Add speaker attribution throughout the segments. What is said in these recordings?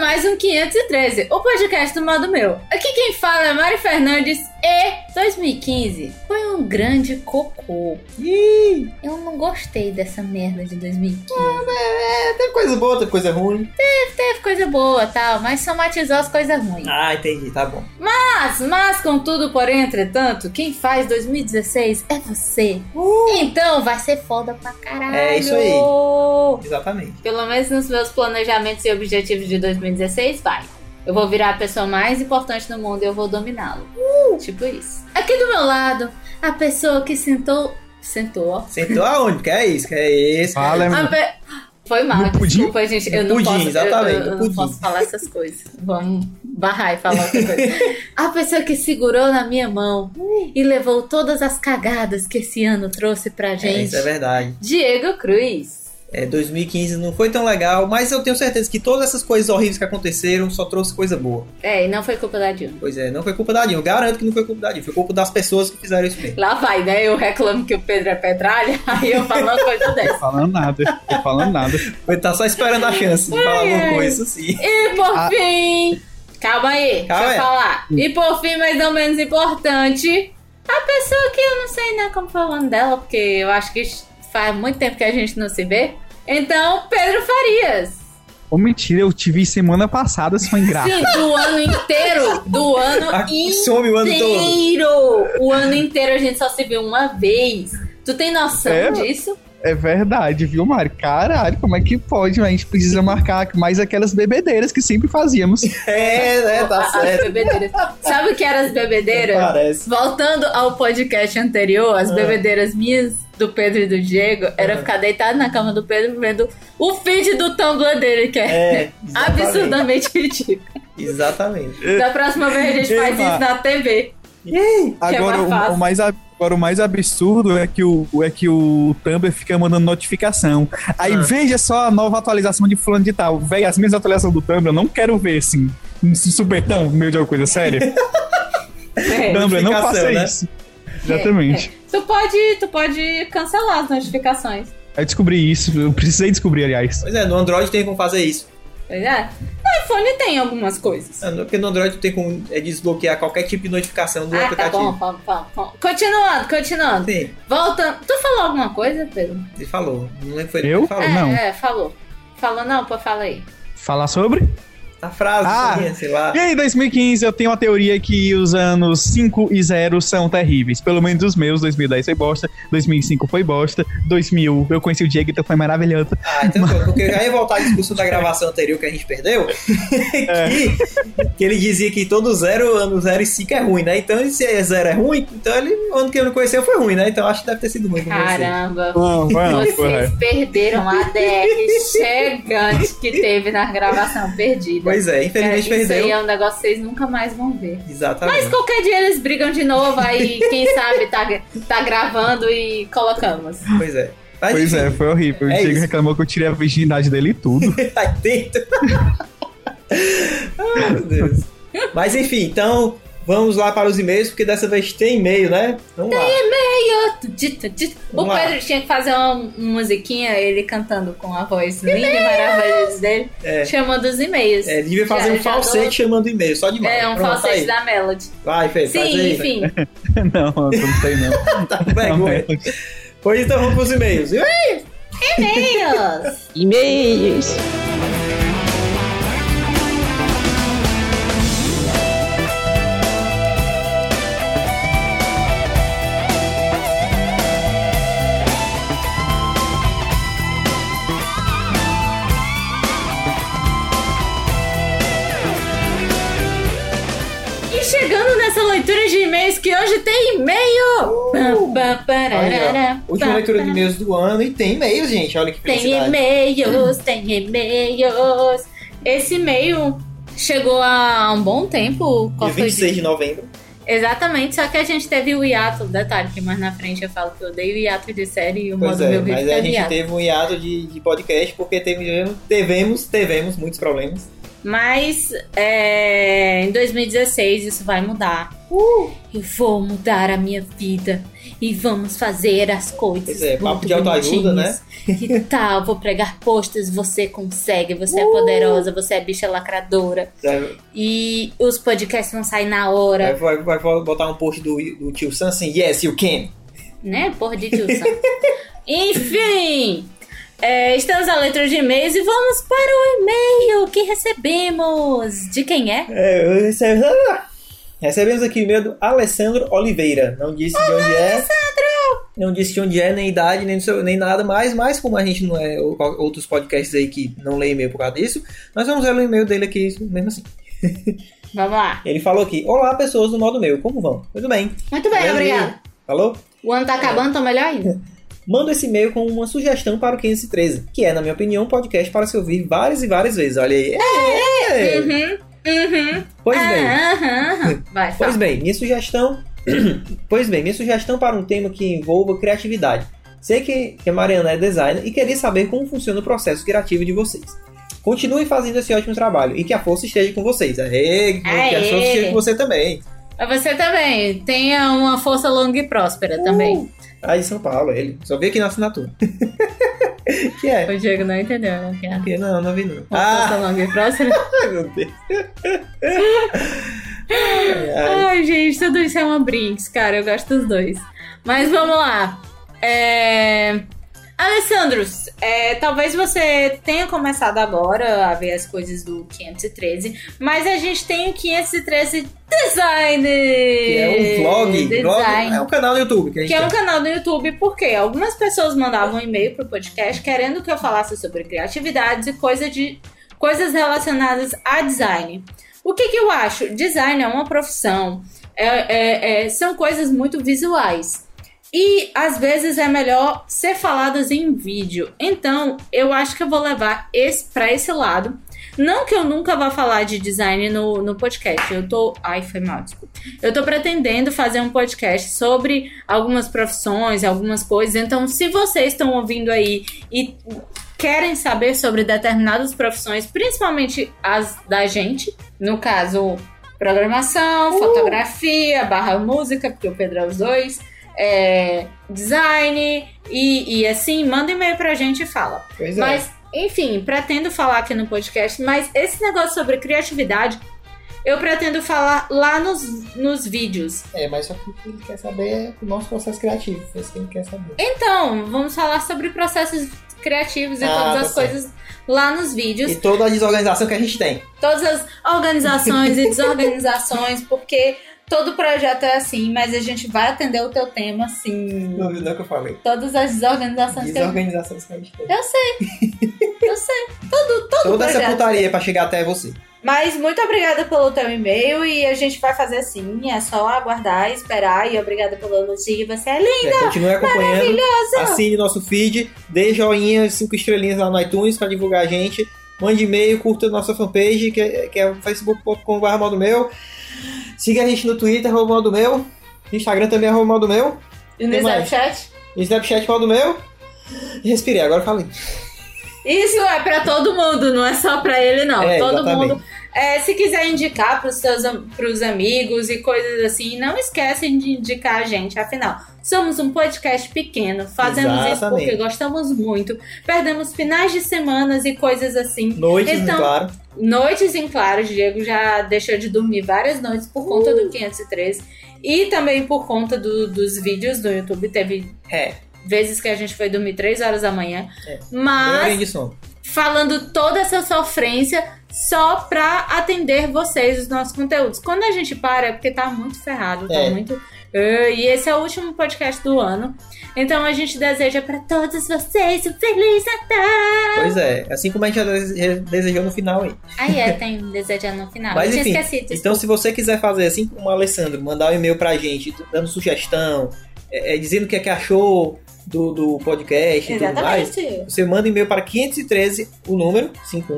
Speaker 1: mais um 513, o podcast do modo meu. Aqui quem fala é Mari Fernandes e 2015 foi um grande cocô.
Speaker 2: Ih,
Speaker 1: Eu não gostei dessa merda de 2015.
Speaker 2: é, tem coisa boa, tem coisa ruim.
Speaker 1: Teve coisa boa tal, mas somatizou as coisas ruins.
Speaker 2: Ah, entendi, tá bom.
Speaker 1: Mas, mas, contudo, porém, entretanto, quem faz 2016 é você. Então vai ser foda pra caralho.
Speaker 2: Uh. É isso aí. Exatamente.
Speaker 1: Pelo menos nos meus planejamentos e objetivos de 2016, vai. Eu vou virar a pessoa mais importante do mundo e eu vou dominá-lo. Tipo isso. Aqui do meu lado, a pessoa que sentou. Sentou, ó.
Speaker 2: Sentou aonde? Que é isso, que é isso.
Speaker 3: Fala,
Speaker 1: A
Speaker 3: irmão.
Speaker 1: pe- Foi mal,
Speaker 3: No pudim?
Speaker 1: desculpa, gente. Eu
Speaker 2: No
Speaker 1: não
Speaker 2: pudim,
Speaker 1: posso, eu-
Speaker 2: exatamente,
Speaker 1: eu-
Speaker 2: no
Speaker 1: eu não
Speaker 2: pudim.
Speaker 1: posso falar essas coisas. Vamos barrar e falar outra coisa. a pessoa que segurou na minha mão e levou todas as cagadas que esse ano trouxe pra
Speaker 2: É,
Speaker 1: gente.
Speaker 2: isso é verdade.
Speaker 1: Diego Cruz.
Speaker 2: É, 2015 não foi tão legal, mas eu tenho certeza que todas essas coisas horríveis que aconteceram só trouxe coisa boa.
Speaker 1: É, e não foi culpa da Dilma.
Speaker 2: Pois é, não foi culpa da Dilma. Eu Garanto que não foi culpa da Dilma. Foi culpa das pessoas que fizeram isso mesmo.
Speaker 1: Lá vai, né? Eu reclamo que o Pedro é pedralha, aí eu falo uma coisa dessa.
Speaker 3: Tô falando nada, tô falando nada.
Speaker 2: Ele tá só esperando a chance de falar
Speaker 1: ai.
Speaker 2: alguma coisa assim.
Speaker 1: E por
Speaker 3: Ah.
Speaker 1: fim, calma aí, deixa
Speaker 2: Calma
Speaker 1: eu
Speaker 2: aí.
Speaker 1: falar. E por fim, mas não menos importante, a pessoa que eu não sei né, como foi o nome dela, porque eu acho que faz muito tempo que a gente não se vê. Então, Pedro Farias.
Speaker 3: Ô, mentira, eu te vi semana passada, sua ingrata.
Speaker 1: Sim, do ano inteiro, do ano
Speaker 2: Ah,
Speaker 1: inteiro.
Speaker 2: Some o ano todo.
Speaker 1: O ano inteiro a gente só se viu uma vez. Tu tem noção
Speaker 3: É?
Speaker 1: disso?
Speaker 3: É verdade, viu, Mari? Caralho, como é que pode, mas A gente precisa marcar mais aquelas bebedeiras que sempre fazíamos.
Speaker 2: É, né?
Speaker 1: A-
Speaker 2: Tá
Speaker 1: as
Speaker 2: certo.
Speaker 1: bebedeiras. Sabe o que eram as bebedeiras?
Speaker 2: Parece.
Speaker 1: Voltando ao podcast anterior, as
Speaker 2: Ah.
Speaker 1: bebedeiras minhas do Pedro e do Diego era
Speaker 2: Ah.
Speaker 1: ficar deitado na cama do Pedro vendo o feed do Tumblr dele, que é,
Speaker 2: É, exatamente.
Speaker 1: absurdamente ridículo.
Speaker 2: Exatamente.
Speaker 1: Da próxima vez a gente faz
Speaker 3: Eba.
Speaker 1: isso na TV.
Speaker 2: é
Speaker 3: Agora,
Speaker 1: mais
Speaker 3: o,
Speaker 1: fácil.
Speaker 3: o mais, ab- agora, o mais absurdo é que o, o- é que o Tumblr fica mandando notificação. Aí
Speaker 2: Ah.
Speaker 3: veja só a nova atualização de fulano de tal. Véi, as minhas atualizações do Tumblr eu não quero ver, assim. Um supetão, meio de alguma coisa séria.
Speaker 1: É.
Speaker 3: Tumblr, não
Speaker 2: Notificação,
Speaker 3: faça
Speaker 2: né? É,
Speaker 3: isso. Exatamente.
Speaker 1: Tu pode, tu pode cancelar as notificações.
Speaker 2: é.
Speaker 3: Eu descobri isso, eu precisei descobrir, aliás.
Speaker 2: Pois é, no Android tem como fazer isso.
Speaker 1: Pois é. No iPhone tem algumas coisas.
Speaker 2: Ah, não, Porque no Android tem como é, desbloquear qualquer tipo de notificação do
Speaker 1: Ah, tá bom,
Speaker 2: aplicativo.
Speaker 1: bom, bom, bom. Continuando, continuando.
Speaker 2: Sim,
Speaker 1: Voltando. Tu falou alguma coisa, Pedro?
Speaker 2: ele falou. Não lembro foi ele
Speaker 3: Eu?
Speaker 2: que falou.
Speaker 1: é,
Speaker 3: não.
Speaker 1: é, falou. Falou não, pô, fala aí.
Speaker 3: Falar sobre?
Speaker 2: A frase,
Speaker 3: Ah.
Speaker 2: minha, sei lá.
Speaker 3: E aí, 2015, eu tenho uma teoria que os anos 5 e 0 são terríveis. Pelo menos os meus, 2010 foi bosta, 2005 foi bosta, 2000 eu conheci o Diego, então foi maravilhoso.
Speaker 2: Ah, então foi, porque eu já ia voltar à discussão da gravação anterior que a gente perdeu.
Speaker 3: É.
Speaker 2: que, que ele dizia que todo zero, ano zero e cinco é ruim, né? Então, se é zero é ruim, então ele, o ano que ele não conheceu foi ruim, né? Então acho que deve ter sido ruim pra você.
Speaker 1: Caramba.
Speaker 3: Não, não,
Speaker 1: Vocês perderam a DR chegante que teve na gravação perdida.
Speaker 2: Pois é,
Speaker 1: Cara,
Speaker 2: infelizmente
Speaker 1: Isso
Speaker 2: perdeu.
Speaker 1: aí é um negócio que vocês nunca mais vão ver. Mas
Speaker 2: Exatamente.
Speaker 1: qualquer dia eles brigam de novo, aí quem sabe tá, tá gravando e colocamos.
Speaker 2: Pois é. Mas,
Speaker 3: Pois é,
Speaker 2: enfim,
Speaker 3: foi horrível. O
Speaker 2: É
Speaker 3: Diego
Speaker 2: isso.
Speaker 3: reclamou que eu tirei a virgindade dele e tudo.
Speaker 2: tá dentro. Ai, Ah, meu Deus. Mas enfim, então vamos lá para os e-mails, porque dessa vez tem e-mail, né? Vamos lá.
Speaker 1: Dito, dito, dito. O
Speaker 2: Vamos lá.
Speaker 1: Pedro tinha que fazer uma musiquinha, ele cantando com a voz linda e maravilhosa dele,
Speaker 2: É.
Speaker 1: chamando os e-mails.
Speaker 2: É, devia fazer
Speaker 1: Já-
Speaker 2: um
Speaker 1: já
Speaker 2: falsete chamando e-mail, só de mal.
Speaker 1: É, um
Speaker 2: Pronto, tá
Speaker 1: falsete
Speaker 2: aí.
Speaker 1: da Melody.
Speaker 2: Vai, Fê, faz
Speaker 1: Sim,
Speaker 2: aí.
Speaker 1: enfim.
Speaker 3: não, eu não sei não.
Speaker 2: Fê. Tá com vergonha.
Speaker 3: Não,
Speaker 2: Pois então vamos pros e-mails. E-
Speaker 1: E-mails!
Speaker 4: E-mails.
Speaker 1: E chegando nessa leitura de e-mails que hoje tem e-mail! Pam, pam, parará,
Speaker 2: Uh! Olha, última
Speaker 1: pam,
Speaker 2: leitura de
Speaker 1: pam.
Speaker 2: e-mails do ano e tem e-mails, gente. Olha que
Speaker 1: Tá, Tem
Speaker 2: felicidade.
Speaker 1: e-mails, tem e-mails. Esse e-mail chegou há um bom tempo. qual
Speaker 2: Dia
Speaker 1: foi o
Speaker 2: 26 de novembro.
Speaker 1: Exatamente, só que a gente teve o hiato, detalhe, que mais na frente eu falo que eu odeio hiato de série e o
Speaker 2: Pois
Speaker 1: modo
Speaker 2: é,
Speaker 1: meu vídeo
Speaker 2: mas aí a
Speaker 1: teve
Speaker 2: gente
Speaker 1: hiato.
Speaker 2: teve um hiato de, de podcast porque teve, tivemos, tivemos muitos problemas.
Speaker 1: Mas é, em 2016 isso vai mudar.
Speaker 2: Uh!
Speaker 1: Eu vou mudar a minha vida e vamos fazer as coisas.
Speaker 2: Pois é, papo
Speaker 1: muito
Speaker 2: de autoajuda, né?
Speaker 1: bonitinhas. Que tal? Vou pregar postas, você consegue, você
Speaker 2: Uh!
Speaker 1: é poderosa, você é bicha lacradora.
Speaker 2: Vai,
Speaker 1: E os podcasts vão sair na hora,
Speaker 2: vai- vai, vai botar um post do, do tio Sam assim, yes, you can.
Speaker 1: né? Porra de tiozão. Enfim, é, estamos à letra de e-mails e vamos para o e-mail que recebemos. De quem é?
Speaker 2: É, eu recebo- Ah! Recebemos aqui o e-mail do Alessandro Oliveira. Não disse de onde é. Não disse de onde é, nem idade, nem, do seu- nem nada mais. Mas como a gente não é ou- outros podcasts aí que não lê e-mail por causa disso, nós vamos ler o e-mail dele aqui mesmo assim.
Speaker 1: Vamos lá.
Speaker 2: Ele falou aqui: Olá, pessoas do modo meu, como vão? Tudo bem.
Speaker 1: Muito bem,
Speaker 2: Valeu.
Speaker 1: obrigado.
Speaker 2: Falou?
Speaker 1: O ano tá acabando, tô melhor ainda.
Speaker 2: Manda esse e-mail com uma sugestão para o 513, que é, na minha opinião, um podcast para se ouvir várias e várias vezes. Olha aí. É, é.
Speaker 1: Uhum, uhum.
Speaker 2: Pois
Speaker 1: ah,
Speaker 2: bem.
Speaker 1: aham, aham. Vai,
Speaker 2: Pois
Speaker 1: fala.
Speaker 2: bem, minha sugestão. pois bem, minha sugestão para um tema que envolva criatividade. Sei que, que a Mariana é designer e queria saber como funciona o processo criativo de vocês. Continuem fazendo esse ótimo trabalho e que a força esteja com vocês. Aê, que a
Speaker 1: Aê.
Speaker 2: força esteja com você também.
Speaker 1: Mas Você também. Tenha uma força longa e próspera também.
Speaker 2: Ah, de São Paulo, ele. Só vi aqui na assinatura. que é?
Speaker 1: O Diego não entendeu, né, piada?
Speaker 2: Que não, não vi não.
Speaker 1: Uma força longa e próspera.
Speaker 2: Ai, meu Deus. Ai, ai.
Speaker 1: Ai, gente, tudo isso é uma brinks, cara. Eu gosto dos dois. Mas vamos lá. É... Alessandros, é, talvez você tenha começado agora a ver as coisas do 513, mas a gente tem o 513 Design!
Speaker 2: Que é um vlog,
Speaker 1: Design.
Speaker 2: vlog. É um canal no YouTube que a gente
Speaker 1: Que é um
Speaker 2: tem.
Speaker 1: canal do YouTube, porque algumas pessoas mandavam um e-mail pro podcast querendo que eu falasse sobre criatividades e coisa de, coisas relacionadas a design. O que, que eu acho? Design é uma profissão, é- é- é- são coisas muito visuais. E às vezes é melhor ser faladas em vídeo. Então, eu acho que eu vou levar esse para esse lado. Não que eu nunca vá falar de design no, no podcast. Eu tô. Ai, foi mal, desculpa. Eu tô pretendendo fazer um podcast sobre algumas profissões, algumas coisas. Então, se vocês estão ouvindo aí e querem saber sobre determinadas profissões, principalmente as da gente, no caso, programação, fotografia, barra música, porque o Pedro é os dois, é, design e, e assim, manda e-mail pra gente e fala.
Speaker 2: Pois é.
Speaker 1: Mas, enfim, pretendo falar aqui no podcast, mas esse negócio sobre criatividade, eu pretendo falar lá nos, nos vídeos.
Speaker 2: É, mas só que o que ele quer saber é o nosso processo criativo. É isso que ele quer saber.
Speaker 1: Então, vamos falar sobre processos criativos e
Speaker 2: Ah,
Speaker 1: todas
Speaker 2: tá
Speaker 1: as coisas lá nos vídeos.
Speaker 2: E toda a desorganização que a gente tem.
Speaker 1: Todas as organizações e desorganizações, porque todo projeto é assim, mas a gente vai atender o teu tema, assim.
Speaker 2: Não viu não que eu falei.
Speaker 1: Todas as desorganizações que a gente...
Speaker 2: Desorganizações Hum. que a gente tem.
Speaker 1: Eu sei, eu sei. Todo, todo
Speaker 2: Toda essa
Speaker 1: projeto.
Speaker 2: putaria pra chegar até você.
Speaker 1: Mas muito obrigada pelo teu e-mail e a gente vai fazer assim, é só aguardar, esperar e obrigada pelo elogio, você é lindo.
Speaker 2: É, continue acompanhando. Assine nosso feed. Dê joinha, cinco estrelinhas lá no iTunes pra divulgar a gente. Mande e-mail, curta nossa fanpage, que é, que é facebook.com.br modo meu. Siga a gente no Twitter, arroba modo meu. Instagram também, arroba modo meu.
Speaker 1: E no
Speaker 2: Tem mais?
Speaker 1: Snapchat?
Speaker 2: Snapchat, modo meu. Respirei, agora falei.
Speaker 1: Isso é pra todo mundo, não é só pra ele não,
Speaker 2: É,
Speaker 1: todo
Speaker 2: exatamente.
Speaker 1: mundo. É, se quiser indicar pros seus am- pros amigos e coisas assim, não esquecem de indicar a gente, afinal, somos um podcast pequeno, fazemos isso
Speaker 2: Exatamente.
Speaker 1: porque gostamos muito, perdemos finais de semanas e coisas assim.
Speaker 2: Noites,
Speaker 1: Então-
Speaker 2: claro.
Speaker 1: Noites em claro, Diego já deixou de dormir várias noites por conta
Speaker 2: Uh.
Speaker 1: do 513 e também por conta do- dos vídeos do YouTube. Teve
Speaker 2: É,
Speaker 1: vezes que a gente foi dormir 3 horas da manhã,
Speaker 2: É. meia
Speaker 1: mas
Speaker 2: horinha de sono.
Speaker 1: falando toda essa sofrência só pra atender vocês, os nossos conteúdos. Quando a gente para é porque tá muito ferrado, tá
Speaker 2: É.
Speaker 1: muito. Eh, E esse é o último podcast do ano. Então a gente deseja pra todos vocês um feliz
Speaker 2: Pois é, assim como a gente já dese- já desejou no final aí.
Speaker 1: Aí é, tem desejando no final.
Speaker 2: Mas,
Speaker 1: eu tinha
Speaker 2: enfim,
Speaker 1: esquecido.
Speaker 2: Então, se você quiser fazer assim como o Alessandro, mandar um e-mail pra gente, dando sugestão, é, é, dizendo o que é que achou do, do podcast e tudo mais,
Speaker 1: Exatamente.
Speaker 2: você manda e-mail para 513, o número,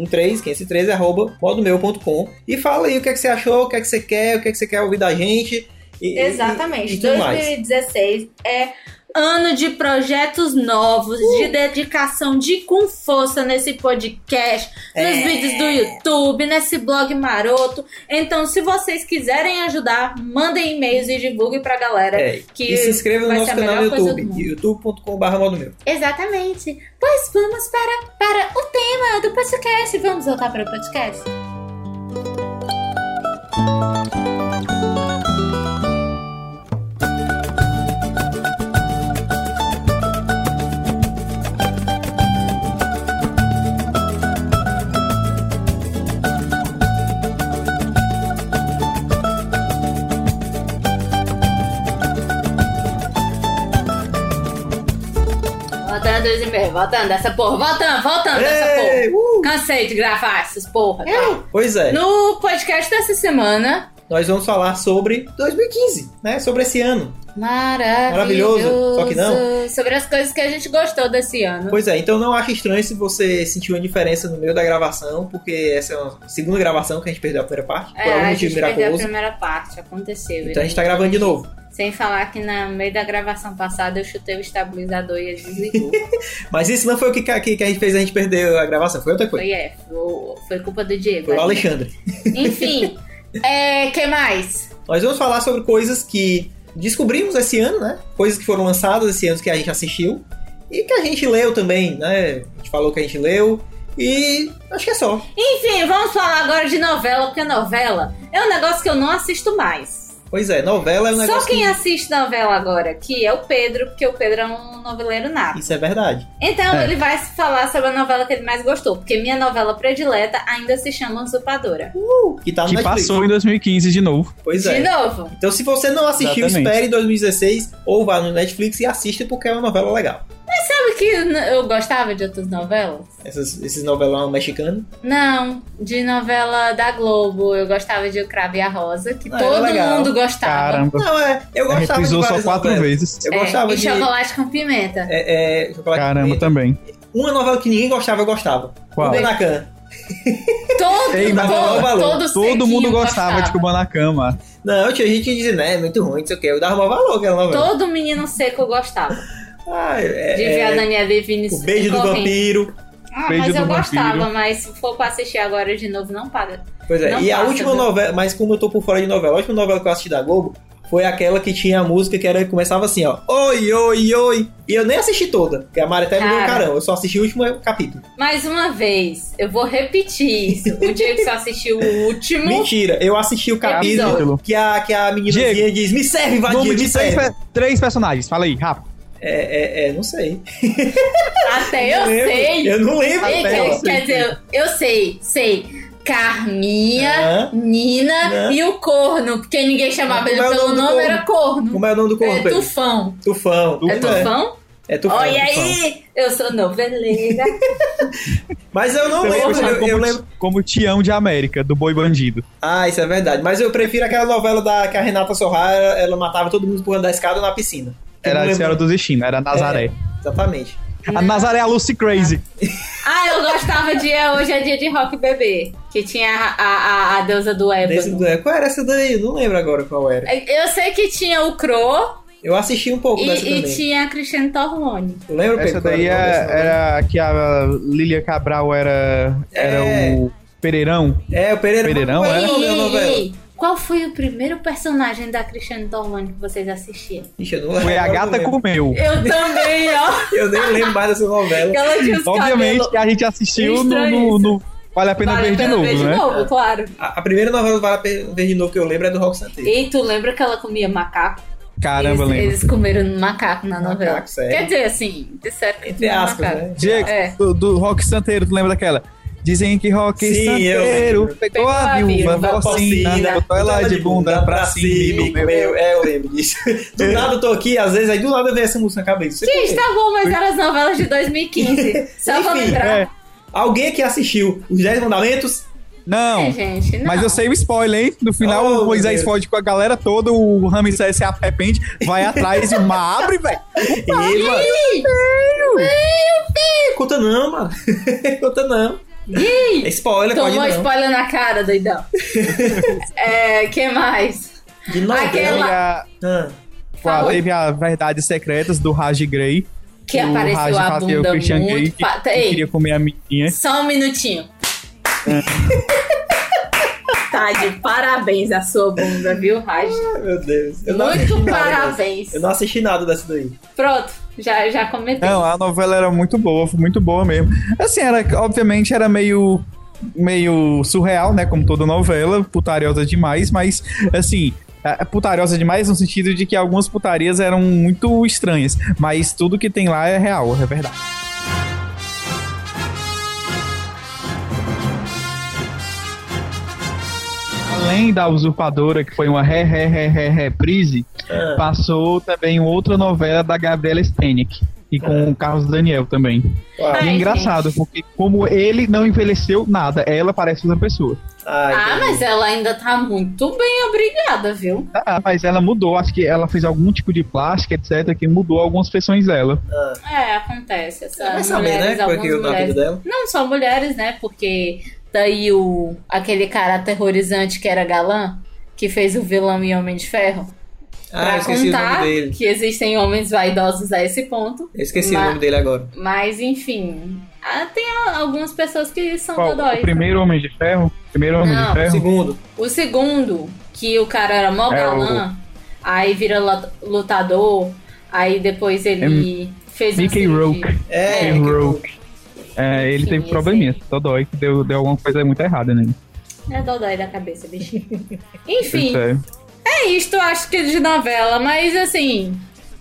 Speaker 2: 513, 513, arroba, modomeu.com, e fala aí o que é que você achou, o que é que você quer, o que é que você quer ouvir da gente. e- e-
Speaker 1: Exatamente.
Speaker 2: E, e tudo mais.
Speaker 1: 2016 é ano de projetos novos,
Speaker 2: Uh!
Speaker 1: de dedicação de com força nesse podcast, nos
Speaker 2: É.
Speaker 1: vídeos do YouTube, nesse blog maroto. Então, se vocês quiserem ajudar, mandem e-mails e divulguem pra galera.
Speaker 2: É,
Speaker 1: que
Speaker 2: e se inscreva no
Speaker 1: vai ser
Speaker 2: nosso
Speaker 1: a
Speaker 2: canal no
Speaker 1: melhor coisa do
Speaker 2: YouTube,
Speaker 1: mundo.
Speaker 2: youtube.com.br modo meu.
Speaker 1: Exatamente. Pois vamos para, para o tema do podcast. Vamos voltar para o podcast? Voltando os e-mails, voltando dessa porra, voltando, voltando dessa porra.
Speaker 2: Ei, uh!
Speaker 1: Cansei de gravar essas porra. tá?
Speaker 2: Pois é,
Speaker 1: No podcast dessa semana,
Speaker 2: nós vamos falar sobre 2015, né? Sobre esse ano.
Speaker 1: maravilhoso.
Speaker 2: Maravilhoso, só que não.
Speaker 1: Sobre as coisas que a gente gostou desse ano.
Speaker 2: Pois é, então não acho estranho se você sentiu a diferença no meio da gravação, porque essa é a segunda gravação que a gente perdeu a primeira parte, por
Speaker 1: É,
Speaker 2: algum
Speaker 1: a
Speaker 2: motivo
Speaker 1: gente perdeu a
Speaker 2: miraculoso.
Speaker 1: primeira parte, aconteceu.
Speaker 2: Então a gente tá gravando de novo.
Speaker 1: Sem falar que na- no meio da gravação passada eu chutei o estabilizador e ele desligou.
Speaker 2: Mas isso não foi o que, ca- que, que a gente fez, a gente perdeu a gravação, foi outra coisa.
Speaker 1: foi, é, foi, foi culpa do Diego.
Speaker 2: Foi o
Speaker 1: né?
Speaker 2: Alexandre.
Speaker 1: Enfim, é, que mais?
Speaker 2: Nós vamos falar sobre coisas que descobrimos esse ano, né? Coisas que foram lançadas esse ano que a gente assistiu e que a gente leu também, né? A gente falou que a gente leu e acho que é só.
Speaker 1: Enfim, vamos falar agora de novela, porque novela é um negócio que eu não assisto mais.
Speaker 2: Pois é, novela é um
Speaker 1: Só
Speaker 2: negócio
Speaker 1: quem assiste novela agora, que é o Pedro, porque o Pedro é um noveleiro
Speaker 2: que...
Speaker 1: nato.
Speaker 2: Isso é verdade.
Speaker 1: Então
Speaker 3: É.
Speaker 1: ele vai falar sobre a novela que ele mais gostou, porque minha novela predileta ainda se chama Usurpadora.
Speaker 2: Que tá no
Speaker 3: Que
Speaker 2: Netflix.
Speaker 3: passou em 2015 de novo.
Speaker 2: Pois
Speaker 1: de
Speaker 2: é.
Speaker 1: novo.
Speaker 2: Então se você não assistiu,
Speaker 3: Exatamente.
Speaker 2: espere 2016 ou vá no Netflix e assista porque é uma novela legal.
Speaker 1: Sabe que n- eu gostava de outras novelas?
Speaker 2: Essas, esses novelão mexicano.
Speaker 1: Não, de novela da Globo. Eu gostava de O Cravo e a Rosa, que
Speaker 2: Ah, era
Speaker 1: todo
Speaker 2: legal.
Speaker 1: mundo gostava.
Speaker 3: Caramba.
Speaker 2: Não, é. Eu
Speaker 3: Ela
Speaker 2: gostava de
Speaker 3: Reprisou só
Speaker 2: várias
Speaker 3: quatro
Speaker 2: novelas.
Speaker 3: vezes.
Speaker 2: Eu
Speaker 1: É,
Speaker 2: gostava
Speaker 1: e
Speaker 2: de...
Speaker 1: chocolate com pimenta.
Speaker 2: É, é, chocolate
Speaker 3: Caramba, também.
Speaker 2: Uma novela que ninguém gostava, eu gostava.
Speaker 3: Qual?
Speaker 2: Kubanacan. É.
Speaker 1: Todo,
Speaker 3: Ei, mas
Speaker 1: todo,
Speaker 2: eu valor.
Speaker 1: todo,
Speaker 3: Todo
Speaker 1: sequinho
Speaker 3: mundo gostava de Kubanacan, mano.
Speaker 2: Não, tinha gente que dizia, né, é muito ruim, não sei o quê. Eu dava maior valor aquela novela.
Speaker 1: Todo menino seco gostava.
Speaker 2: Ah, é,
Speaker 1: De ver a
Speaker 2: é,
Speaker 1: Daniela Devine
Speaker 2: o beijo do
Speaker 1: correndo.
Speaker 2: vampiro.
Speaker 1: Ah,
Speaker 3: Beijo
Speaker 1: mas eu
Speaker 3: do vampiro.
Speaker 1: gostava, mas se for pra assistir agora de novo, não paga.
Speaker 2: Pois é,
Speaker 1: Não
Speaker 2: e a
Speaker 1: passa,
Speaker 2: última
Speaker 1: viu?
Speaker 2: novela, mas como eu tô por fora de novela, a última novela que eu assisti da Globo foi aquela que tinha a música que era, começava assim, ó. Oi, oi, oi. E eu nem assisti toda, porque a Mari até me deu um
Speaker 1: Cara.
Speaker 2: carão. Eu só assisti o último capítulo.
Speaker 1: Mais uma vez, eu vou repetir isso. O Diego só assistiu o último.
Speaker 2: Mentira, eu assisti o capítulo
Speaker 3: Capítulo.
Speaker 2: que a, que a meninazinha diz, me serve, Vadir,
Speaker 3: Nome
Speaker 2: me
Speaker 3: de três,
Speaker 2: serve.
Speaker 3: pe- três personagens. Fala aí, rápido.
Speaker 2: É, é, é, não sei.
Speaker 1: Até eu
Speaker 2: Não lembro.
Speaker 1: sei.
Speaker 2: Eu não lembro.
Speaker 1: Ei,
Speaker 3: até
Speaker 1: quer,
Speaker 3: eu sei.
Speaker 1: quer dizer, eu sei, sei. Carminha,
Speaker 2: Hã?
Speaker 1: Nina
Speaker 2: Hã?
Speaker 1: e o corno. Porque ninguém chamava
Speaker 2: Como
Speaker 1: ele
Speaker 2: é o
Speaker 1: pelo
Speaker 2: nome
Speaker 1: nome,
Speaker 2: do corno?
Speaker 1: era corno.
Speaker 2: Como é o nome do
Speaker 1: É
Speaker 2: corpo?
Speaker 1: tufão.
Speaker 2: Tufão.
Speaker 1: É
Speaker 2: Pois
Speaker 1: tufão?
Speaker 2: É tufão.
Speaker 1: Olha
Speaker 2: tufão.
Speaker 1: aí! Eu sou noveleira.
Speaker 2: Mas eu não
Speaker 3: Também
Speaker 2: lembro,
Speaker 3: conhecido
Speaker 2: eu,
Speaker 3: como,
Speaker 2: eu lembro.
Speaker 3: como Tião de América, do Boi Bandido.
Speaker 2: Ah, isso é verdade. Mas eu prefiro aquela novela da que a Renata Sorrara, ela matava todo mundo empurrando da escada na piscina. Eu
Speaker 3: Era
Speaker 2: não
Speaker 3: a
Speaker 2: lembro-
Speaker 3: Senhora do Destino, era a Nazaré.
Speaker 2: Exatamente.
Speaker 3: A Nazaré é a Lucy Crazy.
Speaker 1: Ah, eu gostava de é, Hoje é Dia de Rock Bebê, que tinha a, a, a- a deusa É do
Speaker 2: Desse-
Speaker 1: ébano.
Speaker 2: Qual era essa daí? Eu Não lembro agora qual era.
Speaker 1: Eu sei que tinha o Cro
Speaker 2: Eu assisti um pouco
Speaker 1: e,
Speaker 2: dessa
Speaker 1: e
Speaker 2: também.
Speaker 1: tinha a Cristiane Torlone.
Speaker 2: Eu lembro
Speaker 3: Essa
Speaker 2: Pedro, qual
Speaker 3: daí é-
Speaker 2: era o nome dessa novela.
Speaker 3: era que a Lilia Cabral era, era
Speaker 2: É.
Speaker 3: o Pereirão.
Speaker 2: É, o Pereira.
Speaker 3: Pereirão,
Speaker 2: qual
Speaker 3: é?
Speaker 2: era o nome da novela?
Speaker 1: qual foi o primeiro personagem da Cristiane Torlone que vocês assistiram?
Speaker 2: Ixi, eu não lembro.
Speaker 3: Foi a
Speaker 2: agora É, eu
Speaker 3: gata
Speaker 2: não lembro.
Speaker 3: comeu.
Speaker 1: Eu também, ó.
Speaker 2: Eu nem lembro mais dessa novela.
Speaker 1: Ela tinha os
Speaker 3: Obviamente que a gente assistiu no, no- no Vale a Pena
Speaker 1: Vale a
Speaker 3: Ver de
Speaker 1: pena
Speaker 3: novo,
Speaker 1: ver de
Speaker 3: né?
Speaker 1: novo, claro.
Speaker 2: A, a primeira novela do Vale a Pena Ver de novo que eu lembro é do Rock Santeiro.
Speaker 1: E tu lembra que ela comia macaco?
Speaker 3: Caramba,
Speaker 1: eles,
Speaker 3: lembro.
Speaker 1: eles comeram macaco na novela.
Speaker 2: Macaco, sério.
Speaker 1: Quer dizer, assim, disseram que
Speaker 2: é Entre
Speaker 1: comiam
Speaker 2: aspas,
Speaker 1: macaco.
Speaker 2: né?
Speaker 3: Diego,
Speaker 1: É.
Speaker 3: do, do Rock Santeiro, tu lembra daquela? Dizem que Rock
Speaker 2: Sim, eu
Speaker 3: Santeiro
Speaker 2: lembro.
Speaker 3: pegou, a viúva
Speaker 1: viúva
Speaker 3: porcina, botou ela de bunda pra cima. É.
Speaker 2: e comeu. É, eu lembro disso. Do nada eu tô aqui, às vezes, aí do nada vem essa música na cabeça. Você
Speaker 1: Gente,
Speaker 2: conhece?
Speaker 1: tá bom, mas eram as novelas de 2015. Só pra
Speaker 2: Enfim,
Speaker 1: lembrar.
Speaker 3: É.
Speaker 2: Alguém aqui assistiu Os Dez Mandamentos?
Speaker 1: É,
Speaker 3: Não,
Speaker 1: gente, não.
Speaker 3: Mas eu sei o spoiler, hein? No final,
Speaker 2: Oh,
Speaker 3: o Moisés
Speaker 2: meu Deus.
Speaker 3: foge com a galera toda, o Ramsés se arrepende, vai atrás e o mar abre, velho.
Speaker 2: Ei, mano. Conta não, mano. Conta não. É spoiler, pode
Speaker 1: Tomou
Speaker 2: não.
Speaker 1: spoiler na cara, doidão. é, que mais?
Speaker 2: De novela.
Speaker 1: Aquela-
Speaker 3: E a-
Speaker 2: Ah,
Speaker 1: Fala.
Speaker 3: teve a Verdades Secretas do Raj Grey.
Speaker 1: Que
Speaker 3: o Raj
Speaker 1: apareceu a
Speaker 3: fazia o
Speaker 1: bunda
Speaker 3: Christian Grey,
Speaker 1: muito...
Speaker 3: que-
Speaker 1: fa-
Speaker 3: que
Speaker 1: Ei,
Speaker 3: queria comer a menina.
Speaker 1: só um minutinho.
Speaker 4: Tá de parabéns a sua bunda.
Speaker 1: Ainda viu, Raj?
Speaker 2: Ai, meu Deus. Eu não assisti
Speaker 1: Muito
Speaker 2: nada dessa.
Speaker 1: parabéns.
Speaker 2: Eu não assisti nada dessa daí.
Speaker 1: Pronto, já, já comentei.
Speaker 3: Não, a novela era muito boa, foi muito boa mesmo. Assim, era, obviamente era meio meio surreal, né, como toda novela, putariosa demais, mas assim, é putariosa demais no sentido de que algumas putarias eram muito estranhas, mas tudo que tem lá é real, é verdade. Além da Usurpadora, que foi uma re, re, re, re, reprise,
Speaker 2: Ah,
Speaker 3: Passou também outra novela da Gabriela Stenik. E com o Carlos Daniel também.
Speaker 2: uau.
Speaker 3: E
Speaker 1: Ai,
Speaker 3: é engraçado, porque como ele não envelheceu nada, ela parece outra pessoa.
Speaker 2: Ai,
Speaker 1: Ah,
Speaker 2: entendi.
Speaker 1: mas ela ainda tá muito bem, obrigada, viu?
Speaker 3: Ah, mas ela mudou, acho que ela fez algum tipo de plástica, etc., que mudou algumas feições dela.
Speaker 2: Ah.
Speaker 1: É, acontece. Essa
Speaker 2: Vai saber,
Speaker 1: mulheres,
Speaker 2: né? Qual é que
Speaker 1: algumas
Speaker 2: é o
Speaker 1: mulheres-
Speaker 2: nome dela?
Speaker 1: Não só mulheres, né? Porque daí o aquele cara aterrorizante que era galã, que fez o vilão em Homem de Ferro,
Speaker 2: Ah, eu
Speaker 1: pra
Speaker 2: esqueci o
Speaker 1: contar
Speaker 2: nome dele.
Speaker 1: que existem homens vaidosos a esse ponto.
Speaker 2: Eu esqueci
Speaker 1: Ma-
Speaker 2: o nome dele agora.
Speaker 1: Mas enfim, ah, tem a- algumas pessoas que são
Speaker 3: Qual?
Speaker 1: dodói.
Speaker 3: o primeiro Homem de Ferro? Primeiro Homem
Speaker 1: Não.
Speaker 3: de Ferro?
Speaker 2: Segundo.
Speaker 1: O segundo, que o cara era mó
Speaker 3: É,
Speaker 1: galã, aí vira lut- lutador, aí depois ele fez assim uma
Speaker 3: Mickey
Speaker 1: cirurgia.
Speaker 3: Rourke.
Speaker 2: É,
Speaker 1: É.
Speaker 2: que-
Speaker 3: Rourke. É, ele
Speaker 1: Enfim,
Speaker 3: teve
Speaker 1: esse
Speaker 3: probleminha, só dói, que deu, deu alguma coisa muito errada nele.
Speaker 1: É dodói da cabeça, bichinho. Enfim,
Speaker 3: Isso é.
Speaker 1: é isto, acho que de novela, mas assim,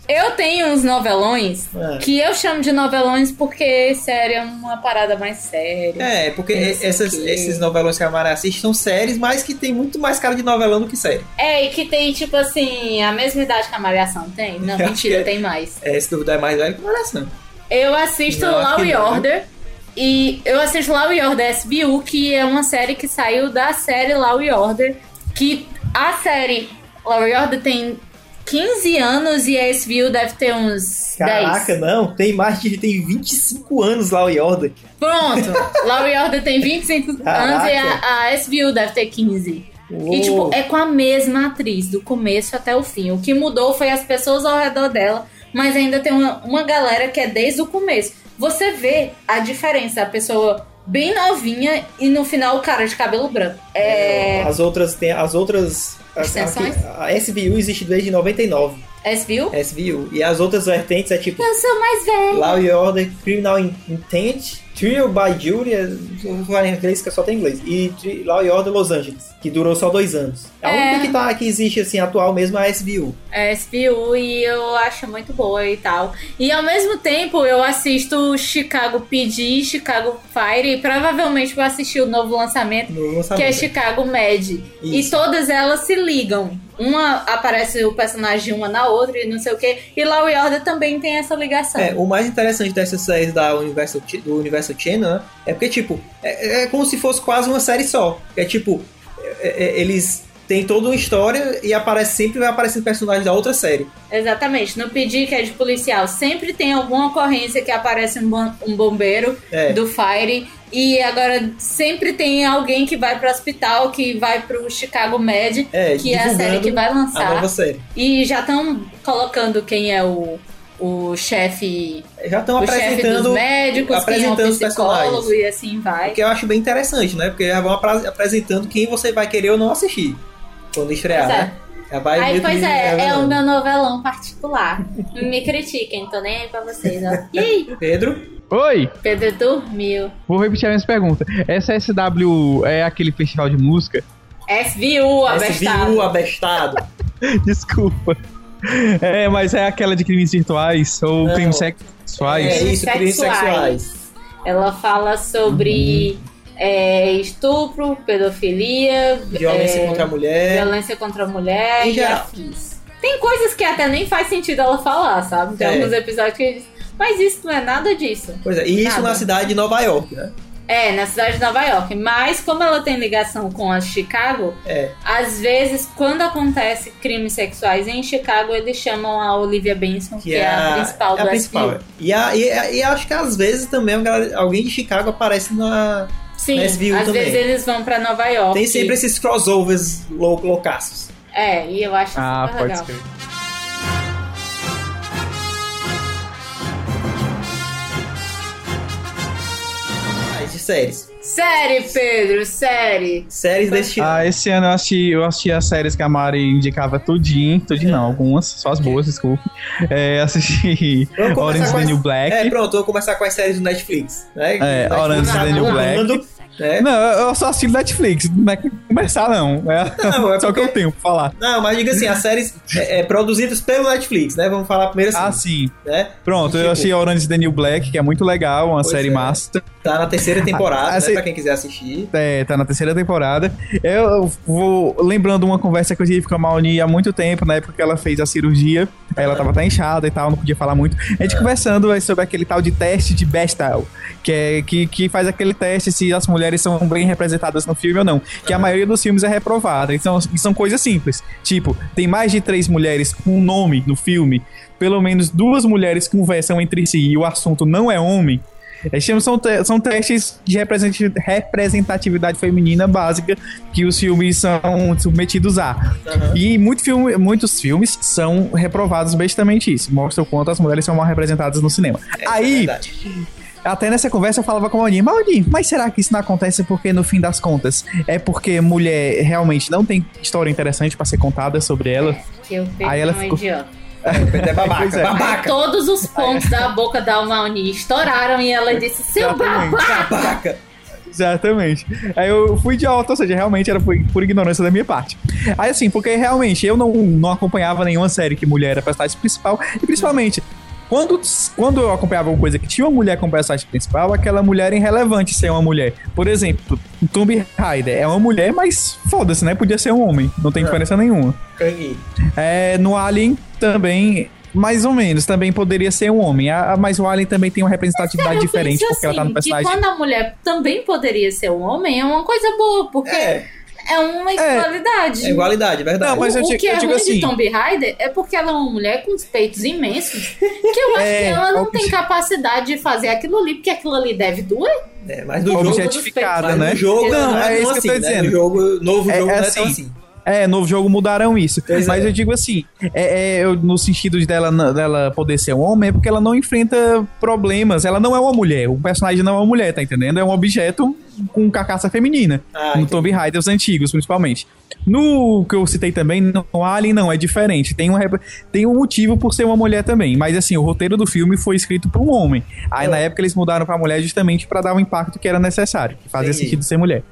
Speaker 1: eu tenho uns novelões
Speaker 2: Ah.
Speaker 1: que eu chamo de novelões porque série é uma parada mais séria.
Speaker 2: É, porque
Speaker 1: Esse
Speaker 2: essas,
Speaker 1: aqui.
Speaker 2: esses novelões que a Mara assiste são séries, mas que tem muito mais cara de novelão do que série.
Speaker 1: É, e que tem, tipo assim, a mesma idade que a Malhação tem? Não,
Speaker 2: Acho
Speaker 1: mentira,
Speaker 2: que é.
Speaker 1: tem mais.
Speaker 2: É, se duvidar é mais velho que Malhação.
Speaker 1: Eu assisto
Speaker 2: Não,
Speaker 1: Law
Speaker 2: acho que
Speaker 1: and
Speaker 2: não.
Speaker 1: Order. E eu assisto Law and Order SBU, que é uma série que saiu da série Law and Order. Que a série Law and Order tem 15 anos e a SBU deve ter uns 10.
Speaker 2: Caraca, não, tem mais de tem 25 anos lá o Yorda.
Speaker 1: Pronto. Law and Order tem 25 anos e
Speaker 2: Caraca.
Speaker 1: a, a SBU deve ter 15. E, tipo, é com a mesma atriz, do começo até o fim. O que mudou foi as pessoas ao redor dela, mas ainda tem uma, uma galera que é desde o começo. Você vê a diferença, a pessoa bem novinha e no final o cara de cabelo branco. É.
Speaker 2: As outras tem as outras as- a,
Speaker 1: Extensões?
Speaker 2: a SVU existe desde 99,
Speaker 1: SBU?
Speaker 2: SVU. E as outras vertentes é tipo
Speaker 1: Eu sou mais velha.
Speaker 2: Law and Order, Criminal Intent, Trial by Jury, é- não vou falar em inglês que só tem inglês, e Tri- Law and Order Los Angeles, que durou só dois anos. A
Speaker 1: É.
Speaker 2: única que, tá, que existe assim atual mesmo é a SVU.
Speaker 1: É SBU e eu acho muito boa e tal. E ao mesmo tempo eu assisto Chicago PD, Chicago Fire e provavelmente vou assistir o novo lançamento.
Speaker 2: No
Speaker 1: que
Speaker 2: lançamento.
Speaker 1: é Chicago Med. E
Speaker 2: Isso.
Speaker 1: todas elas se ligam. Uma aparece o personagem de uma na outra e não sei o quê. E Law e Order também tem essa ligação.
Speaker 2: É, o mais interessante dessas séries da Universal, Ch- do Universal Channel, né, é porque, tipo, é, é como se fosse quase uma série só. É tipo, é- é- eles têm toda uma história e aparece sempre vai aparecendo personagens da outra série.
Speaker 1: Exatamente. No pedir que é de policial, sempre tem alguma ocorrência que aparece um, bom- um bombeiro
Speaker 2: É,
Speaker 1: do Fire. E agora sempre tem alguém que vai para hospital, que vai pro Chicago Med,
Speaker 2: é
Speaker 1: que é a série que
Speaker 2: divulgando
Speaker 1: vai lançar.
Speaker 2: a nova série.
Speaker 1: E já estão colocando quem é o, o chefe
Speaker 2: Já estão
Speaker 1: o chefe dos
Speaker 2: apresentando
Speaker 1: médicos,
Speaker 2: apresentando
Speaker 1: quem é o
Speaker 2: os personagens.
Speaker 1: psicólogo e assim vai.
Speaker 2: O que eu acho bem interessante, né? Porque já vão apra- apresentando quem você vai querer ou não assistir quando estrear,
Speaker 1: Pois é.
Speaker 2: né? Já vai
Speaker 1: Aí,
Speaker 2: meio que
Speaker 1: pois é, é
Speaker 2: revelando.
Speaker 1: o meu novelão particular. Me critiquem, tô nem aí pra vocês, ó. Ih,
Speaker 2: Pedro,
Speaker 3: Oi!
Speaker 1: Pedro dormiu.
Speaker 3: Vou repetir a minha pergunta. Essa SW é aquele festival de música?
Speaker 1: SVU,
Speaker 2: SVU
Speaker 1: abestado.
Speaker 2: é abestado.
Speaker 3: Desculpa. É, mas é aquela de crimes virtuais ou
Speaker 2: Não.
Speaker 3: crimes sexuais.
Speaker 2: É isso, crimes
Speaker 1: Sexuais.
Speaker 2: sexuais.
Speaker 1: Ela fala
Speaker 2: Uhum.
Speaker 1: sobre é, estupro, pedofilia,
Speaker 2: Violência
Speaker 1: é,
Speaker 2: contra a mulher.
Speaker 1: violência contra a mulher
Speaker 2: Em
Speaker 1: e
Speaker 2: geral.
Speaker 1: afins. Tem coisas que até nem faz sentido ela falar, sabe? Tem
Speaker 2: É.
Speaker 1: alguns episódios que diz, mas isso não é nada disso.
Speaker 2: Pois é, e isso
Speaker 1: Nada.
Speaker 2: na cidade de Nova York, né?
Speaker 1: É, na cidade de Nova York. Mas como ela tem ligação com a Chicago,
Speaker 2: É.
Speaker 1: às vezes, quando acontece crimes sexuais em Chicago, eles chamam a Olivia Benson, que, é a principal
Speaker 2: é a
Speaker 1: do
Speaker 2: principal,
Speaker 1: SBU.
Speaker 2: é. E, a- e, a- e acho que às vezes também uma galera- alguém de Chicago aparece na.
Speaker 1: Sim,
Speaker 2: é. Na SBU
Speaker 1: às
Speaker 2: também.
Speaker 1: vezes eles vão pra Nova York.
Speaker 2: Tem sempre esses crossovers lou- loucaços.
Speaker 1: É, e eu acho
Speaker 3: Ah,
Speaker 1: super
Speaker 3: pode
Speaker 1: legal.
Speaker 3: ser.
Speaker 2: Ah, séries.
Speaker 1: Série, Pedro, série.
Speaker 2: Séries tipo. deste ano.
Speaker 3: Ah, esse ano eu assisti, eu assisti as séries que a Mari indicava tudinho, tudinho
Speaker 2: É.
Speaker 3: não, algumas, só as boas, desculpa. É, assisti
Speaker 2: Vamos começar
Speaker 3: Orange
Speaker 2: com
Speaker 3: is the
Speaker 2: as-
Speaker 3: New Black.
Speaker 2: É, pronto, eu vou começar com as séries do Netflix. Né?
Speaker 3: É,
Speaker 2: Netflix
Speaker 3: Orange is
Speaker 2: tá
Speaker 3: the New Black.
Speaker 2: bombando, né?
Speaker 3: Não, eu só assisto Netflix, não é começar não. É,
Speaker 2: Não, é
Speaker 3: só o que eu
Speaker 2: porque-
Speaker 3: tenho pra falar.
Speaker 2: Não, mas diga assim, as séries é, é, produzidas pelo Netflix, né? Vamos falar primeiro
Speaker 3: Ah,
Speaker 2: assim,
Speaker 3: sim.
Speaker 2: né?
Speaker 3: Pronto, eu
Speaker 2: Tipo-
Speaker 3: achei Orange is the New Black, que é muito legal, uma
Speaker 2: Pois
Speaker 3: série
Speaker 2: é.
Speaker 3: massa.
Speaker 2: Tá na terceira temporada,
Speaker 3: Ah,
Speaker 2: né?
Speaker 3: assim-
Speaker 2: Pra quem quiser assistir.
Speaker 3: É, tá na terceira temporada. Eu vou lembrando uma conversa que eu tive com a Maoni há muito tempo, na época que ela fez a cirurgia. Aí Ela tava até inchada e tal, não podia falar muito. A gente conversando aí, sobre aquele tal de teste de Bechdel, que, é, que, que faz aquele teste se as mulheres são bem representadas no filme ou não. Que a maioria dos filmes é reprovada. Então, e são coisas simples. Tipo, tem mais de três mulheres com um nome no filme, pelo menos duas mulheres conversam entre si e o assunto não é homem. Esses filmes são, te- são testes de representi- representatividade feminina básica que os filmes são submetidos a.
Speaker 2: Aham.
Speaker 3: E muito filme- muitos filmes são reprovados bestamente isso. Mostra o quanto as mulheres são mal representadas no cinema.
Speaker 2: É
Speaker 3: Aí,
Speaker 2: verdade.
Speaker 3: até nessa conversa eu falava com a Maudinho, Maudinho, mas será que isso não acontece porque no fim das contas é porque mulher realmente não tem história interessante pra ser contada sobre ela?
Speaker 1: Que eu Pedro
Speaker 3: Aí ela
Speaker 1: é um
Speaker 3: ficou-
Speaker 1: idiota.
Speaker 2: É
Speaker 3: Pois
Speaker 2: babaca,
Speaker 3: é.
Speaker 2: babaca,
Speaker 1: Todos os pontos da boca da Almauni estouraram e ela disse: Seu
Speaker 3: Exatamente.
Speaker 1: babaca!
Speaker 2: babaca.
Speaker 3: Exatamente. Aí eu fui idiota, ou seja, realmente era por, por ignorância da minha parte. Aí assim, porque realmente eu não, não acompanhava nenhuma série que mulher era personagem principal, e principalmente. Quando, quando eu acompanhava alguma coisa que tinha uma mulher como personagem principal, aquela mulher era irrelevante ser uma mulher. Por exemplo, Tomb Raider é uma mulher, mas foda-se, né? Podia ser um homem, não tem
Speaker 2: É.
Speaker 3: diferença nenhuma.
Speaker 2: Canguinho.
Speaker 3: É, no Alien também, mais ou menos, também poderia ser um homem, A- a- mas o Alien também tem uma representatividade
Speaker 1: Eu
Speaker 3: diferente,
Speaker 1: penso
Speaker 3: porque ela tá no
Speaker 1: assim,
Speaker 3: personagem.
Speaker 1: Que quando a mulher também poderia ser um homem, é uma coisa boa, porque é,
Speaker 2: É,
Speaker 1: uma igualdade.
Speaker 2: é igualdade, é verdade.
Speaker 3: Não, mas- eu
Speaker 1: o
Speaker 3: digo-
Speaker 1: que é
Speaker 3: eu digo
Speaker 1: ruim
Speaker 3: assim-
Speaker 1: de Tomb Raider é porque ela é uma mulher com os peitos imensos, que eu acho
Speaker 3: É,
Speaker 1: que ela não tem
Speaker 3: obje-
Speaker 1: capacidade de fazer aquilo ali, porque aquilo ali deve doer.
Speaker 2: É, mas no jogo,
Speaker 3: objetificada,
Speaker 2: mas
Speaker 3: né?
Speaker 2: no jogo
Speaker 3: Não, é isso que eu
Speaker 2: assim,
Speaker 3: tô
Speaker 2: né?
Speaker 3: dizendo.
Speaker 2: No jogo, novo
Speaker 3: É-
Speaker 2: jogo
Speaker 3: é
Speaker 2: não é tão
Speaker 3: assim.
Speaker 2: assim.
Speaker 3: É, novo jogo mudaram isso.
Speaker 2: Pois
Speaker 3: Mas
Speaker 2: é.
Speaker 3: eu digo assim, é, é, eu- no sentido de dela, n- dela poder ser um homem, é porque ela não enfrenta problemas. Ela não é uma mulher. O personagem não é uma mulher, tá entendendo? É um objeto com carcaça feminina.
Speaker 2: Ah,
Speaker 3: no
Speaker 2: entendi.
Speaker 3: Tomb Raider, os antigos, principalmente. No que eu citei também, no Alien, não, é diferente. Tem um, rep- tem um motivo por ser uma mulher também. Mas assim, o roteiro do filme foi escrito por um homem. Aí
Speaker 2: É.
Speaker 3: na época eles mudaram pra mulher justamente pra dar o impacto que era necessário. Que fazia
Speaker 2: Entendi.
Speaker 3: sentido ser mulher.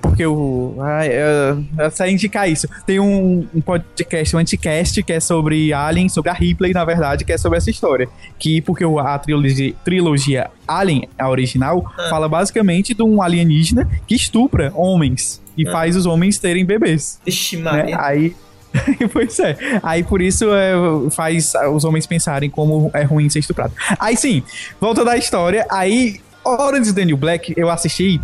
Speaker 3: Porque o. Ai, é, é só indicar isso. Tem um, um podcast, um anticast, que é sobre Alien, sobre a Ripley, na verdade, que é sobre essa história. Que porque o- a trilogia, trilogia Alien, a original,
Speaker 2: Ah.
Speaker 3: fala basicamente de um alienígena que estupra homens e
Speaker 2: Ah.
Speaker 3: faz os homens terem bebês.
Speaker 2: Ixi,
Speaker 3: Né?
Speaker 2: Maria.
Speaker 3: Aí. pois é. Aí por isso é, faz os homens pensarem como é ruim ser estuprado. Aí sim, volta da história, aí. Orange is the New Black, eu assisti,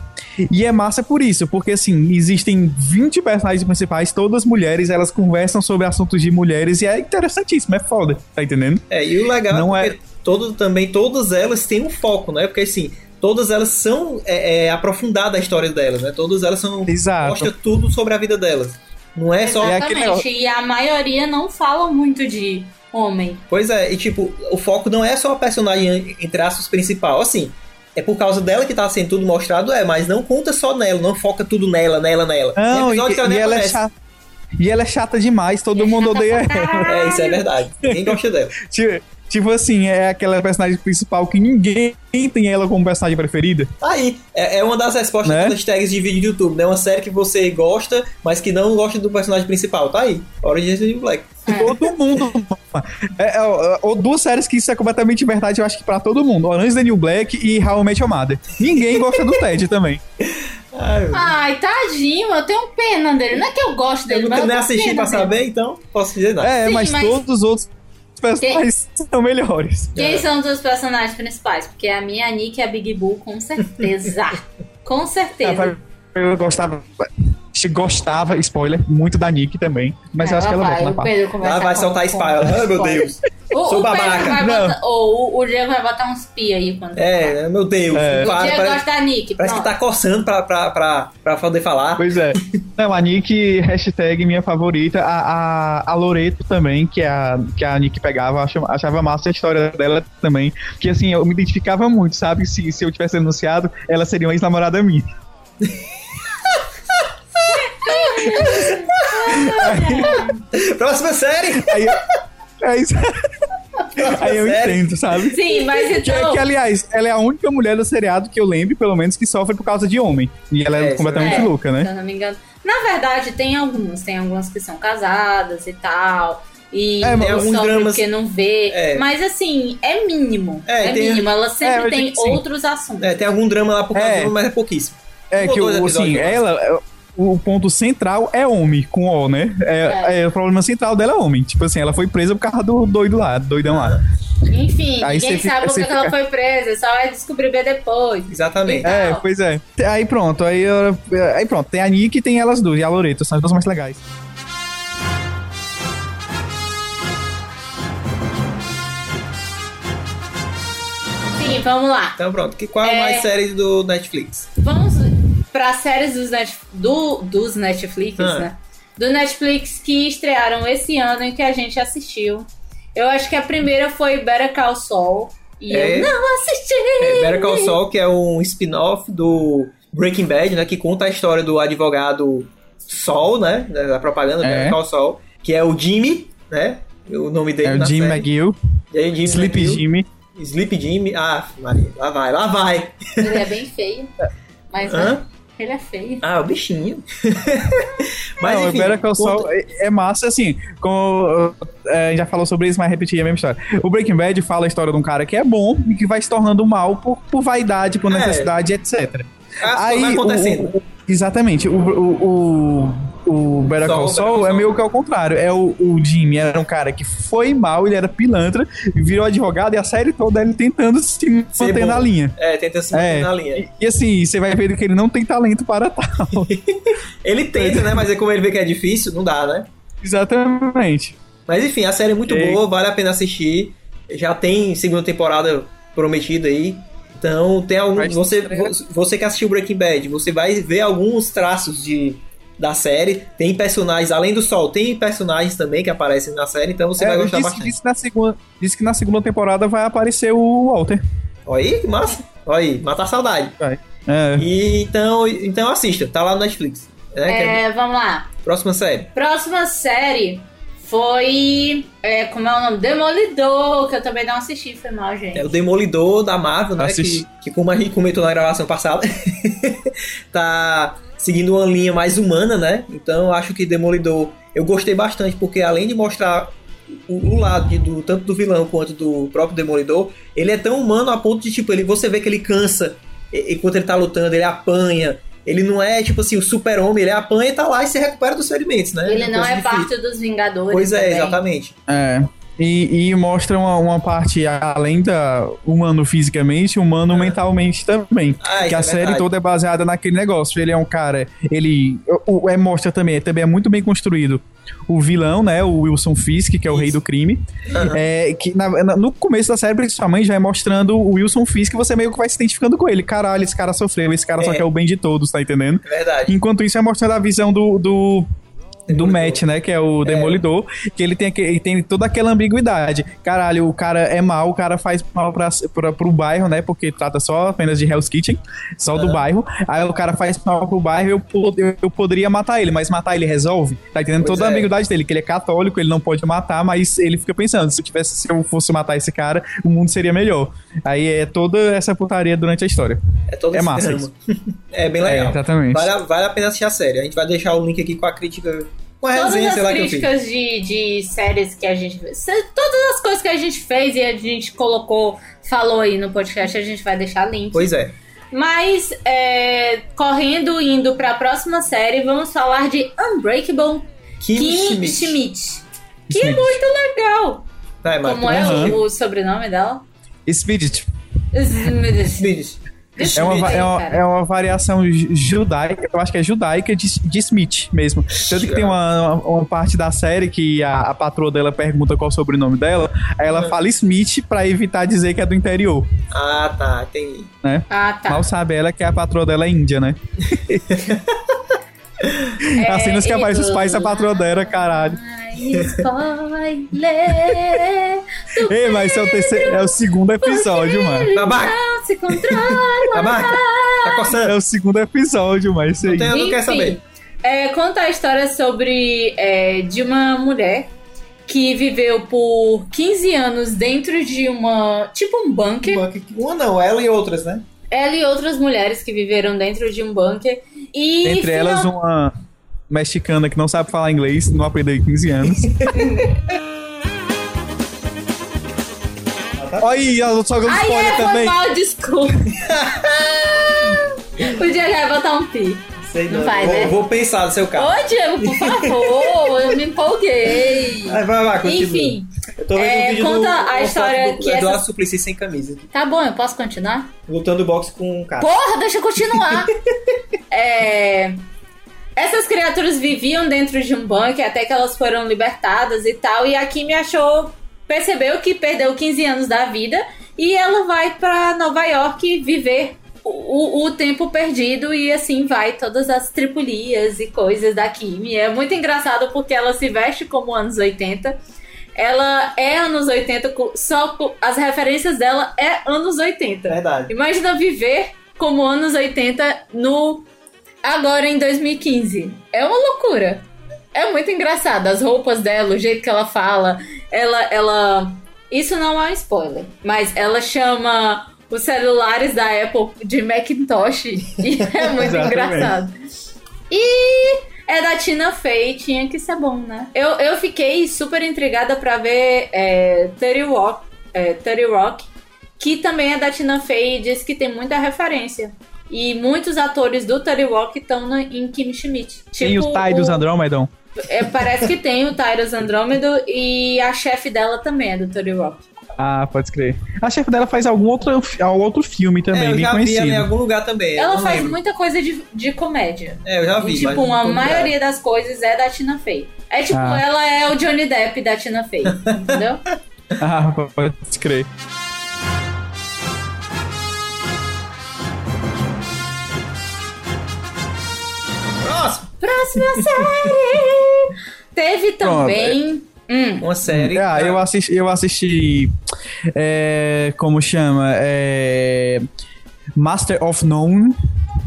Speaker 3: e é massa por isso, porque assim, existem 20 personagens principais, todas mulheres, elas conversam sobre assuntos de mulheres, e é interessantíssimo, é foda, tá entendendo?
Speaker 2: É, e o legal
Speaker 3: Não
Speaker 2: é porque todo, também todas elas têm um foco, né? Porque assim, todas elas são é, é, aprofundada a história delas, né? Todas elas são
Speaker 3: Exato.
Speaker 2: mostra tudo sobre a vida delas. Não é só.
Speaker 3: É
Speaker 1: Exatamente.
Speaker 3: aquele-
Speaker 1: E a maioria não fala muito de homem.
Speaker 2: Pois é, e tipo, o foco não é só a personagem em traços principal, assim. É por causa dela que tá sendo tudo mostrado, é, mas não conta só nela, não foca tudo nela, nela, nela. Tem
Speaker 3: Não, e,
Speaker 2: episódio que
Speaker 3: e ela é
Speaker 2: aparece.
Speaker 3: chata. E ela é chata demais, todo mundo odeia ela.
Speaker 2: É, isso é verdade. Ninguém gosta dela.
Speaker 3: Ti- Tipo assim, é aquela personagem principal que ninguém tem ela como personagem preferida.
Speaker 2: Aí, é, é uma das respostas
Speaker 3: Né?
Speaker 2: das tags de vídeo do YouTube, né? Uma série que você gosta, mas que não gosta do personagem principal. Tá aí. Origins of the Black.
Speaker 3: Todo mundo. mano. É, é, ó, ó, duas séries que isso é completamente verdade, eu acho que pra todo mundo. Orange Daniel Black e How I Met Your Mother. Ninguém gosta do Ted também.
Speaker 2: Ai, meu
Speaker 1: Ai, tadinho, eu tenho pena dele. Não é que eu gosto dele,
Speaker 2: Eu
Speaker 1: mas.
Speaker 2: nunca
Speaker 1: eu
Speaker 2: nem
Speaker 1: tenho
Speaker 2: assisti
Speaker 1: pena
Speaker 2: pra
Speaker 1: dele.
Speaker 2: saber, então posso dizer nada.
Speaker 3: É,
Speaker 1: Sim,
Speaker 3: mas,
Speaker 1: mas-
Speaker 3: todos os outros personagens são melhores.
Speaker 1: Quem são os dois personagens principais? Porque a minha é a Nick e a Big Boo, com certeza. com certeza.
Speaker 3: Eu É, gostava. gostava, spoiler, muito da Nick também. Mas eu acho que ela volta na
Speaker 1: o
Speaker 3: quarta.
Speaker 1: Pedro começa
Speaker 2: Ela Tá? vai
Speaker 1: com-
Speaker 2: soltar
Speaker 1: com-
Speaker 2: espalha. Ai, meu Deus.
Speaker 1: O,
Speaker 2: Sou
Speaker 1: o
Speaker 2: babaca.
Speaker 1: Pedro vai
Speaker 3: Não.
Speaker 1: botar, ou o- o Diego vai botar uns pi aí quando falar.
Speaker 2: É, meu Deus.
Speaker 3: É.
Speaker 1: O
Speaker 2: Para,
Speaker 1: Diego
Speaker 2: parece,
Speaker 1: gosta da Nick.
Speaker 2: parece que
Speaker 1: pronto.
Speaker 2: tá coçando pra, pra, pra, pra poder falar.
Speaker 3: Pois é. Não, a Nick, hashtag minha favorita. A, a, a Loreto também, que é a, que a Nick pegava, eu achava, achava massa a história dela também. Que assim, eu me identificava muito, sabe? Se, se eu tivesse denunciado, ela seria uma ex-namorada minha.
Speaker 2: Próxima série!
Speaker 3: Aí eu, é isso. Aí eu
Speaker 2: Sério?
Speaker 3: entendo,
Speaker 2: tá-
Speaker 3: sabe?
Speaker 1: Sim, mas
Speaker 3: Que,
Speaker 1: então.
Speaker 3: que, aliás, ela é a única mulher do seriado que eu lembro, pelo menos, que sofre por causa de homem. E ela é,
Speaker 2: É,
Speaker 3: completamente
Speaker 1: é.
Speaker 3: louca, né?
Speaker 1: se eu não me engano. Na verdade, tem algumas. Tem algumas que são casadas e tal. E
Speaker 3: É, mas
Speaker 1: não
Speaker 2: alguns
Speaker 1: sofre
Speaker 2: dramas-
Speaker 1: porque não vê.
Speaker 2: É.
Speaker 1: Mas assim, é mínimo.
Speaker 2: É,
Speaker 1: É,
Speaker 2: tem-
Speaker 1: mínimo. Ela
Speaker 3: É,
Speaker 1: sempre
Speaker 3: eu
Speaker 1: tem
Speaker 3: digo que sim.
Speaker 1: outros assuntos.
Speaker 2: É, tem algum drama lá por causa
Speaker 3: É.
Speaker 2: do- mas é pouquíssimo.
Speaker 3: É
Speaker 2: Ou
Speaker 3: que,
Speaker 2: dois
Speaker 3: o- assim,
Speaker 2: episódios,
Speaker 3: ela. O ponto central é homem, com O, né? É, é, o problema central dela é homem. Tipo assim, ela foi presa por causa do doido lá, do doidão lá.
Speaker 1: Enfim,
Speaker 3: Aí
Speaker 1: ninguém
Speaker 3: você fica-
Speaker 1: sabe por
Speaker 3: você
Speaker 1: que que ela
Speaker 3: fica-
Speaker 1: foi presa. Só vai descobrir bem depois.
Speaker 2: Exatamente.
Speaker 3: É, pois é. Aí pronto, aí, eu- aí pronto. Tem a Nick e tem elas duas, e a Loreto, são as duas mais legais.
Speaker 1: Sim, vamos lá.
Speaker 2: Então pronto, que, qual
Speaker 1: É.
Speaker 2: é a mais série do Netflix?
Speaker 1: Vamos para séries dos, net, do, dos Netflix,
Speaker 2: Ah.
Speaker 1: né? Do Netflix que estrearam esse ano e que a gente assistiu. Eu acho que a primeira foi Better Call Saul. E
Speaker 2: É.
Speaker 1: eu não assisti!
Speaker 2: É Better Call Saul, que é um spin-off do Breaking Bad, né? Que conta a história do advogado Sol, né? Da da propaganda do
Speaker 3: É.
Speaker 2: Better Call Saul, que é o Jimmy, né? O nome dele
Speaker 3: É o
Speaker 2: na
Speaker 3: Jim
Speaker 2: série.
Speaker 3: McGill,
Speaker 2: E aí, Jimmy
Speaker 3: Sleep
Speaker 2: McGill.
Speaker 3: Jimmy.
Speaker 2: Sleep Jimmy. Ah, Maria, lá vai, lá vai.
Speaker 1: Ele é bem feio. Mas
Speaker 2: Hã?
Speaker 1: né, ele é feio.
Speaker 2: Ah, o bichinho. Mas
Speaker 3: não,
Speaker 2: enfim,
Speaker 3: o Better Call Saul
Speaker 2: conta-
Speaker 3: é, é massa, assim, como é, a gente já falou sobre isso, mas repetir a mesma história. O Breaking Bad fala a história de um cara que é bom e que vai se tornando mal por, por vaidade, por
Speaker 2: É.
Speaker 3: necessidade, etc.
Speaker 2: Ah, vai
Speaker 3: o-
Speaker 2: acontecendo.
Speaker 3: o- o- exatamente. O, o, o, o Better
Speaker 2: Só
Speaker 3: Call
Speaker 2: o Better
Speaker 3: Saul
Speaker 2: Call
Speaker 3: é
Speaker 2: Saul.
Speaker 3: meio que ao contrário. É o, o Jimmy era um cara que foi mal, ele era pilantra, virou advogado e a série toda ele tentando se
Speaker 2: Ser
Speaker 3: manter
Speaker 2: bom.
Speaker 3: na linha.
Speaker 2: É, tenta se manter
Speaker 3: É.
Speaker 2: na linha.
Speaker 3: E, e assim, você vai ver que ele não tem talento para tal.
Speaker 2: Ele tenta, né? Mas é como ele vê que é difícil, não dá, né?
Speaker 3: exatamente.
Speaker 2: Mas enfim, a série é muito
Speaker 3: Ei.
Speaker 2: boa, vale a pena assistir. Já tem segunda temporada prometida aí. Então, tem algum.
Speaker 3: Vai ter
Speaker 2: Você,
Speaker 3: estreia.
Speaker 2: vo- você que assistiu Breaking Bad, você vai ver alguns traços de, da série. Tem personagens, além do Sol, tem personagens também que aparecem na série, então você
Speaker 3: É,
Speaker 2: vai gostar
Speaker 3: disse,
Speaker 2: bastante.
Speaker 3: disse na segunda, disse que na segunda temporada vai aparecer o Walter.
Speaker 2: Olha aí, que massa. Olha aí, matar a saudade.
Speaker 3: É.
Speaker 2: E, então, então assista, tá lá no Netflix. né? Que é
Speaker 1: É, vamos lá.
Speaker 2: Próxima série.
Speaker 1: Próxima série foi. é, como é o nome? Demolidor, que eu também não assisti, foi mal, gente.
Speaker 2: É o Demolidor da Marvel, né?
Speaker 3: Assisti.
Speaker 2: Que, que como a gente comentou na gravação passada, tá seguindo uma linha mais humana, né? Então eu acho que Demolidor eu gostei bastante, porque além de mostrar o, o lado de- do, tanto do vilão quanto do próprio Demolidor, ele é tão humano a ponto de, tipo, ele, você vê que ele cansa e- enquanto ele tá lutando, ele apanha. Ele não é, tipo assim, o super-homem, ele apanha e tá lá e se recupera dos ferimentos, né?
Speaker 1: Ele não
Speaker 2: Coisa
Speaker 1: é
Speaker 2: difícil.
Speaker 1: parte dos Vingadores.
Speaker 2: Pois é,
Speaker 1: também.
Speaker 2: exatamente.
Speaker 3: É. E, e mostra uma, uma parte além da humano fisicamente,
Speaker 2: É.
Speaker 3: humano mentalmente também.
Speaker 2: Ah,
Speaker 3: que
Speaker 2: isso
Speaker 3: a
Speaker 2: é
Speaker 3: série
Speaker 2: verdade.
Speaker 3: toda é baseada naquele negócio. Ele é um cara. Ele. o- o- é, mostra também, também é muito bem construído. O vilão, né? O Wilson Fisk, que é o
Speaker 2: Isso.
Speaker 3: rei do crime.
Speaker 2: Aham.
Speaker 3: É, que na- na- no começo da série, principalmente, já é mostrando o Wilson Fisk, você meio que vai se identificando com ele. Caralho, esse cara sofreu, esse cara só
Speaker 2: É.
Speaker 3: quer o bem de todos, tá entendendo?
Speaker 2: É verdade.
Speaker 3: Enquanto isso, é mostrando a visão do. do do
Speaker 2: Demolidor.
Speaker 3: Matt, né? Que é o Demolidor. Que ele tem, aque- ele tem toda aquela ambiguidade. Caralho, o cara é mal, o cara faz mal pra, pra, pro bairro, né? Porque trata só apenas de Hell's Kitchen, só do
Speaker 2: Aham.
Speaker 3: bairro. Aí o cara faz mal pro bairro, eu, po- eu, eu poderia matar ele, mas matar ele resolve. Tá entendendo
Speaker 2: Pois
Speaker 3: toda
Speaker 2: é.
Speaker 3: a ambiguidade dele, que ele é católico, ele não pode matar, mas ele fica pensando: se eu, tivesse, se eu fosse matar esse cara, o mundo seria melhor. Aí é toda essa putaria durante a história.
Speaker 2: É todo
Speaker 3: É
Speaker 2: esse
Speaker 3: massa
Speaker 2: drama.
Speaker 3: isso.
Speaker 2: É bem
Speaker 3: É,
Speaker 2: legal.
Speaker 3: exatamente.
Speaker 2: vale, a, vale a pena assistir a série. A gente vai deixar o link aqui com a crítica. Com
Speaker 3: Ah,
Speaker 2: a
Speaker 1: Todas
Speaker 2: resenha, sei
Speaker 1: as
Speaker 2: lá que eu fiz.
Speaker 1: críticas de, de séries que a gente fez, se- todas as coisas que a gente fez e a gente colocou, falou aí no podcast, a gente vai deixar link.
Speaker 2: Pois é.
Speaker 1: Mas, é, correndo, indo pra próxima série, vamos falar de Unbreakable
Speaker 2: Kimi
Speaker 1: Kimi
Speaker 2: Schmidt.
Speaker 1: Schmidt. Que é
Speaker 3: Schmidt. um
Speaker 1: muito legal.
Speaker 2: Vai, Marco.
Speaker 1: Como é
Speaker 3: Aham.
Speaker 1: o, o sobrenome dela?
Speaker 3: tipo, Spirit.
Speaker 1: Schmidt.
Speaker 2: Schmidt.
Speaker 3: É uma, va-
Speaker 1: Smith,
Speaker 3: é uma,
Speaker 1: cara.
Speaker 3: é uma variação ju- judaica, eu acho que é judaica de, de Smith mesmo. Tanto que tem uma, uma- uma parte da série que a, a patroa dela pergunta qual o sobrenome dela, aí ela fala Smith pra evitar dizer que é do interior.
Speaker 2: Ah, tá, entendi.
Speaker 1: Ah, tá.
Speaker 3: Mal sabe ela que a patroa dela é índia, né? Assim
Speaker 1: É,
Speaker 3: As cenas que aparecem os pais da patroa dela, caralho.
Speaker 1: Spoiler,
Speaker 3: Ei, mas esse é o, terceiro, é o segundo episódio, mano.
Speaker 2: Babaca,
Speaker 1: não se controla.
Speaker 2: babaca, tá
Speaker 3: É
Speaker 2: coçando.
Speaker 3: o segundo episódio, mas isso aí.
Speaker 2: Não tem- Eu
Speaker 1: Enfim,
Speaker 2: quero saber.
Speaker 1: é, conta a história sobre é, de uma mulher que viveu por 15 anos dentro de uma. tipo um bunker.
Speaker 2: Uma não, ela e outras, né?
Speaker 1: Ela e outras mulheres que viveram dentro de um bunker. E
Speaker 3: Entre elas, uma mexicana que não sabe falar inglês, não aprendeu em 15 anos. Aí, ela só ganhou
Speaker 1: Ai,
Speaker 3: um spoiler
Speaker 1: é, foi
Speaker 3: também.
Speaker 1: mal, desculpa. Podia já botar um pi.
Speaker 2: Sei
Speaker 1: Não vai,
Speaker 2: vou,
Speaker 1: né?
Speaker 2: vou pensar no seu caso.
Speaker 1: Ô, Diego, por favor, eu me empolguei.
Speaker 2: Vai, vai, vai, continua.
Speaker 1: Enfim,
Speaker 2: Eu tô vendo
Speaker 1: é,
Speaker 2: um vídeo
Speaker 1: conta
Speaker 2: do,
Speaker 1: a
Speaker 2: do
Speaker 1: história
Speaker 2: do
Speaker 1: que
Speaker 2: Eduardo
Speaker 1: essa-
Speaker 2: Suplicy sem camisa,
Speaker 1: tá bom, eu posso continuar?
Speaker 2: lutando boxe com um cara.
Speaker 1: Porra, deixa eu continuar. É, Essas criaturas viviam dentro de um bunker até que elas foram libertadas e tal. E a Kimi achou, percebeu que perdeu 15 anos da vida e ela vai pra Nova York viver o, o- o tempo perdido e assim vai todas as tripulias e coisas da Kimi. É muito engraçado porque ela se veste como anos 80. Ela é anos 80, co- só co- as referências dela é anos 80.
Speaker 2: Verdade.
Speaker 1: Imagina viver como anos 80 no agora em 2015. É uma loucura. É muito engraçado as roupas dela, o jeito que ela fala. Ela ela isso não é um spoiler, mas ela chama os celulares da Apple de Macintosh e é muito
Speaker 3: Exatamente.
Speaker 1: engraçado. E é da Tina Fey, tinha que ser bom, né? Eu, eu fiquei super intrigada pra ver é, 30 Rock, é, 30 Rock que também é da Tina Fey e diz que tem muita referência. E muitos atores do Tony Walk estão no- em Kim Schmidt. Tipo,
Speaker 3: Tem o Tai dos
Speaker 1: o-
Speaker 3: Andromedon.
Speaker 1: é, parece que tem o Tyrus Andrômedo e a chefe dela também é do Tony Walk.
Speaker 3: Ah, pode crer. A chefe dela faz algum outro, algum outro filme
Speaker 2: é,
Speaker 3: também,
Speaker 2: eu
Speaker 3: bem
Speaker 2: já vi
Speaker 3: conhecido.
Speaker 2: ela em algum lugar também. eu
Speaker 1: Ela
Speaker 2: não
Speaker 1: faz
Speaker 2: lembro.
Speaker 1: muita coisa de, de comédia.
Speaker 2: É, eu já vi.
Speaker 1: E,
Speaker 2: mas
Speaker 1: tipo,
Speaker 2: não
Speaker 1: a
Speaker 2: tô lembrado.
Speaker 1: maioria das coisas é da Tina Fey. É tipo,
Speaker 3: Ah.
Speaker 1: ela é o Johnny Depp da Tina Fey, entendeu?
Speaker 3: Ah, pode crer.
Speaker 2: Próximo!
Speaker 1: Próxima série! Teve também...
Speaker 3: é.
Speaker 1: Hum,
Speaker 2: Uma série.
Speaker 3: Ah, eu assisti. Eu assisti é, como chama? É, Master of None.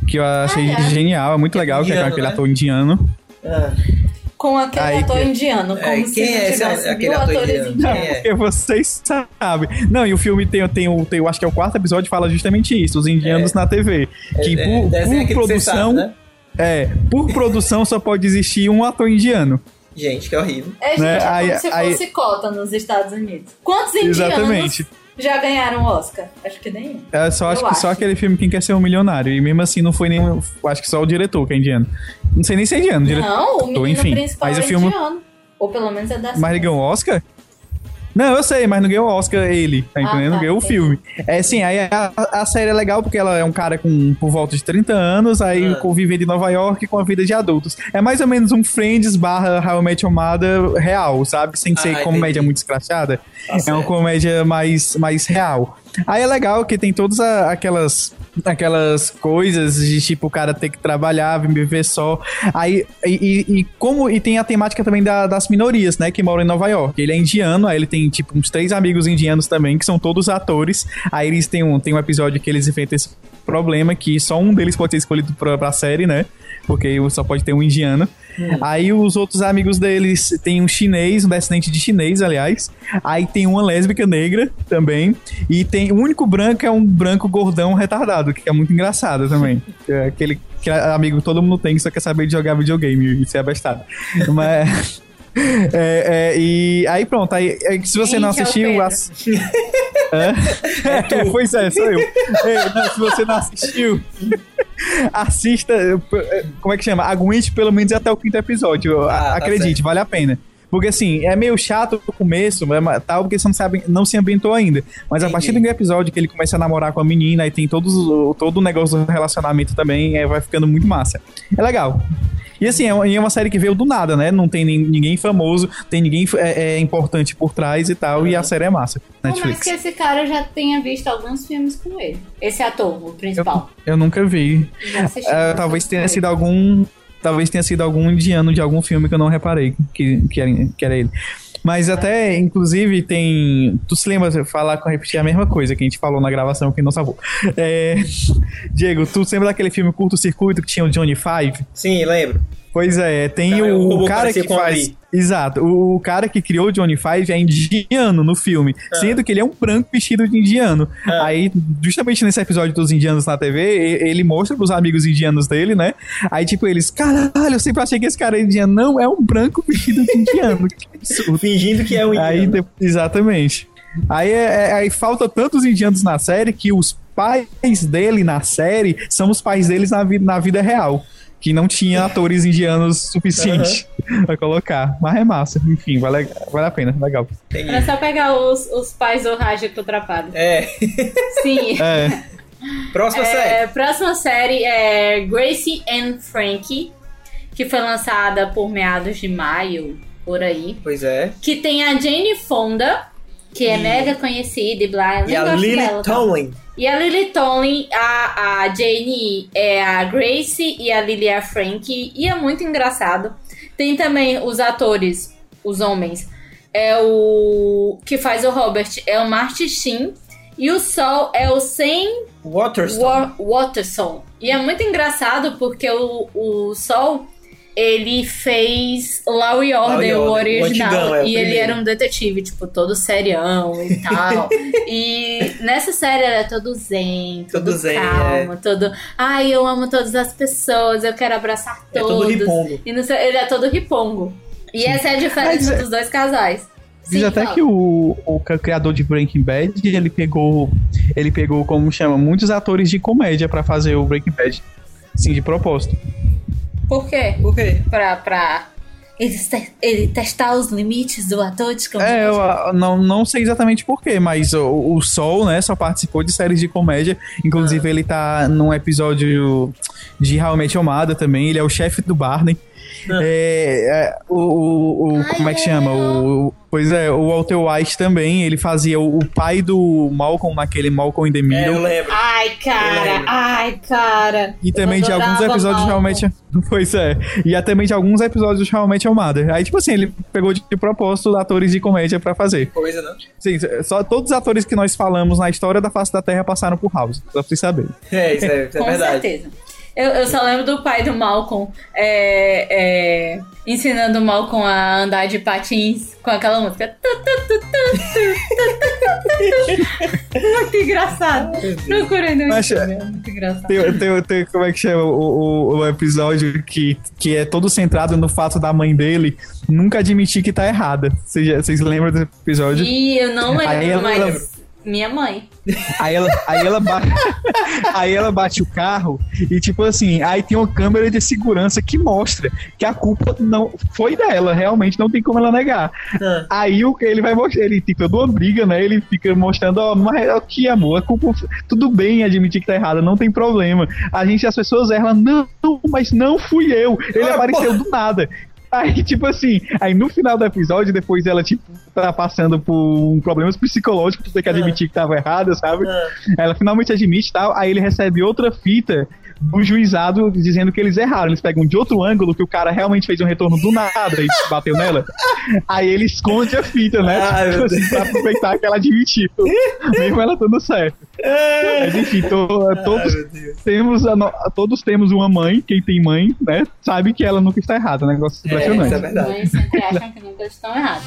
Speaker 3: Que eu achei
Speaker 1: Ah, é.
Speaker 3: genial, é muito legal, que é com
Speaker 2: indiano,
Speaker 3: aquele
Speaker 2: né?
Speaker 3: ator indiano.
Speaker 2: Ah,
Speaker 1: com aquele
Speaker 3: Aí,
Speaker 1: ator
Speaker 3: que-
Speaker 1: indiano, como
Speaker 2: é,
Speaker 1: se
Speaker 2: quem
Speaker 1: não
Speaker 2: é esse,
Speaker 1: tivesse
Speaker 2: aquele
Speaker 1: mil
Speaker 2: ator
Speaker 1: atores
Speaker 2: indiano?
Speaker 1: indianos.
Speaker 3: Não,
Speaker 2: É.
Speaker 3: porque vocês sabem. Não, e o filme tem, tem, o- tem, eu acho que é o quarto episódio, fala justamente isso, os indianos na TV. Que
Speaker 2: é, desenho
Speaker 3: por, por
Speaker 2: aquele que você
Speaker 3: produção,
Speaker 2: sabe, né?
Speaker 3: é, por produção só pode existir um ator indiano.
Speaker 2: Gente, que horrível.
Speaker 1: É, gente,
Speaker 3: Né?
Speaker 1: é como
Speaker 3: Aí-
Speaker 1: se
Speaker 3: aí-
Speaker 1: fosse cota nos Estados Unidos. Quantos indianos
Speaker 3: Exatamente.
Speaker 1: já ganharam Oscar? Acho que nenhum.
Speaker 3: É só, acho
Speaker 1: Eu
Speaker 3: que só
Speaker 1: acho.
Speaker 3: aquele filme Quem Quer Ser Um Milionário. E mesmo assim não foi nenhum. Acho que só o diretor que é indiano. Não sei nem se é indiano. o diretor-
Speaker 1: Não, o menino
Speaker 3: enfim,
Speaker 1: principal
Speaker 3: mas
Speaker 1: é
Speaker 3: o filme-
Speaker 1: indiano. Ou pelo menos é da
Speaker 3: Mas ele ganhou o Oscar? Não, eu sei, mas não ganhou o Oscar ele, tá entendendo?
Speaker 1: tá,
Speaker 3: ganhou o
Speaker 1: entendi.
Speaker 3: filme. É sim, aí a, a série é legal porque ela é um cara com por volta de 30 anos, aí
Speaker 2: Ah.
Speaker 3: convive de Nova York com a vida de adultos. É mais ou menos um Friends barra How I Met Your Mother real, sabe? Sem
Speaker 2: Ah,
Speaker 3: ser
Speaker 2: entendi.
Speaker 3: comédia muito escrachada.
Speaker 2: Tá
Speaker 3: É uma
Speaker 2: certo.
Speaker 3: comédia mais, mais real. Aí é legal que tem todas a- aquelas aquelas coisas de tipo o cara ter que trabalhar, viver só. Aí e, e- e como e tem a temática também da- das minorias, né, que moram em Nova York. Ele é indiano, aí ele tem tipo uns três amigos indianos também que são todos atores. Aí eles têm um tem um episódio que eles enfrentam esse problema que só um deles pode ser escolhido pra, pra série, né? Porque só pode ter um indiano. Aí os outros amigos deles tem um chinês, um descendente de chinês, aliás. Aí tem uma lésbica negra também. E tem o único branco é um branco gordão retardado, que é muito engraçado também. É aquele que é amigo que todo mundo tem, que só quer saber de jogar videogame e ser abestado. Mas. é, é, e aí pronto, aí, aí se você não
Speaker 1: Gente, é o
Speaker 3: assistiu,
Speaker 1: Pedro.
Speaker 3: ass- é, pois é, sou eu. É, não, se você não assistiu, assista. eh, p- eh, Como é que chama? Aguente pelo menos até o quinto episódio.
Speaker 2: Ah,
Speaker 3: A-
Speaker 2: tá
Speaker 3: Acredite, vale a pena. Porque assim, é meio chato o começo, né, mas tal, porque você não, sabe, não se ambientou ainda. Mas a
Speaker 2: Entendi.
Speaker 3: partir do episódio que ele começa a namorar com a menina e tem todos, o- todo o negócio do relacionamento também, é, vai ficando muito massa. É legal. E assim, é uma, e é uma série que veio do nada, né? Não tem nem- ninguém famoso, tem ninguém é, é, importante por trás e tal,
Speaker 2: Uhum.
Speaker 3: e a série é massa.
Speaker 1: Por mais que
Speaker 3: Netflix.
Speaker 1: esse cara já tenha visto alguns filmes com ele. Esse ator, o principal.
Speaker 3: Eu nunca vi.
Speaker 1: Já assisti
Speaker 3: Ah,
Speaker 1: bastante
Speaker 3: talvez
Speaker 1: com
Speaker 3: tenha
Speaker 1: ele.
Speaker 3: sido algum. Talvez tenha sido algum indiano de algum filme que eu não reparei que, que, era, que era ele. Mas até, inclusive, tem. Tu se lembra de falar com repetir a mesma coisa que a gente falou na gravação que não salvou. É, Diego, tu se lembra daquele filme Curto Circuito que tinha o Johnny Five?
Speaker 2: Sim, lembro.
Speaker 3: Pois é, tem
Speaker 2: Cara, o
Speaker 3: o,
Speaker 2: robô
Speaker 3: cara
Speaker 2: parecia
Speaker 3: que
Speaker 2: com um a
Speaker 3: faz.
Speaker 2: Lee.
Speaker 3: Exato, o, o cara que criou o Johnny Five é indiano no filme, sendo que ele é um branco vestido de indiano.
Speaker 2: Ah.
Speaker 3: Aí, justamente nesse episódio dos indianos na TV, e- ele mostra pros amigos indianos dele, né? Aí, tipo, eles, caralho, eu sempre achei que esse cara era indiano. Não, é um branco vestido de indiano. que absurdo.
Speaker 2: Fingindo que é um
Speaker 3: Aí,
Speaker 2: indiano.
Speaker 3: de- exatamente. Aí, é- é- aí falta tantos indianos na série que os pais dele na série são os pais deles na, vi- na vida real. Que não tinha atores indianos suficiente pra colocar. Mas é massa. Enfim, vale, vale a pena. Legal.
Speaker 1: Era
Speaker 2: Entendi.
Speaker 1: só pegar os, os pais do Raja que eu atrapalho.
Speaker 2: É.
Speaker 1: Sim.
Speaker 3: É,
Speaker 2: Próxima série.
Speaker 1: É, próxima série é Gracie and Frankie, que foi lançada por meados de maio, por aí.
Speaker 2: Pois é.
Speaker 1: Que tem a Jane Fonda, que é
Speaker 2: E-
Speaker 1: mega conhecida e blá. Eu
Speaker 2: E
Speaker 1: nem
Speaker 2: a
Speaker 1: gosto
Speaker 2: Lily
Speaker 1: dela, tá?
Speaker 2: Tomlin.
Speaker 1: E a Lily Tomlin, a, a Jane é a Grace e a Lily é a Frank. E é muito engraçado. Tem também os atores, os homens. É o que faz o Robert, é o Martin Sheen. E o Sol é o Sam
Speaker 2: Waterstone.
Speaker 1: Wa- Waterson. E é muito engraçado porque o, o Sol, ele fez Law e
Speaker 2: Law
Speaker 1: Order,
Speaker 2: e
Speaker 1: o
Speaker 2: Order, o
Speaker 1: original.
Speaker 2: antigão, é o
Speaker 1: e ele
Speaker 2: primeiro.
Speaker 1: era um detetive, tipo, todo serião e tal. e nessa série ele é todo zen, todo,
Speaker 2: Todo zen, é.
Speaker 1: calmo, todo... Ai, eu amo todas as pessoas, eu quero abraçar
Speaker 2: É todo
Speaker 1: todos.
Speaker 2: ripongo.
Speaker 1: e não sei- ele é todo ripongo. E essa é a diferença
Speaker 3: Mas,
Speaker 1: dos dois casais.
Speaker 3: Diz
Speaker 1: Sim,
Speaker 3: até
Speaker 1: fala.
Speaker 3: que o, o ca- criador de Breaking Bad, ele pegou, ele pegou, como chama, muitos atores de comédia pra fazer o Breaking Bad. Sim, de propósito.
Speaker 1: Por quê?
Speaker 2: Por quê?
Speaker 1: Pra... pra... Ele, te- ele testar os limites do ator Então, de comédia.
Speaker 3: É, eu ah, não, não sei exatamente porquê, mas o, o Sol, né, só participou de séries de comédia.
Speaker 1: Ah.
Speaker 3: Inclusive, ele tá num episódio de Realmente Amada também. Ele é o chefe do Barney. É, é, o, o- o-
Speaker 1: Ah. Ai,
Speaker 3: como é que
Speaker 1: é.
Speaker 3: chama? O, pois é, o Walter White também. Ele fazia o, o pai do Malcolm naquele Malcolm in the
Speaker 2: É,
Speaker 3: Middle.
Speaker 2: eu lembro.
Speaker 1: Ai,
Speaker 2: Eu
Speaker 1: cara,
Speaker 2: lembro.
Speaker 1: ai, cara.
Speaker 3: E também de alguns
Speaker 1: adorava
Speaker 3: episódios
Speaker 1: Malcolm.
Speaker 3: realmente. Pois é. E até também de alguns episódios realmente Amada. Aí, tipo assim, ele pegou de, de propósito atores de comédia pra fazer.
Speaker 2: Coisa, não.
Speaker 3: Sim, só todos os atores que nós falamos na história da face da Terra passaram por House, só pra vocês saberem.
Speaker 2: É, isso é, isso é
Speaker 1: Com
Speaker 2: verdade.
Speaker 1: certeza. Eu, eu só lembro do pai do Malcolm é, é, ensinando o Malcolm a andar de patins com aquela música. Tu, tu, tu, tu, tu, tu, tu. Muito engraçado. Procurei no
Speaker 3: Mas,
Speaker 1: Instagram. é Muito engraçado.
Speaker 3: Tem, tem, tem- como é que chama o, o- o episódio que, que é todo centrado no fato da mãe dele nunca admitir que tá errada. Vocês já- vocês lembram desse episódio?
Speaker 1: E eu não lembro,
Speaker 3: Aí ela-
Speaker 1: mas minha mãe.
Speaker 3: Aí ela, aí, ela bate, aí ela bate o carro e, tipo assim, aí tem uma câmera de segurança que mostra que a culpa não foi dela, realmente não tem como ela negar.
Speaker 2: Ah.
Speaker 3: Aí o, ele vai mostrar, ele tem toda uma briga, né? Ele fica mostrando, ó, mas ó, que amor, a culpa, tudo bem admitir que tá errada, não tem problema. A gente, as pessoas erram, "Ah, não, mas não fui eu, ele
Speaker 2: Ah,
Speaker 3: apareceu do nada. Aí, tipo assim, aí no final do episódio, depois ela, tipo, tá passando por um problemas psicológicos, tem que admitir que tava errada, sabe?
Speaker 2: Ah.
Speaker 3: Ela finalmente admite e tal, aí ele recebe outra fita do juizado dizendo que eles erraram. Eles pegam de outro ângulo que o cara realmente fez um retorno do nada e bateu nela. Aí ele esconde a fita, né?
Speaker 2: Ai,
Speaker 3: Tipo
Speaker 2: meu
Speaker 3: assim, pra aproveitar que ela admitiu. Mesmo ela dando certo. Mas enfim, to- todos,
Speaker 2: Ai, meu Deus.
Speaker 3: temos a no- todos temos uma mãe, quem tem mãe, né? Sabe que ela nunca está errada. um Negócio
Speaker 2: É, isso é
Speaker 3: impressionante.
Speaker 2: verdade.
Speaker 1: Mães sempre acham que nunca estão erradas.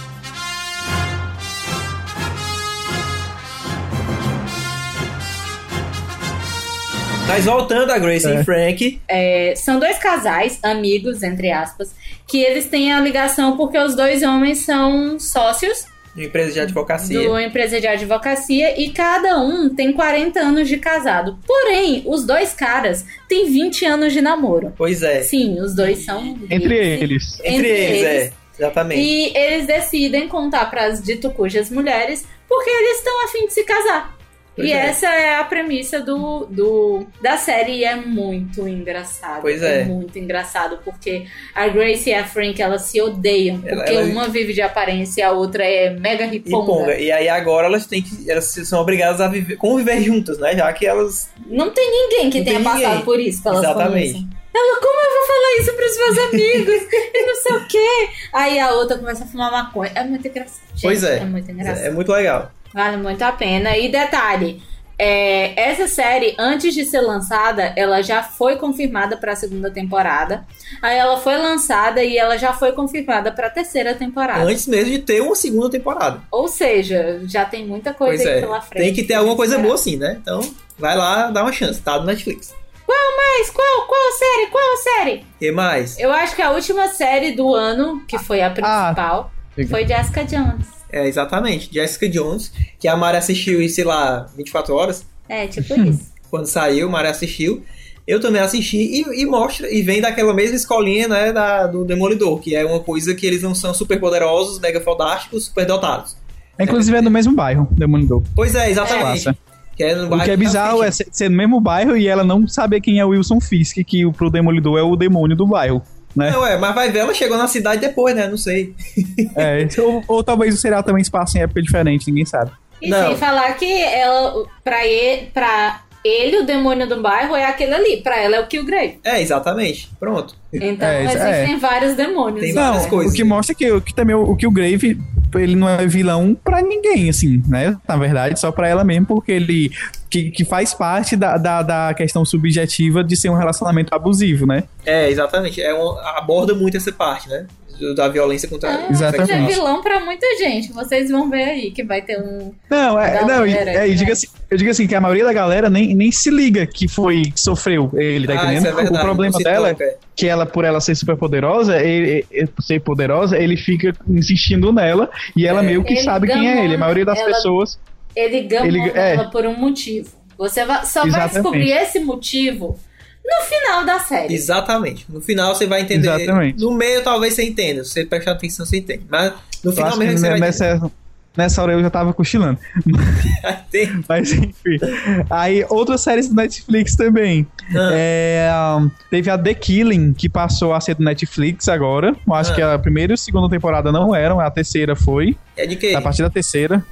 Speaker 2: Mas voltando a Grace
Speaker 3: É.
Speaker 2: e Frank,
Speaker 1: É, são dois casais, amigos, entre aspas, que eles têm a ligação porque os dois homens são sócios
Speaker 2: de empresa de advocacia.
Speaker 1: do empresa de advocacia e cada um tem 40 anos de casado. Porém, os dois caras têm 20 anos de namoro.
Speaker 2: Pois é.
Speaker 1: Sim, os dois são.
Speaker 3: Entre
Speaker 1: gays.
Speaker 3: eles.
Speaker 2: Entre eles, é. Exatamente.
Speaker 1: E eles decidem contar para as dito cujas mulheres porque eles estão afim de se casar.
Speaker 2: Pois
Speaker 1: e
Speaker 2: é.
Speaker 1: essa é a premissa do, do da série e é muito engraçado.
Speaker 2: Pois é.
Speaker 1: muito engraçado porque a Grace e a Frank elas se odeiam
Speaker 2: Ela-
Speaker 1: porque
Speaker 2: ela-
Speaker 1: uma vive de aparência e a outra é mega
Speaker 2: E
Speaker 1: riponga.
Speaker 2: Ponga. E aí agora elas têm que. Elas são obrigadas a viver, conviver juntas, né? Já que elas.
Speaker 1: Não tem ninguém que
Speaker 2: Não
Speaker 1: tenha
Speaker 2: tem
Speaker 1: passado
Speaker 2: ninguém.
Speaker 1: por isso que elas
Speaker 2: Exatamente.
Speaker 1: conhecem. Ela, como eu vou falar isso pros meus amigos? e não sei o quê. Aí a outra começa a fumar maconha. É muito engraçado. Gente,
Speaker 2: Pois é.
Speaker 1: É muito engraçado.
Speaker 2: É muito legal.
Speaker 1: Vale muito a pena. E detalhe, é, essa série, antes de ser lançada, ela já foi confirmada para a segunda temporada. Aí ela foi lançada e ela já foi confirmada para a terceira temporada.
Speaker 2: Antes mesmo de ter uma segunda temporada.
Speaker 1: Ou seja, já tem muita coisa
Speaker 2: pois
Speaker 1: aí
Speaker 2: é.
Speaker 1: pela frente.
Speaker 2: Tem que ter alguma coisa
Speaker 1: Será?
Speaker 2: boa sim, né? Então, vai lá, dá uma chance. Tá no Netflix.
Speaker 1: Mas qual, qual série? Qual série?
Speaker 2: E mais?
Speaker 1: Eu acho que a última série do ano, que foi
Speaker 3: Ah,
Speaker 1: a principal,
Speaker 3: diga.
Speaker 1: foi Jessica Jones.
Speaker 2: É, exatamente. Jessica Jones, que a Mari assistiu em, sei lá, 24 horas.
Speaker 1: É, tipo isso.
Speaker 2: quando saiu, o Maré assistiu. Eu também assisti e, e mostra, e vem daquela mesma escolinha, né, da, do Demolidor, que é uma coisa que eles não são super poderosos, mega fodásticos, super dotados.
Speaker 3: Inclusive é no mesmo bairro, Demolidor.
Speaker 2: Pois é, exatamente.
Speaker 3: Massa.
Speaker 2: Que é no
Speaker 3: O que
Speaker 2: bairro da
Speaker 3: é bizarro é
Speaker 2: frente.
Speaker 3: ser ser no mesmo bairro e ela não saber quem é o Wilson Fisk, que o- pro Demolidor é o demônio do bairro. né?
Speaker 2: Não, é, mas vai ver, ela chegou na cidade depois, né, não sei.
Speaker 3: É, ou, ou talvez o serial também se passe em época diferente, ninguém sabe.
Speaker 1: E
Speaker 2: Não.
Speaker 1: sem falar que ela, pra ele, pra ele, o demônio do bairro é aquele ali. Pra ela é o Killgrave.
Speaker 2: É, exatamente. Pronto.
Speaker 1: Então
Speaker 3: É, isso-
Speaker 1: existem vários demônios.
Speaker 2: Tem
Speaker 1: né?
Speaker 2: várias
Speaker 3: Não,
Speaker 2: coisas.
Speaker 3: o que mostra é que, o que também o que o Grave ele não é vilão pra ninguém, assim, né? Na verdade, só pra ela mesmo, porque ele que, que faz parte da, da, da questão subjetiva de ser um relacionamento abusivo, né?
Speaker 2: É, exatamente. É um- aborda muito essa parte, né? do- Da violência contra
Speaker 1: Ah,
Speaker 3: Exatamente.
Speaker 1: Você é vilão pra muita gente. Vocês vão ver aí que vai ter um.
Speaker 3: Não, é,
Speaker 1: Da
Speaker 3: não, e-
Speaker 1: galera,
Speaker 3: é, e
Speaker 1: né?
Speaker 3: diga assim, eu digo assim que a maioria da galera nem, nem se liga que foi que sofreu ele, tá
Speaker 2: Ah,
Speaker 3: entendendo?
Speaker 2: isso é verdade.
Speaker 3: o problema
Speaker 2: não se
Speaker 3: dela
Speaker 2: toca.
Speaker 3: que ela, por ela ser super poderosa, ele, ele- ser poderosa, ele fica insistindo nela e ela
Speaker 2: É.
Speaker 3: meio que
Speaker 1: Ele
Speaker 3: sabe quem é
Speaker 1: gamona
Speaker 3: ele. A maioria das
Speaker 1: ela-
Speaker 3: pessoas.
Speaker 1: Ele
Speaker 3: Ele-
Speaker 1: gamou
Speaker 3: é.
Speaker 1: ela por um motivo. Você va- só vai
Speaker 3: Exatamente.
Speaker 1: descobrir esse motivo no final da série.
Speaker 2: Exatamente. No final você vai entender.
Speaker 3: Exatamente.
Speaker 2: No meio talvez você entenda. Se você prestar atenção, você entende. Mas no
Speaker 3: Eu
Speaker 2: final
Speaker 3: acho que
Speaker 2: mesmo você vai
Speaker 3: nessa, nessa hora eu já tava cochilando.
Speaker 2: entender.
Speaker 3: Mas enfim. Aí, outras séries do Netflix também.
Speaker 2: Ah.
Speaker 3: É, um, teve a The Killing, que passou a ser do Netflix agora. Eu acho
Speaker 2: Ah.
Speaker 3: que a primeira e a segunda temporada não eram, a terceira foi.
Speaker 2: É de quê?
Speaker 3: A partir da terceira.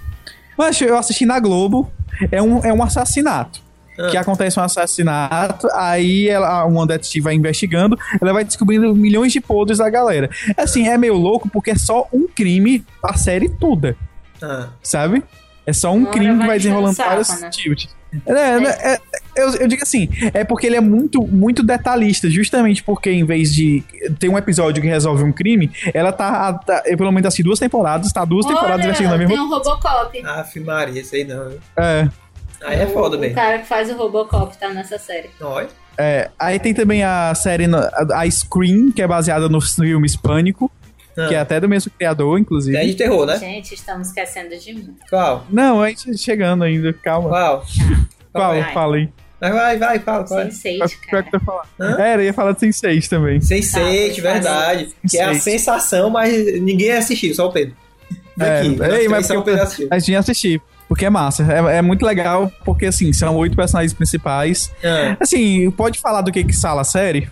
Speaker 3: Mas eu assisti na Globo. É um, é um assassinato.
Speaker 2: Ah.
Speaker 3: Que acontece um assassinato, aí ela, uma detetive vai investigando, ela vai descobrindo milhões de podres da galera. Assim, é meio louco porque é só um crime a série toda,
Speaker 2: Ah.
Speaker 3: sabe? É só um
Speaker 1: Uma hora
Speaker 3: crime que
Speaker 1: vai
Speaker 3: vai desenrolando
Speaker 1: enchendo o
Speaker 3: vários
Speaker 1: saco, né?
Speaker 3: tilt. É, é, é, eu, eu digo assim, é porque ele é muito, muito detalhista, justamente porque em vez de ter um episódio que resolve um crime, ela tá, tá- eu pelo menos assim, duas temporadas, tá duas temporadas investindo na
Speaker 2: é
Speaker 1: Olha,
Speaker 3: mesma
Speaker 1: tem um Robocop.
Speaker 2: Ah. Aff, Maria, isso aí não.
Speaker 3: É,
Speaker 2: Aí é foda,
Speaker 1: O-
Speaker 2: bem.
Speaker 1: O cara que faz o Robocop tá nessa série.
Speaker 2: Nós.
Speaker 3: é. Aí tem também a série, no- a a Scream, que é baseada no filme Hispânico,
Speaker 2: Ah.
Speaker 3: que assim? é até do mesmo criador, inclusive.
Speaker 2: É de terror, né?
Speaker 1: Gente, estamos esquecendo de mim.
Speaker 2: Qual?
Speaker 3: Não, a gente tá chegando ainda, calma.
Speaker 2: Qual?
Speaker 3: Fala,
Speaker 1: vai.
Speaker 3: fala aí.
Speaker 2: Vai, vai, vai, fala, fala.
Speaker 1: Sense8,
Speaker 3: Qual é
Speaker 1: cara.
Speaker 3: que tu ia falar?
Speaker 2: Hã?
Speaker 3: Era, eu ia falar de Sense6 também.
Speaker 2: Sensei,
Speaker 1: Tá,
Speaker 2: verdade. Que é a
Speaker 3: Sense8.
Speaker 2: sensação, mas ninguém assistiu, só o Pedro. Daqui.
Speaker 3: É, ei, mas
Speaker 2: só o
Speaker 3: porque-
Speaker 2: Pedro assistiu.
Speaker 3: A gente ia assistir, porque é massa. É, é muito legal, porque assim, são oito personagens principais.
Speaker 2: Ah.
Speaker 3: Assim, pode falar do que que sala a série?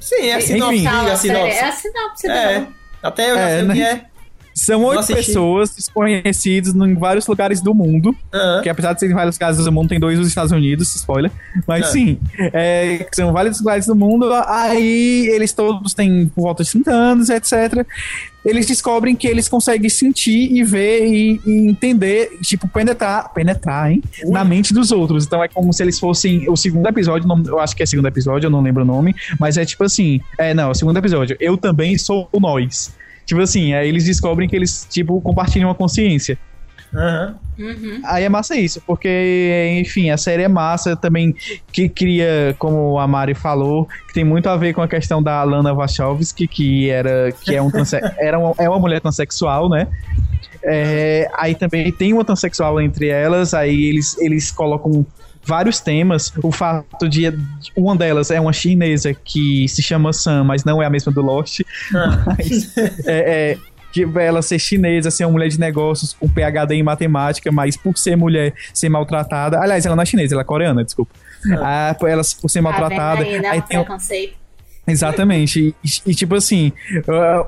Speaker 2: Sim, é a sinopse,
Speaker 3: Enfim.
Speaker 2: a sinopse.
Speaker 1: É a sinopse
Speaker 2: É.
Speaker 1: dela.
Speaker 2: Até eu já
Speaker 3: É,
Speaker 2: sei o
Speaker 3: né?
Speaker 2: que é.
Speaker 3: São oito
Speaker 2: assisti.
Speaker 3: pessoas desconhecidas em vários lugares do mundo.
Speaker 2: Ah.
Speaker 3: Que apesar de serem vários lugares do mundo, tem dois nos Estados Unidos, spoiler. Mas
Speaker 2: Ah.
Speaker 3: sim, é, que são vários lugares do mundo. Aí eles todos têm por volta de 30 anos, etc. Eles descobrem que eles conseguem sentir e ver e, e entender, tipo, penetrar, penetrar, hein?
Speaker 2: Ui.
Speaker 3: Na mente dos outros. Então é como se eles fossem o segundo episódio, não- eu acho que é segundo episódio, eu não lembro o nome, mas é tipo assim, é, não, é o segundo episódio. Eu também sou o nós. Tipo assim, aí eles descobrem que eles, tipo, compartilham a consciência.
Speaker 2: Aham.
Speaker 1: Uhum.
Speaker 3: Aí é massa isso, porque, enfim, a série é massa também, que cria, como a Mari falou, que tem muito a ver com a questão da Alana Wachowski, que era que é, um transe- era uma, é uma mulher transexual, né? É, aí também tem uma transexual entre elas, aí eles, eles colocam vários temas. O fato de uma delas é uma chinesa que se chama Sam, mas não é a mesma do Lost.
Speaker 2: Ah.
Speaker 3: Mas, é, é, de ela ser chinesa, ser uma mulher de negócios com PhD em matemática, mas por ser mulher, ser maltratada. Aliás, ela não é chinesa, ela é coreana, desculpa. Ah, ela por ser maltratada.
Speaker 1: Tá vendo aí, não,
Speaker 3: aí tem um- o-
Speaker 1: preconceito.
Speaker 3: Exatamente. E, e, tipo assim,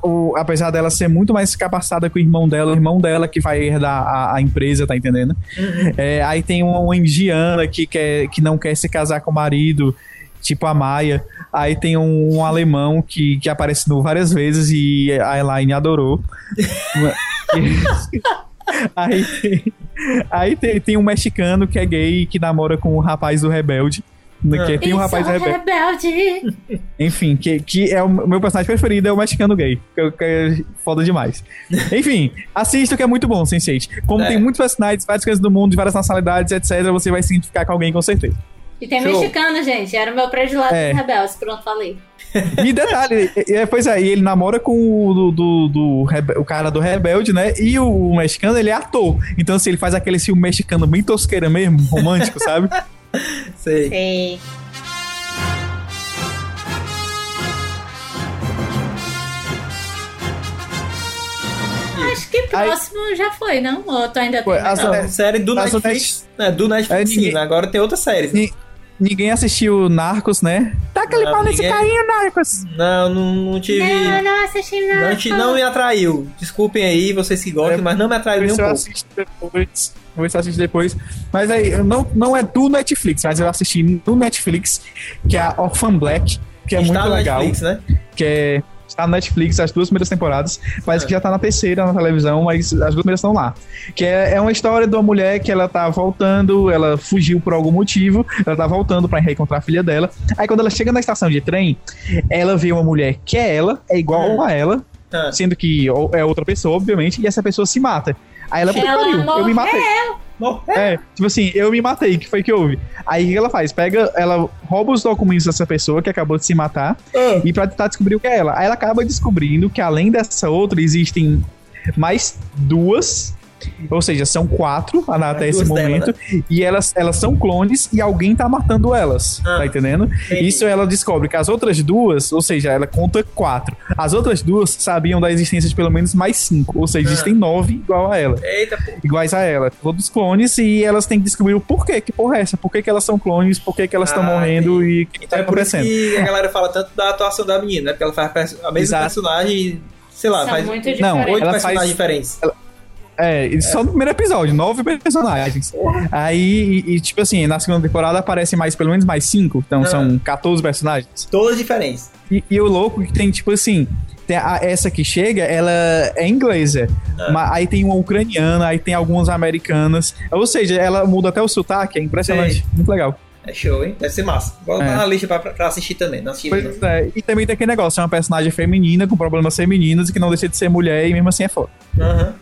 Speaker 3: o, o- apesar dela ser muito mais capacitada que o irmão dela, o irmão dela que vai herdar a, a empresa, tá entendendo?
Speaker 1: Uhum.
Speaker 3: É, aí tem uma, uma indiana que, quer, que não quer se casar com o marido, tipo a Maia. Aí tem um, um alemão que, que aparece no várias vezes e a Elaine adorou. aí tem, aí tem, tem um mexicano que é gay e que namora com o rapaz do Rebelde. né, Que tem um
Speaker 1: Eles
Speaker 3: rapaz do
Speaker 1: são
Speaker 3: Rebelde.
Speaker 1: rebelde.
Speaker 3: Enfim, que, que é o meu personagem preferido, é o mexicano gay. Que, eu- que é foda demais. Enfim, assista que é muito bom, Sense8. Como
Speaker 2: É.
Speaker 3: tem muitos personagens, várias coisas do mundo, de várias nacionalidades, etc., você vai se identificar com alguém com certeza.
Speaker 1: E tem
Speaker 2: Show.
Speaker 1: mexicano, gente. Era o meu predilado
Speaker 3: É.
Speaker 1: dos rebeldes. Pronto, falei.
Speaker 3: E detalhe, é, é, pois é, e ele namora com o, do, do- do rebe- o cara do Rebelde, né? E o, o mexicano, ele é ator. Então, assim, ele faz aquele filme mexicano bem tosqueira mesmo, romântico, sabe?
Speaker 2: Sei.
Speaker 1: Sei. Acho que próximo já foi, não? Ou tu ainda tem
Speaker 3: Ué,
Speaker 1: mais?
Speaker 3: as-
Speaker 2: Não,
Speaker 3: é,
Speaker 2: série do
Speaker 3: mas o
Speaker 2: Netflix. É, do Netflix,
Speaker 3: É, ninguém-
Speaker 2: sim, Agora tem outra série.
Speaker 3: Ni- Ninguém assistiu Narcos, né? Tá aquele
Speaker 2: Não,
Speaker 3: pau nesse
Speaker 2: ninguém.
Speaker 3: carinha, Narcos!
Speaker 2: Não, não, não tive...
Speaker 1: Não, não assisti nada.
Speaker 2: Não, te- não me atraiu. Desculpem aí, vocês que
Speaker 3: É,
Speaker 2: gostam, mas não me atraiu
Speaker 3: Vou
Speaker 2: nem
Speaker 3: ver
Speaker 2: um
Speaker 3: se eu
Speaker 2: pouco.
Speaker 3: assisto depois. Vou ver se eu assisto depois. Mas aí, eu não, não é do Netflix, mas eu assisti no Netflix, que é a Orphan Black, que é
Speaker 2: Está
Speaker 3: muito
Speaker 2: no
Speaker 3: legal.
Speaker 2: Netflix, né?
Speaker 3: Que é, está no Netflix as duas primeiras temporadas. Parece
Speaker 2: É.
Speaker 3: que já tá na terceira na televisão, mas as duas primeiras estão lá. Que é, é uma história de uma mulher que ela tá voltando, ela fugiu por algum motivo, ela tá voltando pra reencontrar a filha dela. Aí quando ela chega na estação de trem, ela vê uma mulher que é ela, é igual a ela,
Speaker 2: Ah,
Speaker 3: sendo que o- é outra pessoa, obviamente, e essa pessoa se mata. Aí ela, puta que
Speaker 1: Ela
Speaker 3: pariu, eu me
Speaker 1: morreu.
Speaker 3: matei.
Speaker 2: bom,
Speaker 3: É, tipo assim, eu me matei, que foi que houve? Aí o que ela faz? Pega, ela rouba os documentos dessa pessoa que acabou de se matar
Speaker 2: Ah.
Speaker 3: e pra tentar descobrir o que é ela. Aí ela acaba descobrindo que além dessa outra existem mais duas, ou seja, são quatro a- até esse
Speaker 2: duas né? dela,
Speaker 3: momento, e elas, elas são clones e alguém tá matando elas,
Speaker 2: Ah.
Speaker 3: tá entendendo?
Speaker 2: entendi.
Speaker 3: Isso ela descobre que as outras duas, ou seja, ela conta quatro. As outras duas sabiam da existência de pelo menos mais cinco, ou seja,
Speaker 2: Ah.
Speaker 3: existem nove igual a ela,
Speaker 2: Eita, pô.
Speaker 3: iguais a ela. Todos clones e elas têm que descobrir o porquê, que porra é essa? Por que, que elas são clones? Por que, que elas estão
Speaker 2: Ah,
Speaker 3: morrendo e o que, que
Speaker 2: Então é
Speaker 3: tá
Speaker 2: por isso
Speaker 3: acontecendo?
Speaker 2: que a galera fala tanto da atuação da menina, né? Porque ela faz perso- a mesma
Speaker 3: Exato.
Speaker 2: personagem, sei lá,
Speaker 1: São
Speaker 2: faz
Speaker 1: é muito
Speaker 2: oito
Speaker 3: Não,
Speaker 1: diferentes.
Speaker 3: Ela faz-
Speaker 2: personagens diferentes.
Speaker 3: É, e só no primeiro episódio, nove personagens. Aí, e, e, tipo assim, na segunda temporada aparecem mais, pelo menos mais cinco, então
Speaker 2: Ah.
Speaker 3: são 14 personagens.
Speaker 2: Todas diferentes.
Speaker 3: E, e o louco que tem, tipo assim, tem a- essa que chega, ela é inglesa. ma- aí tem uma ucraniana, aí tem algumas americanas. Ou seja, ela muda até o sotaque, é impressionante.
Speaker 2: Sei.
Speaker 3: Muito legal.
Speaker 2: É show, hein? Deve ser massa. Bota
Speaker 3: É.
Speaker 2: na lista pra, pra- pra assistir também. Não assisti ainda, não.
Speaker 3: Pois é, E também tem aquele negócio: é uma personagem feminina com problemas femininos e que não deixa de ser mulher e mesmo assim é foda.
Speaker 2: Aham.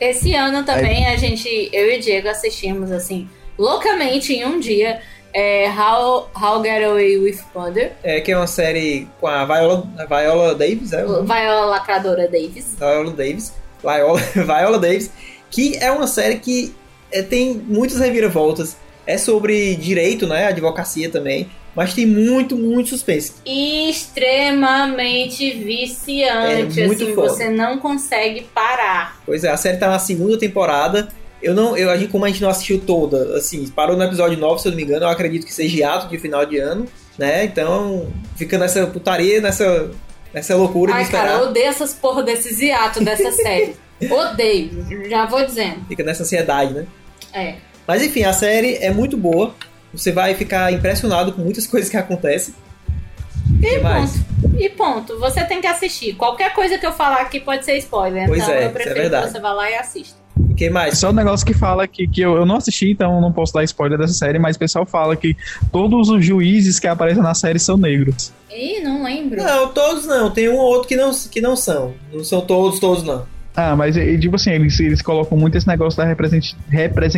Speaker 1: Esse ano também a gente, eu e o Diego assistimos assim, loucamente em um dia, é, How, How Get Away with Murder,
Speaker 2: É que é uma série com a Viola, a Viola Davis, é? o nome?
Speaker 1: Viola Lacradora Davis.
Speaker 2: Viola Davis. Viola, Viola Davis. Que é uma série que é, tem muitas reviravoltas. É sobre direito, né? Advocacia também. Mas tem muito, muito suspense.
Speaker 1: extremamente viciante,
Speaker 2: É muito
Speaker 1: assim,
Speaker 2: foda.
Speaker 1: você não consegue parar.
Speaker 2: Pois é, a série tá na segunda temporada. Eu não, eu, a gente, como a gente não assistiu toda, assim, parou no episódio 9, se eu não me engano, eu acredito que seja ato de final de ano, né? Então, fica nessa putaria, nessa, nessa loucura de
Speaker 1: Ai,
Speaker 2: esperar.
Speaker 1: cara, eu odeio essas porra desses hiatos dessa série. odeio, já vou dizendo.
Speaker 2: Fica nessa ansiedade, né?
Speaker 1: É.
Speaker 2: Mas enfim, a série é muito boa. Você vai ficar impressionado com muitas coisas que acontecem.
Speaker 1: E
Speaker 2: que mais?
Speaker 1: ponto. E ponto. Você tem que assistir. Qualquer coisa que eu falar aqui pode ser spoiler.
Speaker 2: Pois
Speaker 1: então
Speaker 2: é, isso é
Speaker 1: eu prefiro
Speaker 2: verdade.
Speaker 1: que você vá lá e assista.
Speaker 2: O que mais?
Speaker 3: Só um negócio que fala que, que eu, eu não assisti, então não posso dar spoiler dessa série, mas o pessoal fala que todos os juízes que aparecem na série são negros.
Speaker 1: Ih, não lembro.
Speaker 2: Não, todos não. Tem um ou outro que não, que não são. Não são todos, todos não.
Speaker 3: Ah, mas e- e, tipo assim, eles, eles colocam muito esse negócio da represent-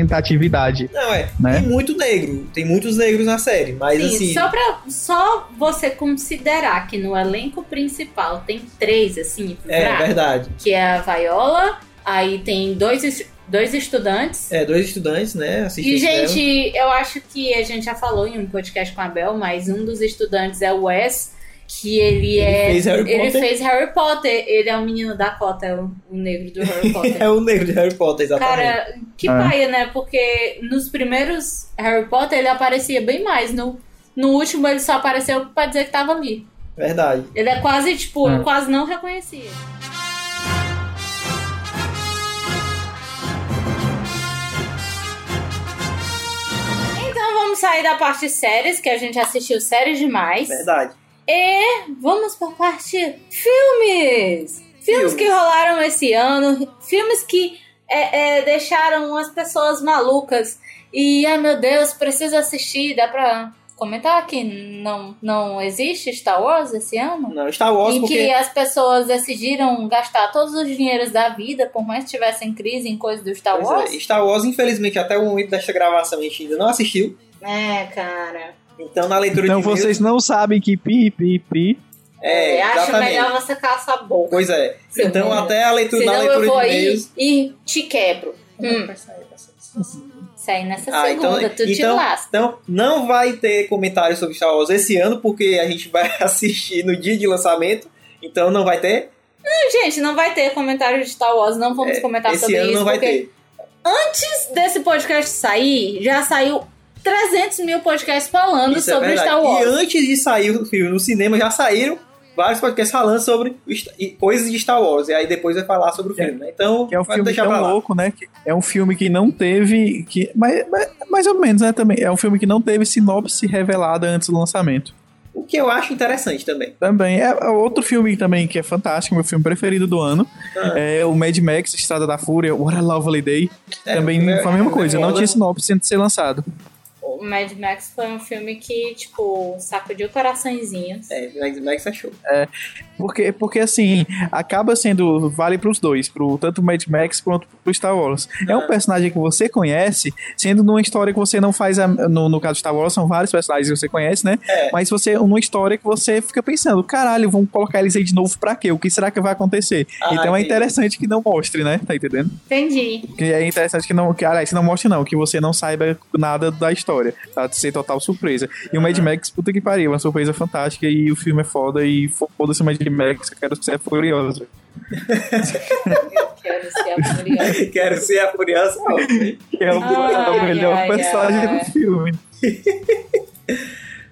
Speaker 3: representatividade.
Speaker 2: Não, é.
Speaker 3: Né?
Speaker 2: Tem muito negro. Tem muitos negros na série. Mas
Speaker 1: Sim,
Speaker 2: assim.
Speaker 1: só, pra, só você considerar que no elenco principal tem três, assim,
Speaker 2: É
Speaker 1: pra-
Speaker 2: verdade.
Speaker 1: que é a Viola, aí tem dois, es- dois estudantes.
Speaker 2: É, dois estudantes, né? Assistindo.
Speaker 1: E, gente, eu acho que a gente já falou em um podcast com a Bel, mas um dos estudantes é o Wes. que ele é.
Speaker 2: fez Harry
Speaker 1: ele
Speaker 2: Potter.
Speaker 1: fez Harry Potter. Ele é o menino da cota, é o, o negro do Harry Potter.
Speaker 2: É o negro de Harry Potter, exatamente.
Speaker 1: Cara, que
Speaker 5: É.
Speaker 1: paia, né? Porque nos primeiros Harry Potter ele aparecia bem mais. No, no último ele só apareceu pra dizer que tava ali.
Speaker 2: Verdade.
Speaker 1: Ele é quase, tipo,
Speaker 5: É.
Speaker 1: eu quase não reconhecia. Então vamos sair da parte de séries, que a gente assistiu séries demais.
Speaker 2: Verdade.
Speaker 1: E vamos pra parte filmes. filmes!
Speaker 2: Filmes.
Speaker 1: que rolaram esse ano, filmes que é, é, deixaram as pessoas malucas. E, ai meu Deus, preciso assistir. Dá pra comentar que não, não existe Star Wars esse ano?
Speaker 2: Não, Star Wars
Speaker 1: Em que é
Speaker 2: porque.
Speaker 1: as pessoas decidiram gastar todos os dinheiros da vida, por mais que tivessem crise em coisas do Star
Speaker 2: Pois é,
Speaker 1: Wars.
Speaker 2: Star Wars, infelizmente, até o momento desta gravação a gente ainda não assistiu.
Speaker 1: É, cara.
Speaker 2: Então, na leitura
Speaker 3: Então
Speaker 2: de e-mails-
Speaker 3: vocês não sabem que pi, pi, pi.
Speaker 2: É,
Speaker 1: acho
Speaker 2: exatamente.
Speaker 1: melhor você calar a sua boca.
Speaker 2: Pois é.
Speaker 1: Seu
Speaker 2: então,
Speaker 1: merda.
Speaker 2: até a leitura, na
Speaker 1: Senão eu
Speaker 2: leitura
Speaker 1: vou
Speaker 2: de
Speaker 1: aí
Speaker 2: e-mails.
Speaker 1: e te quebro. Hum. Sai nessa
Speaker 2: Ah, então-
Speaker 1: segunda, tu te
Speaker 2: então-
Speaker 1: lasca.
Speaker 2: Então, não vai ter comentário sobre Star Wars esse ano, porque a gente vai assistir no dia de lançamento. Então, não vai ter.
Speaker 1: Gente, não vai ter comentário de Star Wars, não vamos comentar
Speaker 2: É, esse
Speaker 1: sobre
Speaker 2: ano
Speaker 1: isso.
Speaker 2: não vai
Speaker 1: porque
Speaker 2: ter.
Speaker 1: antes desse podcast sair, já saiu 300 mil podcasts falando
Speaker 2: Isso é
Speaker 1: sobre
Speaker 2: verdade.
Speaker 1: Star Wars.
Speaker 2: E antes de sair o filme no cinema, já saíram vários podcasts falando sobre o Sta- e coisas de Star Wars. E aí depois vai falar sobre o filme, né? Então,
Speaker 3: Que é um
Speaker 2: vai
Speaker 3: filme
Speaker 2: deixar
Speaker 3: tão
Speaker 2: pra lá.
Speaker 3: louco, né? Que É um filme que não teve. Que, mas, mas- mais ou menos, né? Também. É um filme que não teve sinopse revelada antes do lançamento.
Speaker 2: O que eu acho interessante também.
Speaker 3: Também. É, é outro filme também que é fantástico, meu filme preferido do ano.
Speaker 2: Ah.
Speaker 3: É o Mad Max, Estrada da Fúria, What a Lovely Day.
Speaker 2: É,
Speaker 3: também
Speaker 2: é-
Speaker 3: foi a mesma coisa, não
Speaker 2: rola.
Speaker 3: tinha sinopse antes de ser lançado.
Speaker 1: O Mad Max foi um filme que, tipo, sacudiu coraçõezinhos.
Speaker 2: É, Max, Max é show.
Speaker 3: Porque, porque assim, acaba sendo. Vale pros dois, pro tanto Mad Max quanto pro Star Wars. É um personagem que você conhece, sendo numa história que você não faz. a- no, no caso de Star Wars, são vários personagens que você conhece, né?
Speaker 2: É.
Speaker 3: Mas você, numa história que você fica pensando, caralho, vamos colocar eles aí de novo pra quê? O que será que vai acontecer?
Speaker 2: Ah,
Speaker 3: então é
Speaker 2: entendi.
Speaker 3: interessante que não mostre, né? Tá entendendo?
Speaker 1: Entendi.
Speaker 3: Que é interessante que não. Que, aliás, que não mostre, não, que você não saiba nada da história. Tá? Ser total surpresa. E o Mad Max, puta que pariu, uma surpresa fantástica e o filme é foda e foda-se o Mad Max, eu quero ser furioso.
Speaker 1: Quero ser a Furiosa.
Speaker 2: Quero ser a Furiosa.
Speaker 3: Que é o,
Speaker 1: Ai,
Speaker 3: é o melhor
Speaker 1: ai,
Speaker 3: personagem
Speaker 1: ai.
Speaker 3: do filme.
Speaker 1: e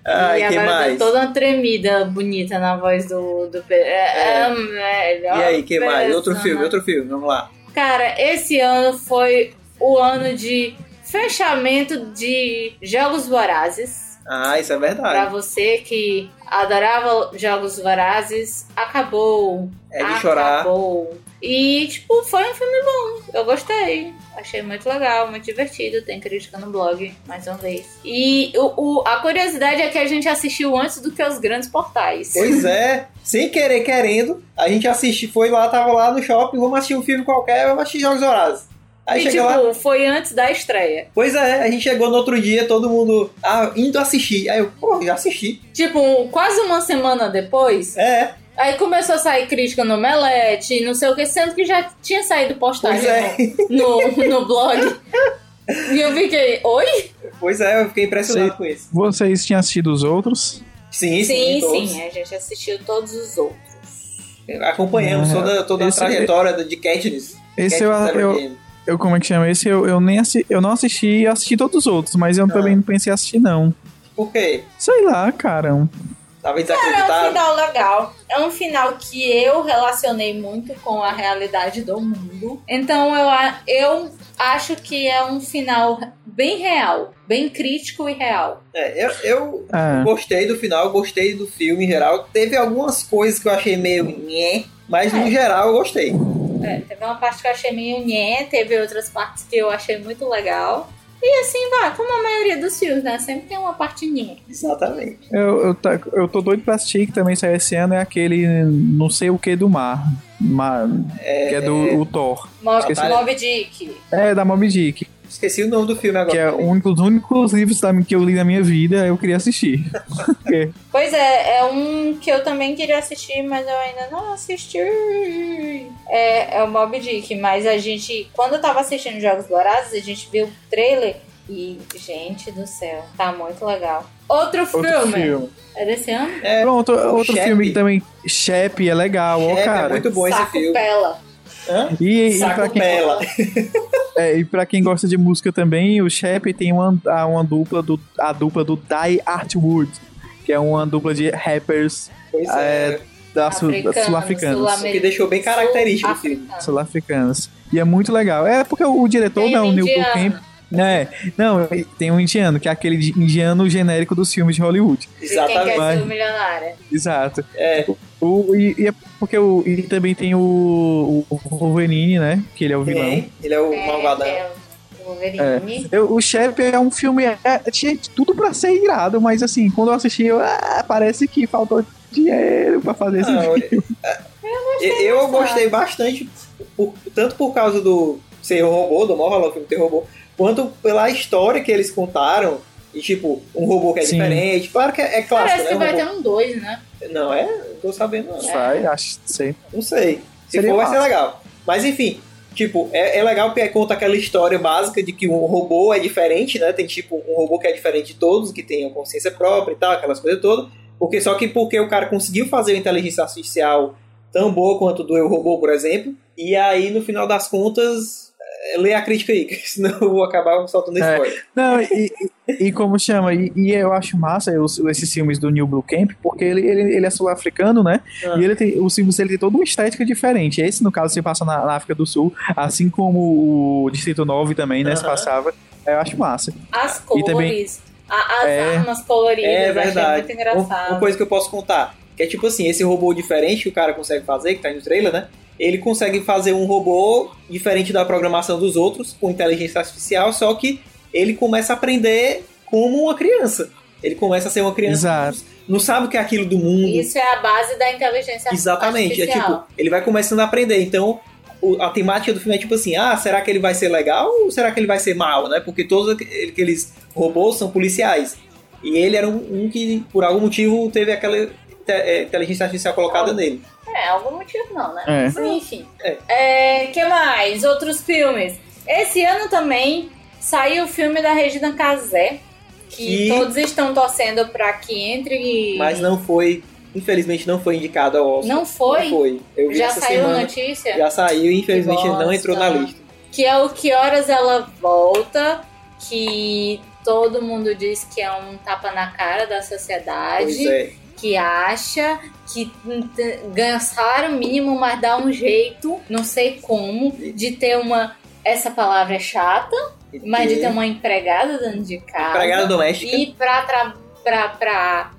Speaker 2: Ai, que
Speaker 1: agora
Speaker 2: mais?
Speaker 1: deu toda uma tremida bonita na voz do. do Pe- é, é. melhor
Speaker 2: E aí, que mais? Outro
Speaker 1: personagem.
Speaker 2: filme, outro filme, vamos lá.
Speaker 1: Cara, esse ano foi o ano de fechamento de Jogos Vorazes.
Speaker 2: Ah, isso é
Speaker 1: Pra
Speaker 2: verdade.
Speaker 1: você que adorava Jogos Vorazes, acabou.
Speaker 2: É de chorar.
Speaker 1: Acabou. E, tipo, foi um filme bom. Eu gostei. Achei muito legal, muito divertido. Tem crítica no blog, mais uma vez. E o, o- a curiosidade é que a gente assistiu antes do que os grandes portais.
Speaker 2: Pois é, sem querer, querendo, a gente assiste, foi lá, tava lá no shopping, vamos assistir um filme qualquer, vamos assistir Jogos Horazes. Aí
Speaker 1: e,
Speaker 2: chega
Speaker 1: tipo,
Speaker 2: lá,
Speaker 1: foi antes da estreia.
Speaker 2: pois é, a gente chegou no outro dia, todo mundo, ah, indo assistir. Aí eu, pô, já assisti.
Speaker 1: Tipo, quase uma semana depois,
Speaker 2: É,
Speaker 1: Aí começou a sair crítica no Melete, não sei o que, sendo que já tinha saído postagem
Speaker 2: pois é,
Speaker 1: no, no blog. E eu fiquei, oi?
Speaker 2: pois é, eu fiquei impressionado
Speaker 3: Sim.
Speaker 2: com isso.
Speaker 3: Vocês tinham assistido os outros?
Speaker 2: Sim,
Speaker 1: sim,
Speaker 2: sim,
Speaker 1: sim, é.
Speaker 2: todos.
Speaker 1: a gente assistiu todos os outros.
Speaker 2: Acompanhamos
Speaker 3: Ah,
Speaker 2: toda, toda a
Speaker 3: esse-
Speaker 2: trajetória da- de Katniss.
Speaker 3: Esse eu,
Speaker 2: Katniss
Speaker 3: eu,
Speaker 2: Everdeen.
Speaker 3: eu. Como é que chama? Esse eu, eu nem assi, eu não assisti, eu assisti todos os outros, mas eu
Speaker 1: Ah.
Speaker 3: também não pensei em assistir, não.
Speaker 2: Por quê?
Speaker 3: Sei lá, cara.
Speaker 2: Tava
Speaker 1: É um
Speaker 2: desacreditado?
Speaker 1: final legal. É um final que eu relacionei muito com a realidade do mundo. Então eu, a- eu acho que é um final bem real, bem crítico e real.
Speaker 2: É, eu, eu,
Speaker 3: É.
Speaker 2: Gostei do final, gostei do filme em geral. Teve algumas coisas que eu achei meio nhé, mas no geral eu gostei.
Speaker 1: É, teve uma parte que eu achei meio nhé, teve outras partes que eu achei muito legal. E assim vai, como a maioria dos filmes, né? Sempre tem uma parte nhé.
Speaker 2: Exatamente.
Speaker 3: Eu, eu, tá- eu tô doido pra assistir, que também saiu esse ano, é aquele não sei o que do mar. Mar- que é do o Thor.
Speaker 1: Mob,
Speaker 2: Esqueci.
Speaker 1: Mob Dick.
Speaker 3: É, da Moby Dick,
Speaker 2: Esqueci o nome do filme agora.
Speaker 3: que é um dos únicos livros da- que eu li na minha vida, eu queria assistir.
Speaker 1: Pois é, é um que eu também queria assistir, mas eu ainda não assisti. É, é o Mob Dick, mas a gente, quando eu tava assistindo Jogos Vorazes, a gente viu o trailer e, gente do céu, tá muito legal. Outro,
Speaker 3: Outro
Speaker 1: filme.
Speaker 3: filme.
Speaker 1: É desse ano?
Speaker 2: É,
Speaker 3: Pronto, outro
Speaker 2: Shep.
Speaker 3: filme que também. Shep é legal, ó,
Speaker 2: Shep é
Speaker 3: cara.
Speaker 2: muito bom esse
Speaker 1: Saco
Speaker 2: filme.
Speaker 1: Pela.
Speaker 2: Hã?
Speaker 3: E, e pra
Speaker 2: Saco
Speaker 3: quem,
Speaker 2: Pela.
Speaker 3: é, e pra quem gosta de música também, o Shep tem uma, a- uma dupla do. A dupla do Die Artwood, que é uma dupla de rappers
Speaker 2: Pois é.
Speaker 3: da su-
Speaker 1: Africano,
Speaker 3: sul-africanos.
Speaker 1: sul-americano,
Speaker 2: que deixou bem característico o filme.
Speaker 1: sul-africano.
Speaker 3: Sul-africanas. E é muito legal. É porque o, o diretor
Speaker 1: Tem
Speaker 3: não,
Speaker 1: um
Speaker 3: o Neil
Speaker 1: indiano.
Speaker 3: Blomkamp, né? Não, tem um indiano, que é aquele de- indiano genérico dos filmes de
Speaker 1: De
Speaker 3: Hollywood.
Speaker 1: quem é
Speaker 2: Exatamente.
Speaker 1: quer ser
Speaker 3: Exatamente.
Speaker 1: o milionário.
Speaker 3: Exato.
Speaker 2: É.
Speaker 3: O, e, e é porque o, e também tem o, o Wolverine, né? Que ele é o vilão.
Speaker 2: Tem, ele é o malvadão.
Speaker 1: É, é o Wolverine.
Speaker 3: Eu- o Shep é um filme. É, tinha tudo pra ser irado, mas assim, quando eu assisti, eu, ah, parece que faltou dinheiro pra fazer esse
Speaker 2: Não,
Speaker 3: filme.
Speaker 2: eu, é, eu gostei bastante, por- tanto por causa do ser robô, do Mal Valor Filme ter robô, quanto pela história que eles contaram. E tipo, um robô que é
Speaker 3: Sim.
Speaker 2: diferente. Claro que é, é clássico,
Speaker 1: Parece que
Speaker 2: né?
Speaker 1: vai
Speaker 2: um
Speaker 1: ter
Speaker 2: robô.
Speaker 1: um 2, né?
Speaker 2: Não, é? Não tô sabendo, não.
Speaker 3: Vai, acho, sei.
Speaker 2: Não sei. Se
Speaker 3: Seria
Speaker 2: for, vai
Speaker 3: massa.
Speaker 2: ser legal. Mas enfim, tipo, é, é legal porque conta aquela história básica de que um robô é diferente, né? Tem tipo um robô que é diferente de todos, que tem a consciência própria e tal, aquelas coisas todas. Porque só que porque o cara conseguiu fazer uma inteligência artificial tão boa quanto do Eu Robô, por exemplo. E aí, no final das contas, é, lê a crítica aí, que senão eu vou acabar soltando
Speaker 3: É.
Speaker 2: spoiler.
Speaker 3: Não, e, e- e como chama? E, e eu acho massa os- esses filmes do New Blue Camp, porque ele, ele, ele é sul-africano, né?
Speaker 2: Ah.
Speaker 3: E ele tem, os filmes ele tem toda uma estética diferente. Esse, no caso, se passa na, na África do Sul, assim como o Distrito 9 também, né? Se
Speaker 2: Aham.
Speaker 3: passava. Eu acho massa.
Speaker 1: As
Speaker 3: E também-
Speaker 1: cores, a- as
Speaker 3: É.
Speaker 1: armas coloridas.
Speaker 2: É
Speaker 1: Achei
Speaker 2: verdade.
Speaker 1: muito
Speaker 2: Uma,
Speaker 1: engraçado.
Speaker 2: uma coisa que eu posso contar, que é tipo assim, esse robô diferente que o cara consegue fazer, que tá aí no trailer, né? Ele consegue fazer um robô diferente da programação dos outros, com inteligência artificial, só que ele começa a aprender como uma criança. Ele começa a ser uma criança,
Speaker 3: Exato.
Speaker 2: não sabe o que é aquilo do mundo.
Speaker 1: Isso é a base da inteligência
Speaker 2: Exatamente. É
Speaker 1: artificial.
Speaker 2: tipo, ele vai começando a aprender. Então, o- a temática do filme é tipo assim: ah, será que ele vai ser legal ou será que ele vai ser mal, né? Porque todos aqu- aqueles robôs são policiais. E ele era um, um que, por algum motivo, teve aquela inte- eh, inteligência artificial colocada nele.
Speaker 1: É, algum motivo não, né?
Speaker 3: É.
Speaker 1: Mas, enfim. É, que mais? Outros filmes. Esse ano também saiu o filme da Regina Casé, que
Speaker 2: Que-
Speaker 1: todos estão torcendo pra que entre.
Speaker 2: Mas não foi, infelizmente, não foi indicado ao Oscar.
Speaker 1: Não foi?
Speaker 2: Não foi. Eu vi
Speaker 1: Já
Speaker 2: essa
Speaker 1: saiu
Speaker 2: semana.
Speaker 1: a notícia?
Speaker 2: Já saiu e, infelizmente,
Speaker 1: Que
Speaker 2: não entrou na
Speaker 1: bosta.
Speaker 2: lista.
Speaker 1: Que é o Que Horas Ela Volta, que todo mundo diz que é um tapa na cara da
Speaker 2: Pois
Speaker 1: sociedade,
Speaker 2: é.
Speaker 1: que acha que t- ganha salário mínimo, mas dá um jeito, não sei como, de ter uma. Essa palavra é chata. Mas de ter uma empregada dentro de casa.
Speaker 2: Empregada doméstica.
Speaker 1: E pra, tra- pra, pra-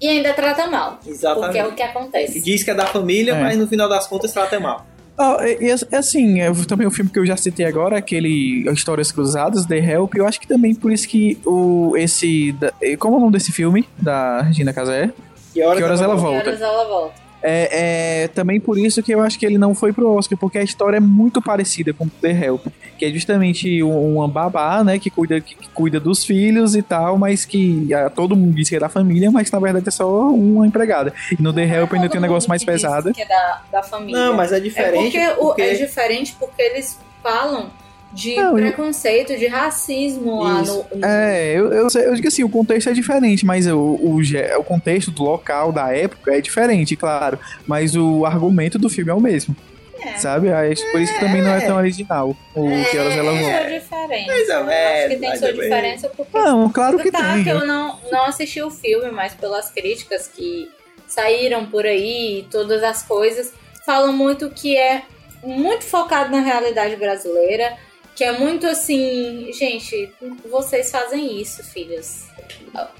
Speaker 1: E ainda trata mal. Porque é o
Speaker 2: Exatamente.
Speaker 1: que acontece.
Speaker 2: Diz que é da família,
Speaker 3: É.
Speaker 2: mas no final das contas trata mal.
Speaker 3: Ah, e, e, assim, eu- também o filme que eu já citei agora, aquele Histórias Cruzadas, The Help, eu acho que também por isso que o, esse. da- como é o nome desse filme? Da Regina Casé?
Speaker 2: Que horas,
Speaker 3: Que horas ela
Speaker 1: Que
Speaker 3: volta?
Speaker 1: horas ela volta?
Speaker 3: É, é, também por isso que eu acho que ele não foi pro Oscar, porque a história é muito parecida com The Help, que é justamente um- uma babá, né, que cuida, que, que cuida dos filhos e tal, mas que ah, todo mundo diz que é da família, mas na verdade é só uma empregada. E no The Help ainda tem
Speaker 1: Todo
Speaker 3: um negócio
Speaker 1: mundo
Speaker 3: mais
Speaker 1: que diz
Speaker 3: pesado.
Speaker 1: Que é da, da família.
Speaker 2: Não, mas é
Speaker 1: é,
Speaker 2: diferente.
Speaker 1: porque o-
Speaker 2: porque-
Speaker 1: é diferente porque eles falam de
Speaker 3: Não, e-
Speaker 1: preconceito, de racismo lá
Speaker 2: Isso.
Speaker 1: no. no-
Speaker 3: É, eu, eu, sei- eu digo assim, o contexto é diferente, mas o, o, ge- o contexto do local, da época, é diferente, claro. Mas o argumento do filme é o mesmo,
Speaker 1: É.
Speaker 3: sabe? Aí, por isso que também não é tão original o Que Horas Ela
Speaker 1: É,
Speaker 3: Volta.
Speaker 1: sua diferença.
Speaker 2: Mais ou
Speaker 1: Eu acho que tem
Speaker 2: menos,
Speaker 1: sua
Speaker 2: mais ou
Speaker 1: diferença porque
Speaker 3: Não, claro que
Speaker 1: tá,
Speaker 3: tem.
Speaker 1: que eu não, não assisti o filme, mas pelas críticas que saíram por aí e todas as coisas, falam muito que é muito focado na realidade brasileira, que é muito assim, gente, vocês fazem isso, filhos.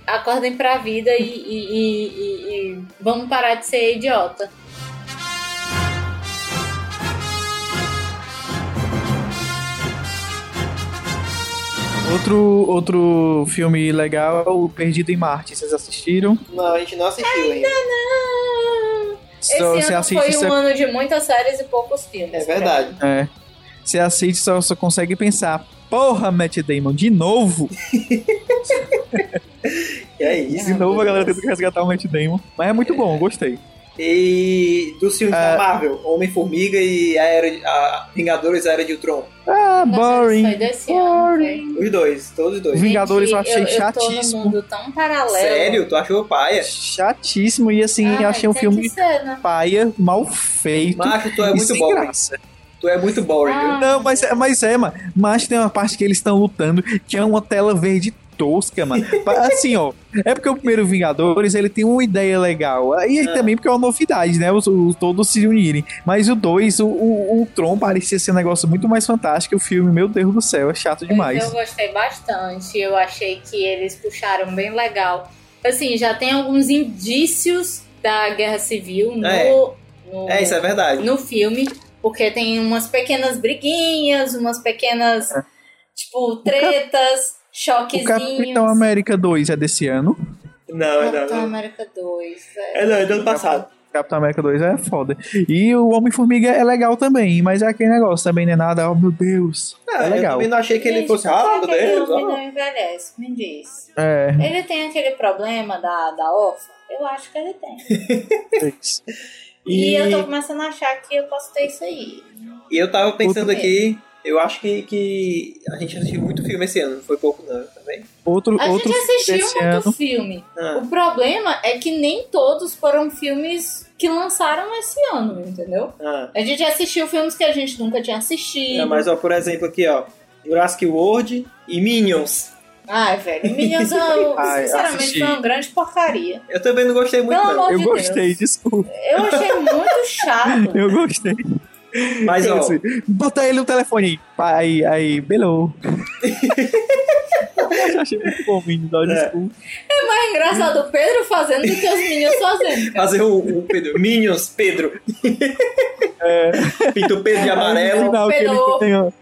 Speaker 1: Acordem pra vida e, e- e- e- e vamos parar de ser idiota.
Speaker 3: Outro, outro filme legal, é o Perdido em Marte, vocês assistiram?
Speaker 2: Não, a gente não assistiu ainda.
Speaker 1: Não. Esse
Speaker 3: Só-
Speaker 1: ano
Speaker 3: Ah, você
Speaker 1: foi
Speaker 3: assiste,
Speaker 1: um
Speaker 3: você-
Speaker 1: ano de muitas séries e poucos filmes.
Speaker 2: É verdade.
Speaker 3: é, você assiste, só, só consegue pensar, porra, Matt Damon, de novo?
Speaker 2: É isso.
Speaker 3: De novo a galera tendo que resgatar o Matt Damon. Mas é muito é bom, gostei.
Speaker 2: E dos filmes
Speaker 3: Ah.
Speaker 2: da Marvel, Homem-Formiga e a Era, a Vingadores Era de Ultron.
Speaker 3: Ah,
Speaker 1: Foi
Speaker 3: boring.
Speaker 1: desse ano, foi.
Speaker 2: Os dois, todos os dois.
Speaker 3: Vi- Vingadores eu
Speaker 1: Gente,
Speaker 3: achei
Speaker 1: Eu tô
Speaker 3: chatíssimo.
Speaker 1: num mundo tão paralelo.
Speaker 2: Sério? Tu achou paia?
Speaker 3: É Chatíssimo e assim,
Speaker 1: Ah,
Speaker 3: achei um
Speaker 1: tem
Speaker 3: filme
Speaker 1: que ser, né?
Speaker 3: paia, mal feito.
Speaker 2: Macho, tu é
Speaker 3: e
Speaker 2: muito
Speaker 3: sem
Speaker 2: boring.
Speaker 3: graça.
Speaker 2: Tu é muito boring, viu?
Speaker 1: Ah,
Speaker 3: Não, mas, é- mas é, mano. Mas tem uma parte que eles estão lutando que é uma tela verde tosca, mano. Pa- Assim, ó. É porque o primeiro Vingadores, ele tem uma ideia legal. E aí
Speaker 2: Ah.
Speaker 3: também porque é uma novidade, né? Os, os todos se unirem. Mas o 2, o, o, o Tron parecia ser um negócio muito mais fantástico. O filme, meu Deus do céu, é chato demais.
Speaker 1: Eu gostei bastante. Eu achei que eles puxaram bem legal. Assim, já tem alguns indícios da guerra civil no,
Speaker 2: É.
Speaker 1: no,
Speaker 2: É, isso é verdade.
Speaker 1: no filme. Porque tem umas pequenas briguinhas, umas pequenas, tipo, tretas,
Speaker 3: É. O
Speaker 1: choquezinhos.
Speaker 3: Capitão América 2 é desse ano.
Speaker 2: Não, não,
Speaker 1: Capitão
Speaker 2: não.
Speaker 1: América 2. é.
Speaker 2: É, não, é do ano passado.
Speaker 3: Capitão América 2 é foda. E o Homem-Formiga é legal também, mas é aquele negócio também, não é nada, oh meu Deus.
Speaker 2: Ah,
Speaker 3: é
Speaker 2: Eu
Speaker 3: legal.
Speaker 2: também não achei que ele
Speaker 1: Gente,
Speaker 2: fosse.
Speaker 1: por que né?
Speaker 2: Ah, meu
Speaker 1: aquele
Speaker 2: Deus.
Speaker 1: homem
Speaker 2: ah.
Speaker 1: não envelhece, me diz.
Speaker 3: É,
Speaker 1: Ele tem aquele problema da, da órfã? Eu acho que ele tem.
Speaker 3: é isso.
Speaker 1: E...
Speaker 2: E-
Speaker 1: eu tô começando a achar que eu posso ter isso aí.
Speaker 2: E eu tava pensando
Speaker 1: Outro
Speaker 2: aqui, eu acho que, que a gente assistiu muito filme esse ano, não foi pouco não, também.
Speaker 3: Outro,
Speaker 1: A
Speaker 3: outro
Speaker 1: gente assistiu
Speaker 3: desse
Speaker 1: muito
Speaker 3: ano.
Speaker 1: filme.
Speaker 2: Ah,
Speaker 1: O problema é que nem todos foram filmes que lançaram esse ano, entendeu?
Speaker 2: ah.
Speaker 1: A gente assistiu filmes que a gente nunca tinha assistido.
Speaker 2: É, mas ó, por exemplo aqui, ó, Jurassic World e Minions.
Speaker 1: Ai, velho, Minions, eu,
Speaker 3: Ai,
Speaker 1: sinceramente,
Speaker 3: assisti.
Speaker 1: foi uma grande porcaria.
Speaker 2: Eu também não gostei muito
Speaker 1: Pelo
Speaker 2: não,
Speaker 1: amor
Speaker 3: Eu
Speaker 1: de
Speaker 3: gostei, desculpa.
Speaker 1: Deus. Eu achei muito chato.
Speaker 3: Eu gostei.
Speaker 2: mas ó,
Speaker 3: Assim, Bota ele no telefone. Aí, aí, belou. Eu achei muito bom, menino. Dá
Speaker 2: É.
Speaker 3: desculpa.
Speaker 1: É engraçado o Pedro fazendo do que os meninos fazendo.
Speaker 2: fazer o, o Pedro, Minions Pedro,
Speaker 3: É.
Speaker 2: pinta o Pedro de
Speaker 3: Aí, no
Speaker 2: amarelo.
Speaker 3: final que ele
Speaker 1: Pelou.
Speaker 3: ganhou-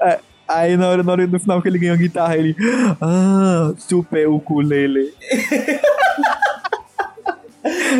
Speaker 3: é, Aí na hora, na hora do final que ele ganhou a guitarra, ele. Ah, super ukulele.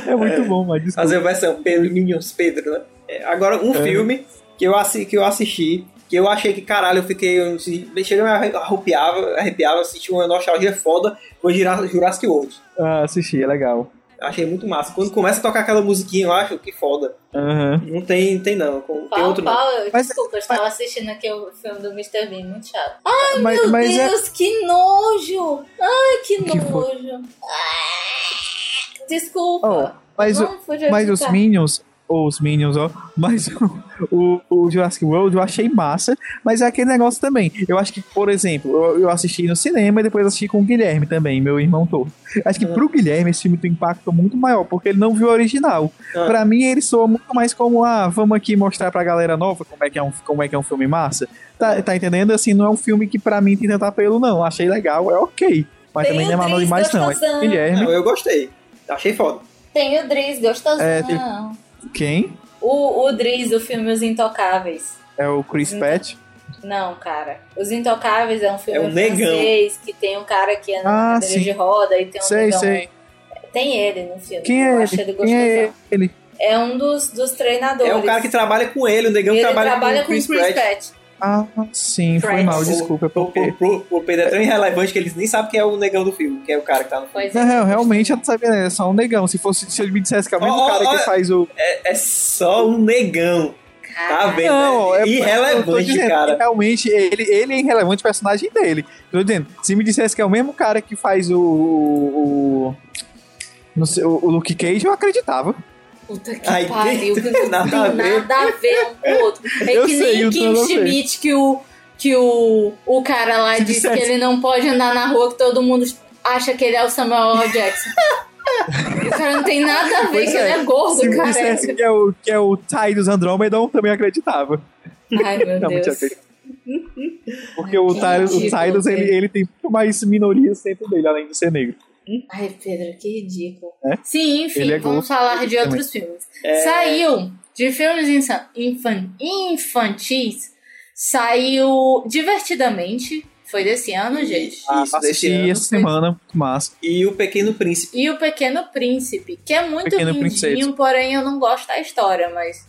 Speaker 3: é muito bom, mas desculpa.
Speaker 2: Fazer a versão Pedro, Minions Pedro, né? É, agora, um
Speaker 3: É.
Speaker 2: filme que eu, assi que eu assisti, que eu achei que, caralho, eu fiquei. Eu, assim, chega, eu me arrepiava, arrepiava, senti uma nostalgia foda, foi Jura- Jurassic World.
Speaker 3: Ah, assisti, é legal.
Speaker 2: Achei muito massa. Quando começa a tocar aquela musiquinha, eu acho que foda.
Speaker 3: Aham.
Speaker 2: Não tem, não tem não. Com- Tem
Speaker 1: Pau,
Speaker 2: outro não.
Speaker 1: pau, eu-
Speaker 3: Mas-
Speaker 1: desculpa, eu estava assistindo aqui o filme do Mr. Bean, muito chato.
Speaker 3: Mas,
Speaker 1: Meu
Speaker 3: mas é.
Speaker 1: Deus, que nojo! Ai, que,
Speaker 3: Que foi?
Speaker 1: nojo! Ah, desculpa!
Speaker 3: Oh, mas o-
Speaker 1: Vamos fugir
Speaker 3: Mas
Speaker 1: de
Speaker 3: os
Speaker 1: cá.
Speaker 3: Minions, ou os Minions, ó, mas o, o, o Jurassic World eu achei massa, mas é aquele negócio também. Eu acho que, por exemplo, eu, eu assisti no cinema e depois assisti com o Guilherme também, meu irmão todo. Acho que
Speaker 1: Uhum.
Speaker 3: pro Guilherme esse filme tem um impacto muito maior, porque ele não viu o original.
Speaker 1: Uhum.
Speaker 2: Ah.
Speaker 3: Pra mim ele soa muito mais como, ah, vamos aqui mostrar pra galera nova como é que é um, como é que é um filme massa. Tá, tá entendendo? Assim, não é um filme que pra mim tem tanto apelo, não. Achei legal, é ok. Mas
Speaker 1: Tem
Speaker 3: também não é
Speaker 1: o
Speaker 3: mal
Speaker 1: Dries
Speaker 3: demais, não. É
Speaker 1: gostosão.
Speaker 3: Guilherme,
Speaker 2: Não, eu gostei. Achei foda.
Speaker 1: Tem o Driz, gostosão.
Speaker 3: É, tem- quem?
Speaker 1: O, o Driz do filme Os Intocáveis.
Speaker 3: É o Chris
Speaker 1: Então,
Speaker 3: Pratt.
Speaker 1: Não, cara. Os Intocáveis é um filme
Speaker 2: É um negão.
Speaker 1: francês que tem um cara que anda na
Speaker 3: Ah,
Speaker 1: cadeira
Speaker 3: sim.
Speaker 1: de roda e tem um
Speaker 3: Sei,
Speaker 1: negão.
Speaker 3: sei.
Speaker 1: Tem ele no filme.
Speaker 3: Quem
Speaker 1: eu
Speaker 3: é
Speaker 1: achei
Speaker 3: ele?
Speaker 1: ele
Speaker 3: Quem é
Speaker 1: gostosão.
Speaker 3: ele?
Speaker 1: É um dos, dos treinadores.
Speaker 2: É o cara que trabalha com ele, o negão que
Speaker 1: ele
Speaker 2: trabalha,
Speaker 1: trabalha
Speaker 2: com o Chris,
Speaker 1: Pratt.
Speaker 2: Pratt.
Speaker 3: Ah, sim, foi
Speaker 1: Friends.
Speaker 3: mal, desculpa. é
Speaker 2: O,
Speaker 3: Porque...
Speaker 2: o- o- o Pedro é tão irrelevante que eles nem sabem quem é o negão do filme, quem é o cara que tá no filme.
Speaker 1: Pois é.
Speaker 3: Na real, realmente eu não sabia, né? É só um negão. Se fosse, se ele me dissesse que é o mesmo
Speaker 2: Ó, ó,
Speaker 3: cara
Speaker 2: ó.
Speaker 3: que faz o.
Speaker 2: É, é só um negão. Tá
Speaker 1: Caralho.
Speaker 2: vendo?
Speaker 3: Não,
Speaker 2: é
Speaker 3: é eu tô
Speaker 2: irrelevante,
Speaker 3: dizendo que
Speaker 2: cara.
Speaker 3: Realmente, ele, ele é irrelevante o personagem dele. Tô dizendo, se me dissesse que é o mesmo cara que faz o. o, o- não sei, o, o Luke Cage, eu acreditava.
Speaker 1: Puta que
Speaker 2: Ai,
Speaker 1: pariu, que não tem
Speaker 2: nada a ver.
Speaker 1: nada a ver um com o outro. É
Speaker 3: Eu
Speaker 1: que
Speaker 3: sei,
Speaker 1: nem
Speaker 3: eu
Speaker 1: o Kim
Speaker 3: também sei.
Speaker 1: Schmidt que o, que o, o cara lá
Speaker 3: Se
Speaker 1: disse que
Speaker 3: dissesse-
Speaker 1: ele não pode andar na rua, que todo mundo acha que ele é o Samuel L. Jackson. o cara não tem nada a ver,
Speaker 3: Pois
Speaker 1: que ele
Speaker 3: é,
Speaker 1: é gordo,
Speaker 3: se me
Speaker 1: cara.
Speaker 3: dissesse que é o, que é o Tai dos Andromedon, eu também acreditava.
Speaker 1: Ai, meu
Speaker 3: Não,
Speaker 1: Deus.
Speaker 3: mentira, Porque o
Speaker 1: Que
Speaker 3: Ty- o
Speaker 1: ridículo,
Speaker 3: Tidus, ele,
Speaker 1: Pedro.
Speaker 3: ele tem muito mais minorias dentro dele, além de ser negro.
Speaker 1: Ai, Pedro, que ridículo.
Speaker 3: É?
Speaker 1: Sim, enfim,
Speaker 3: Ele é
Speaker 1: vamos
Speaker 3: gordo. É.
Speaker 1: falar de outros filmes.
Speaker 2: É,
Speaker 1: Saiu de filmes insa- infan- infantis, saiu Divertidamente, foi desse ano, gente.
Speaker 2: Ah, Isso, é desse
Speaker 3: assisti
Speaker 2: ano.
Speaker 3: essa semana, muito massa.
Speaker 2: E o Pequeno Príncipe.
Speaker 1: E o Pequeno Príncipe, que é muito
Speaker 3: Pequeno
Speaker 1: lindinho,
Speaker 3: Princesa.
Speaker 1: porém eu não gosto da história, mas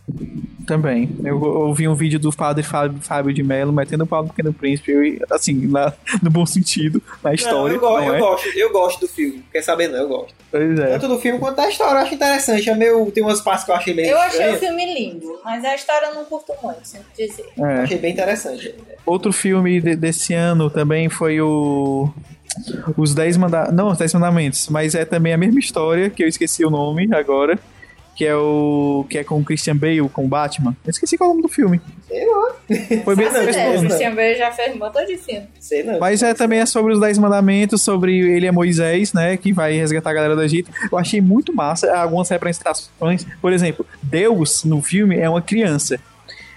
Speaker 3: Também. Eu ouvi um vídeo do padre Fábio, Fábio de Mello metendo o pau no Pequeno Príncipe, eu, assim, na, no bom sentido, na história.
Speaker 2: eu, go-
Speaker 3: não
Speaker 2: eu
Speaker 3: é?
Speaker 2: gosto, eu gosto do filme. Quer saber, não? Eu gosto.
Speaker 3: Pois é.
Speaker 2: Tanto do filme quanto da história, eu acho interessante. É meio, tem umas partes que eu achei meio.
Speaker 1: Eu achei o
Speaker 2: estranhas.
Speaker 1: filme lindo, mas a história eu não curto muito, sinto dizer.
Speaker 3: é.
Speaker 2: Achei bem interessante.
Speaker 3: Outro filme de- desse ano também foi o. Os Dez Mandamentos. Não, os Dez Mandamentos, mas é também a mesma história, que eu esqueci o nome agora. Que é o. Que é com o Christian Bale, com o Batman. Eu esqueci qual é o nome do filme.
Speaker 2: Sei lá,
Speaker 3: Foi bem né?
Speaker 1: Faço
Speaker 2: não,
Speaker 1: ideia,
Speaker 2: não.
Speaker 1: o Christian Bale é, já fez um montão de filme.
Speaker 2: sei não.
Speaker 3: Mas é também é sobre os Dez Mandamentos, sobre ele é Moisés, né? Que vai resgatar a galera do Egito. Eu achei muito massa algumas representações. Por exemplo, Deus no filme é uma criança.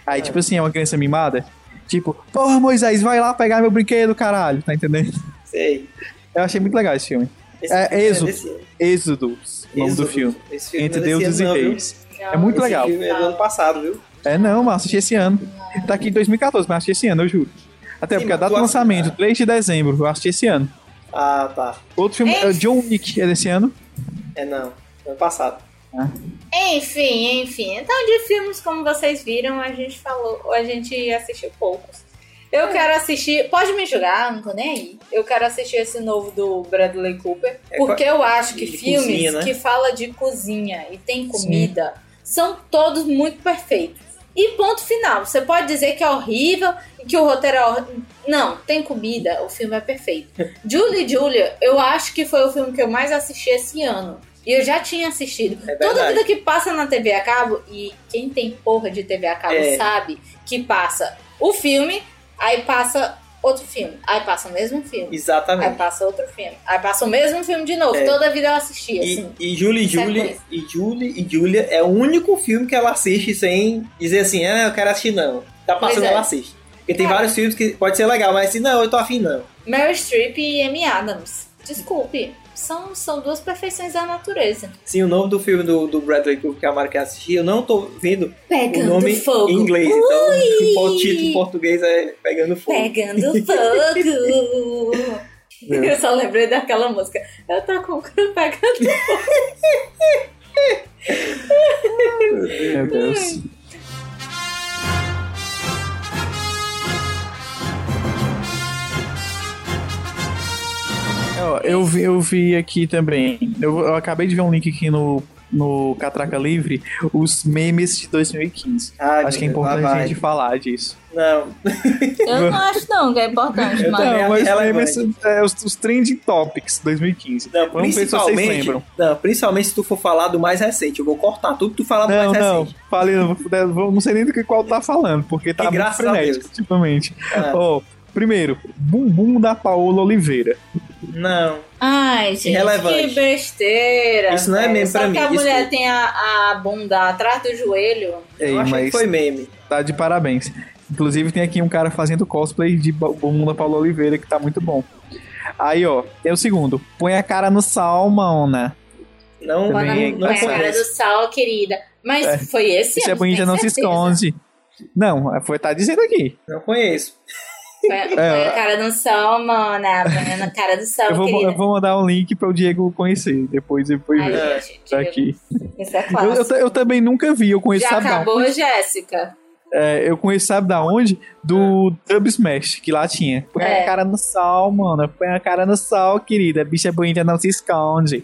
Speaker 3: Aí, tipo assim, é uma criança mimada. Tipo, porra, Moisés, vai lá pegar meu brinquedo, caralho. Tá entendendo?
Speaker 2: Sei.
Speaker 3: Eu achei muito legal esse filme.
Speaker 2: Esse
Speaker 3: É,
Speaker 2: filme
Speaker 3: Êxodo.
Speaker 2: desse ano.
Speaker 3: Êxodos, o nome do
Speaker 2: Êxodo.
Speaker 3: filme.
Speaker 2: Esse filme
Speaker 3: Entre
Speaker 2: não é desse
Speaker 3: deuses e
Speaker 2: ano, não, viu?
Speaker 3: reis. É muito
Speaker 2: Esse
Speaker 3: legal.
Speaker 2: filme é do ano passado, viu?
Speaker 3: É não, mas assisti esse ano. Tá aqui em 2014, mas assisti esse ano, eu juro. Até
Speaker 2: Sim,
Speaker 3: porque a
Speaker 2: mas
Speaker 3: data
Speaker 2: tu
Speaker 3: do
Speaker 2: acha-
Speaker 3: lançamento, 3 de dezembro, eu assisti esse ano.
Speaker 2: Ah, tá.
Speaker 3: Outro filme, é o John Wick, é desse ano.
Speaker 2: É não. Ano passado.
Speaker 1: Enfim, enfim. Então, de filmes, como vocês viram, a gente falou, a gente assistiu poucos. Eu
Speaker 2: É.
Speaker 1: quero assistir. Pode me julgar, não tô nem aí. Eu quero assistir esse novo do Bradley Cooper.
Speaker 2: É
Speaker 1: Porque eu acho que
Speaker 2: de
Speaker 1: filmes
Speaker 2: cozinha, né?
Speaker 1: que fala de cozinha e tem comida são todos muito perfeitos. E ponto final. Você pode dizer que é horrível, que o roteiro é horrível. Não, tem comida, o filme é perfeito. Julie e Julia, eu acho que foi o filme que eu mais assisti esse ano. E eu já tinha assistido.
Speaker 2: É
Speaker 1: Toda
Speaker 2: verdade.
Speaker 1: vida que passa na TV a cabo, e quem tem porra de TV a cabo
Speaker 2: É.
Speaker 1: sabe que passa o filme, aí passa outro filme, aí passa o mesmo filme. Aí
Speaker 2: Exatamente.
Speaker 1: passa outro filme. Aí passa o mesmo filme de novo.
Speaker 2: É.
Speaker 1: Toda vida eu assistia, assim.
Speaker 2: E, e Julie e Julie
Speaker 1: Sequência.
Speaker 2: e Julie e Julia é o único filme que ela assiste sem dizer assim, ah, eu quero assistir não. Tá passando,
Speaker 1: Pois é.
Speaker 2: ela assiste. Porque tem
Speaker 1: É.
Speaker 2: vários filmes que pode ser legal, mas assim, não, eu tô afim não.
Speaker 1: Meryl Streep e Amy Adams. Desculpe. São, são duas perfeições da natureza.
Speaker 2: Sim, Assim, o nome do filme do, do Bradley Cooper que a Mara quer assistir, eu não tô vendo o
Speaker 1: Pegando
Speaker 2: nome
Speaker 1: fogo.
Speaker 2: em inglês. Então, o título em português é Pegando Fogo.
Speaker 1: Pegando fogo.
Speaker 2: É.
Speaker 1: Eu só lembrei daquela música. Eu tô com o cu pegando.
Speaker 3: Meu Deus. Eu, eu, vi, eu vi aqui também. Eu, eu acabei de ver um link aqui no, no Catraca Livre, os memes de 2015.
Speaker 2: Ai,
Speaker 3: Acho que é
Speaker 2: meu Deus,
Speaker 3: importante
Speaker 2: lá
Speaker 3: a
Speaker 2: vai.
Speaker 3: gente falar disso.
Speaker 2: Não,
Speaker 3: Eu
Speaker 1: Eu não acho não que é importante,
Speaker 2: Eu mas-
Speaker 1: mas...
Speaker 2: também.
Speaker 3: Não, mas
Speaker 2: ela é
Speaker 3: memes, é, os, os trending topics 2015.
Speaker 2: não,
Speaker 3: Vamos ver se um vocês
Speaker 2: principalmente,
Speaker 3: lembram.
Speaker 2: não, principalmente se tu for falar do mais recente. Eu vou cortar tudo que tu falar do
Speaker 3: Não,
Speaker 2: mais
Speaker 3: não,
Speaker 2: recente.
Speaker 3: falei, não, vou- não sei nem do que qual tá falando, porque tá
Speaker 2: E
Speaker 3: muito
Speaker 2: graças a
Speaker 3: frenético
Speaker 2: Deus.
Speaker 3: ultimamente.
Speaker 2: Ah,
Speaker 3: Ó, primeiro, bumbum da Paola Oliveira.
Speaker 2: não,
Speaker 1: Ai, gente,
Speaker 2: Irrelevante.
Speaker 1: que besteira.
Speaker 2: Isso não é
Speaker 1: velho.
Speaker 2: meme
Speaker 1: Só
Speaker 2: pra
Speaker 1: que
Speaker 2: mim,
Speaker 1: a
Speaker 2: isso
Speaker 1: mulher
Speaker 2: não.
Speaker 1: tem a, a bunda atrás do joelho.
Speaker 3: Ei,
Speaker 2: eu achei
Speaker 3: mas
Speaker 2: que foi meme.
Speaker 3: tá de parabéns. Inclusive tem aqui um cara fazendo cosplay de ba- bumbum da Paola Oliveira, que tá muito bom. Aí, ó, é o segundo. Põe a cara no salmão, né?
Speaker 2: Não,
Speaker 3: Também
Speaker 1: Quando
Speaker 3: é
Speaker 1: a- põe a cara
Speaker 2: acontece.
Speaker 1: do sal, querida. Mas foi esse
Speaker 3: Isso é
Speaker 1: ano,
Speaker 3: bonita,
Speaker 1: tem
Speaker 3: não se
Speaker 1: certeza.
Speaker 3: esconde. Não, foi tá dizendo aqui.
Speaker 2: não conheço.
Speaker 1: Põe, põe a cara do sal, mana. Põe na cara do sal,
Speaker 3: É. Eu vou,
Speaker 1: querida.
Speaker 3: eu vou mandar um link para o Diego conhecer, depois depois
Speaker 1: né? Ai,
Speaker 2: É,
Speaker 3: ver.
Speaker 1: gente,
Speaker 3: Tá
Speaker 1: Diego,
Speaker 3: aqui.
Speaker 1: Isso é
Speaker 3: Eu, eu
Speaker 1: clássico.
Speaker 3: ta- eu também nunca vi, eu conheço,
Speaker 1: Já
Speaker 3: sabe da
Speaker 1: acabou, Jéssica.
Speaker 3: É, eu conheço, sabe da onde? Do Dub Smash, que lá tinha. Põe
Speaker 1: É.
Speaker 3: a cara no sal, mano. Põe a cara no sal, querida. Bicha é bonita não se esconde.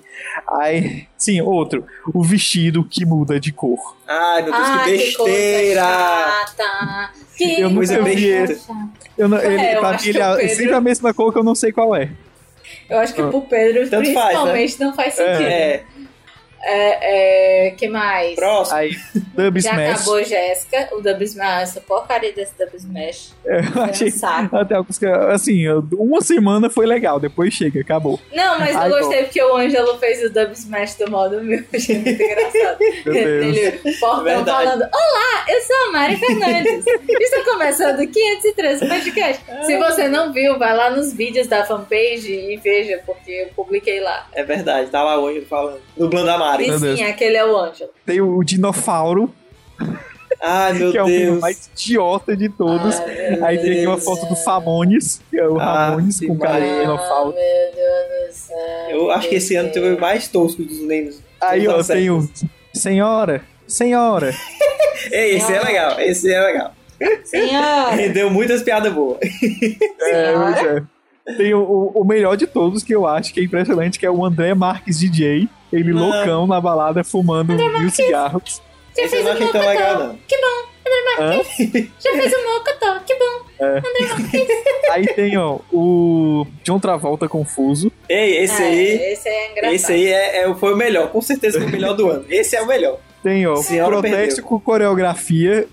Speaker 3: Aí, sim, outro. O vestido que muda de cor.
Speaker 2: Ai, meu Deus, que
Speaker 1: Ai,
Speaker 2: besteira!
Speaker 1: Que coisa chata. Que
Speaker 3: Eu nunca
Speaker 2: coisa
Speaker 3: vi
Speaker 2: besta.
Speaker 3: esse. Eu não, ele,
Speaker 1: É, eu
Speaker 3: pra
Speaker 1: acho
Speaker 3: mim, ele
Speaker 1: que o
Speaker 3: é
Speaker 1: Pedro-
Speaker 3: sempre a mesma cor que eu não sei qual é.
Speaker 1: Eu acho que pro Pedro,
Speaker 2: Tanto faz, né?
Speaker 1: principalmente, não faz sentido. É.
Speaker 2: É,
Speaker 1: É, que mais?
Speaker 2: próximo.
Speaker 3: Aí, Dub
Speaker 1: Já
Speaker 3: Smash.
Speaker 1: acabou, Jéssica. O Dub Smash, essa porcaria desse Dub Smash.
Speaker 3: Eu
Speaker 1: Foi um
Speaker 3: achei.
Speaker 1: saco.
Speaker 3: Até alguns que- assim, uma semana foi legal, depois chega, acabou.
Speaker 1: Não, mas
Speaker 3: Ai,
Speaker 1: eu gostei porque o Ângelo fez o Dub Smash do modo meu. Achei muito engraçado.
Speaker 3: Meu Deus.
Speaker 1: Ele, portão
Speaker 2: Verdade.
Speaker 1: falando: Olá, eu sou a Mari Fernandes. Está começando o 513 Podcast.
Speaker 3: Ah.
Speaker 1: Se você não viu, vai lá nos vídeos da fanpage e veja, porque eu publiquei lá.
Speaker 2: É verdade, tá lá hoje falando. Dublando a Mari.
Speaker 1: E
Speaker 3: Meu
Speaker 1: sim, aquele é o Ângelo.
Speaker 3: Tem o Dinofauro,
Speaker 2: Ai, meu
Speaker 3: que é o filme
Speaker 2: Deus.
Speaker 3: mais idiota de todos.
Speaker 1: Ah,
Speaker 3: Aí tem aqui uma
Speaker 2: Deus.
Speaker 3: foto do Ramones, que é o
Speaker 2: Ah,
Speaker 3: Ramones
Speaker 2: sim,
Speaker 3: com cara de
Speaker 2: mas-
Speaker 3: dinossauro.
Speaker 1: meu Deus do céu.
Speaker 2: Eu acho que esse ano teve o mais tosco dos memes.
Speaker 3: Aí,
Speaker 2: Não
Speaker 3: ó,
Speaker 2: tá certo.
Speaker 3: tem o Senhora, Senhora,
Speaker 2: É, esse é legal, esse é legal.
Speaker 1: Senhora!
Speaker 2: Rendeu muitas piadas boas.
Speaker 3: É, mas é. Tem o, o melhor de todos que eu acho que é impressionante, que é o André Marques DJ, ele
Speaker 2: Não.
Speaker 3: loucão na balada fumando mil cigarros.
Speaker 1: Já
Speaker 2: Esse eu
Speaker 1: fez
Speaker 2: não
Speaker 1: um
Speaker 2: achei tão legal,
Speaker 1: mocotó.
Speaker 2: não.
Speaker 1: Que bom! André Marques! Já fez um mocotó. Que bom!
Speaker 3: Aí tem, ó, o John Travolta confuso.
Speaker 2: Ei, esse
Speaker 1: É,
Speaker 2: aí.
Speaker 1: Esse é engraçado.
Speaker 2: Esse aí é, é- foi o melhor, com certeza foi o melhor do ano. Esse é o melhor.
Speaker 3: Tem, ó,
Speaker 2: Senhora
Speaker 3: protesto
Speaker 2: perdeu.
Speaker 3: com coreografia,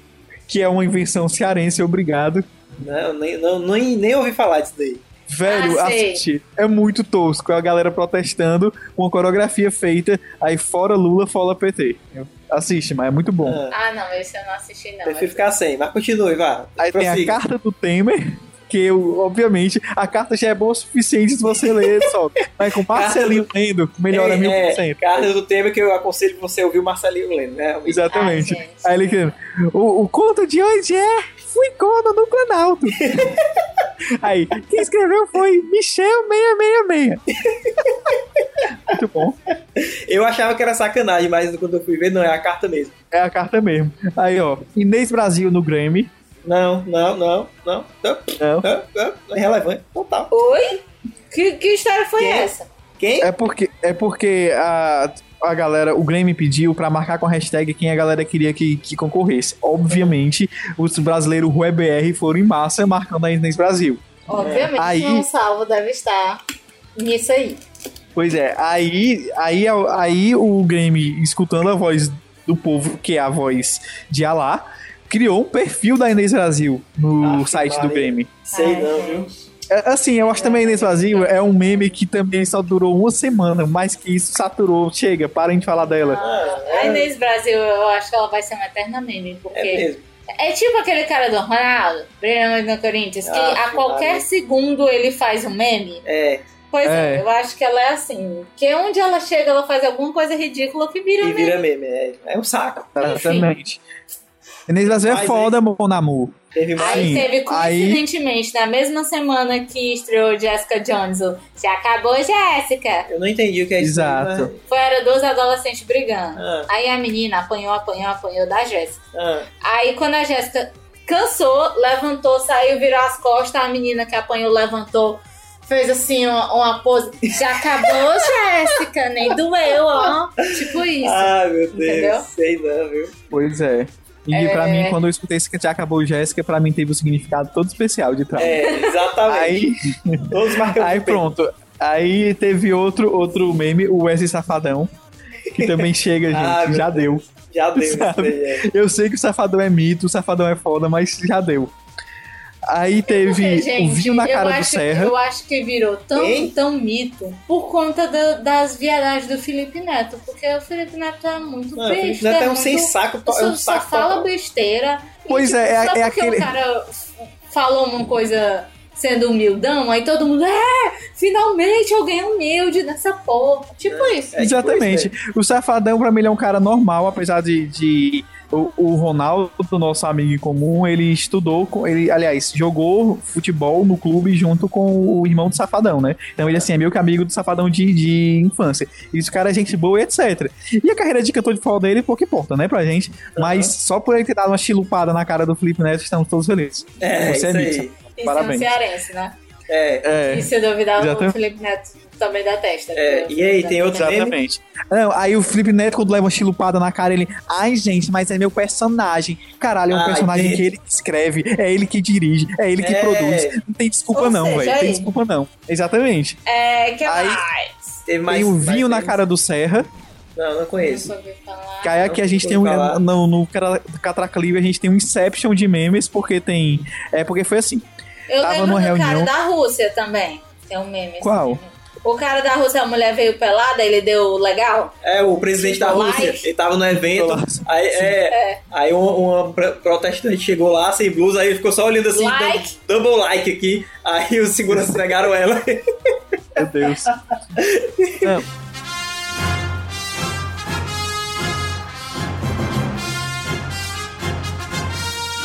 Speaker 3: que é uma invenção cearense, obrigado.
Speaker 2: Não, Né? nem, não, nem, nem ouvi falar disso daí.
Speaker 3: Velho,
Speaker 1: Ah, sei.
Speaker 3: assiste. É muito tosco. A galera protestando com uma coreografia feita. Aí fora Lula, fora PT. Assiste, mas é muito bom.
Speaker 2: Ah,
Speaker 1: Ah, não, esse eu não assisti, não.
Speaker 2: prefiro ficar sem, mas continue, vá.
Speaker 3: Aí tem a
Speaker 2: Prossiga.
Speaker 3: carta do Temer. Que eu, obviamente, a carta já é boa o suficiente se você ler só. Mas com Marcelinho lendo, melhora
Speaker 2: É,
Speaker 3: mil por
Speaker 2: é,
Speaker 3: cento.
Speaker 2: Carta do Temer que eu aconselho você ouvir o Marcelinho lendo, né? Realmente.
Speaker 3: Exatamente.
Speaker 1: Ah, gente.
Speaker 3: Aí ele querendo. O, o conto de hoje é Fui corno no Planalto. Aí, quem escreveu foi Michel666. Muito bom.
Speaker 2: Eu achava que era sacanagem, mas quando eu fui ver, não, é a carta mesmo.
Speaker 3: É a carta mesmo. Aí, ó. Inês Brasil no Grammy. né?
Speaker 2: Não, não, não, não. Não,
Speaker 3: Não.
Speaker 2: não, não, não é relevante. Total.
Speaker 1: Oi? Que, que história foi
Speaker 2: Quem?
Speaker 1: essa?
Speaker 2: Quem?
Speaker 3: É porque, é porque a, a galera, o Grammy pediu pra marcar com a hashtag quem a galera queria que, que concorresse. Obviamente, os brasileiros RueBR foram em massa marcando a Inês Brasil.
Speaker 1: Obviamente,
Speaker 3: Aí-
Speaker 1: não salvo deve estar nisso aí.
Speaker 3: Pois é, aí, aí, aí o Grammy, escutando a voz do povo, que é a voz de Alá, criou um perfil da Inês Brasil no
Speaker 2: Ah,
Speaker 3: site do
Speaker 2: Maria.
Speaker 3: Grammy.
Speaker 2: Sei
Speaker 1: Ai,
Speaker 2: não, viu?
Speaker 3: É, Assim, eu acho também Inês Brasil é um meme que também só durou uma semana, mais que isso saturou. Chega, parem de falar dela.
Speaker 2: Ah,
Speaker 1: A
Speaker 2: é,
Speaker 1: Inês Brasil, eu acho que ela vai ser uma eterna meme, porque...
Speaker 2: é mesmo.
Speaker 1: É tipo aquele cara do Ronaldo, brilhante no Corinthians, que
Speaker 2: Ah,
Speaker 1: a qualquer
Speaker 2: Maria.
Speaker 1: segundo ele faz um meme.
Speaker 2: É.
Speaker 1: Pois é.
Speaker 3: É.
Speaker 1: eu acho que ela é assim. Que onde ela chega, ela faz alguma coisa ridícula que vira
Speaker 2: E
Speaker 1: meme.
Speaker 2: vira meme. É, é um saco.
Speaker 3: Exatamente. Inês Brasil é
Speaker 2: Mas
Speaker 3: foda, Mon Amour.
Speaker 2: Teve mais.
Speaker 1: Aí
Speaker 3: Sim,
Speaker 1: teve,
Speaker 3: aí-
Speaker 1: coincidentemente, na mesma semana que estreou Jessica Jones, o Se Acabou Jéssica.
Speaker 2: Eu não entendi o que é isso.
Speaker 3: Exato.
Speaker 2: mas-
Speaker 1: Foi, era dois adolescentes brigando.
Speaker 2: Ah,
Speaker 1: Aí a menina apanhou, apanhou, apanhou da Jéssica.
Speaker 2: ah.
Speaker 1: Aí quando a Jéssica cansou, levantou, saiu, virou as costas, a menina que apanhou levantou, fez assim uma, uma pose. Se acabou, Jéssica, nem doeu, ó. Tipo isso.
Speaker 2: Ah, meu Deus.
Speaker 1: Entendeu?
Speaker 2: Sei não, viu?
Speaker 3: Pois é. E
Speaker 1: É.
Speaker 3: pra mim, quando eu escutei esse que já acabou Jéssica, pra mim teve um significado todo especial de trás.
Speaker 2: É, exatamente.
Speaker 3: Tá. Aí,
Speaker 2: Todos marcamos
Speaker 3: aí
Speaker 2: o peito.
Speaker 3: pronto. Aí teve outro, outro meme, o Wesley Safadão, que também chega, gente.
Speaker 2: Ah, meu
Speaker 3: já deu.
Speaker 2: Já deu isso
Speaker 3: Sabe?
Speaker 2: aí, é.
Speaker 3: Eu sei que o Safadão é mito, o Safadão é foda, mas já deu. Aí
Speaker 1: Porque,
Speaker 3: teve
Speaker 1: é, gente,
Speaker 3: o vinho na
Speaker 1: eu
Speaker 3: cara do
Speaker 1: acho-
Speaker 3: Serra.
Speaker 1: Eu acho que virou tão,
Speaker 2: Hein?
Speaker 1: tão mito por conta da- das viadagens do Felipe Neto. Porque o Felipe Neto é muito
Speaker 2: Não,
Speaker 1: besta.
Speaker 2: não é até um
Speaker 1: muito-
Speaker 2: sem saco,
Speaker 1: só,
Speaker 2: é um
Speaker 1: só
Speaker 2: saco
Speaker 1: fala
Speaker 2: total.
Speaker 1: besteira.
Speaker 3: Pois
Speaker 1: tipo,
Speaker 3: é, é-
Speaker 1: só
Speaker 3: é
Speaker 1: porque
Speaker 3: aquele-
Speaker 1: o cara f- falou uma coisa sendo humildão, aí todo mundo, é, finalmente alguém é humilde nessa porra. Tipo isso.
Speaker 2: É, tipo
Speaker 3: Exatamente. O Safadão, pra mim, ele é um cara normal, apesar de. de- o, o Ronaldo, nosso amigo em comum, ele estudou, com, ele, aliás, jogou futebol no clube junto com o irmão do Safadão, né? Então ele, assim, é meio que amigo do Safadão de, de infância. Esse cara é gente boa e etc. E a carreira de cantor de forró dele, pouco importa, né, pra gente. Mas só por ele ter dado uma chilupada na cara do Felipe Neto, estamos todos felizes.
Speaker 2: É,
Speaker 3: Você é
Speaker 2: isso aí.
Speaker 1: Isso
Speaker 3: parabéns.
Speaker 1: é um cearense, né?
Speaker 2: É, um-
Speaker 3: É.
Speaker 1: E se eu duvidar, o
Speaker 3: Exatamente.
Speaker 1: Felipe Neto também dá testa.
Speaker 2: É,
Speaker 1: porque o
Speaker 2: e aí,
Speaker 1: Felipe
Speaker 2: tem
Speaker 1: Neto
Speaker 2: outros
Speaker 1: também-
Speaker 2: memes?
Speaker 3: Exatamente. Não, aí o Felipe Neto, quando leva uma chilupada na cara, ele. Ai, gente, mas é meu personagem. Caralho, é um
Speaker 2: Ai,
Speaker 3: personagem
Speaker 2: gente.
Speaker 3: que ele que escreve, é ele que dirige, é ele que
Speaker 2: É.
Speaker 3: produz. Não tem desculpa,
Speaker 1: Ou
Speaker 3: não,
Speaker 1: seja,
Speaker 3: velho. Não tem
Speaker 1: aí.
Speaker 3: desculpa, não. Exatamente.
Speaker 2: um-
Speaker 1: É, que
Speaker 3: Aí-
Speaker 1: mais?
Speaker 2: teve mais.
Speaker 3: tem o
Speaker 2: mais
Speaker 3: vinho na
Speaker 2: memes.
Speaker 3: cara do Serra.
Speaker 2: Não, não conheço.
Speaker 1: Nunca ouvi falar.
Speaker 3: Que aí aqui a gente
Speaker 2: vou
Speaker 3: tem um.
Speaker 2: falar.
Speaker 3: No, no Catra- Catraca Livre a gente tem um Inception de memes, porque tem. É porque foi assim.
Speaker 1: Eu
Speaker 3: Tava
Speaker 1: lembro do
Speaker 3: numa
Speaker 1: cara
Speaker 3: reunião-
Speaker 1: da Rússia também. Tem um meme. assim.
Speaker 3: Qual?
Speaker 1: O cara da Rússia, a mulher veio pelada, ele deu legal.
Speaker 2: É, o presidente da
Speaker 1: Nicolai.
Speaker 2: Rússia, ele tava no evento,
Speaker 3: Nicolai.
Speaker 2: aí, é, aí um- uma, pro- protestante chegou lá sem blusa, aí ele ficou só olhando assim,
Speaker 1: Like.
Speaker 2: dou- double like aqui, aí os seguranças pegaram ela.
Speaker 3: Meu Deus. Não.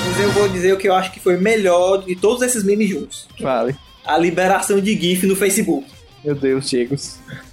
Speaker 2: Mas eu vou dizer o que eu acho que foi melhor de todos esses memes juntos.
Speaker 3: Vale.
Speaker 2: A liberação de GIF no Facebook.
Speaker 3: Meu Deus, Diego.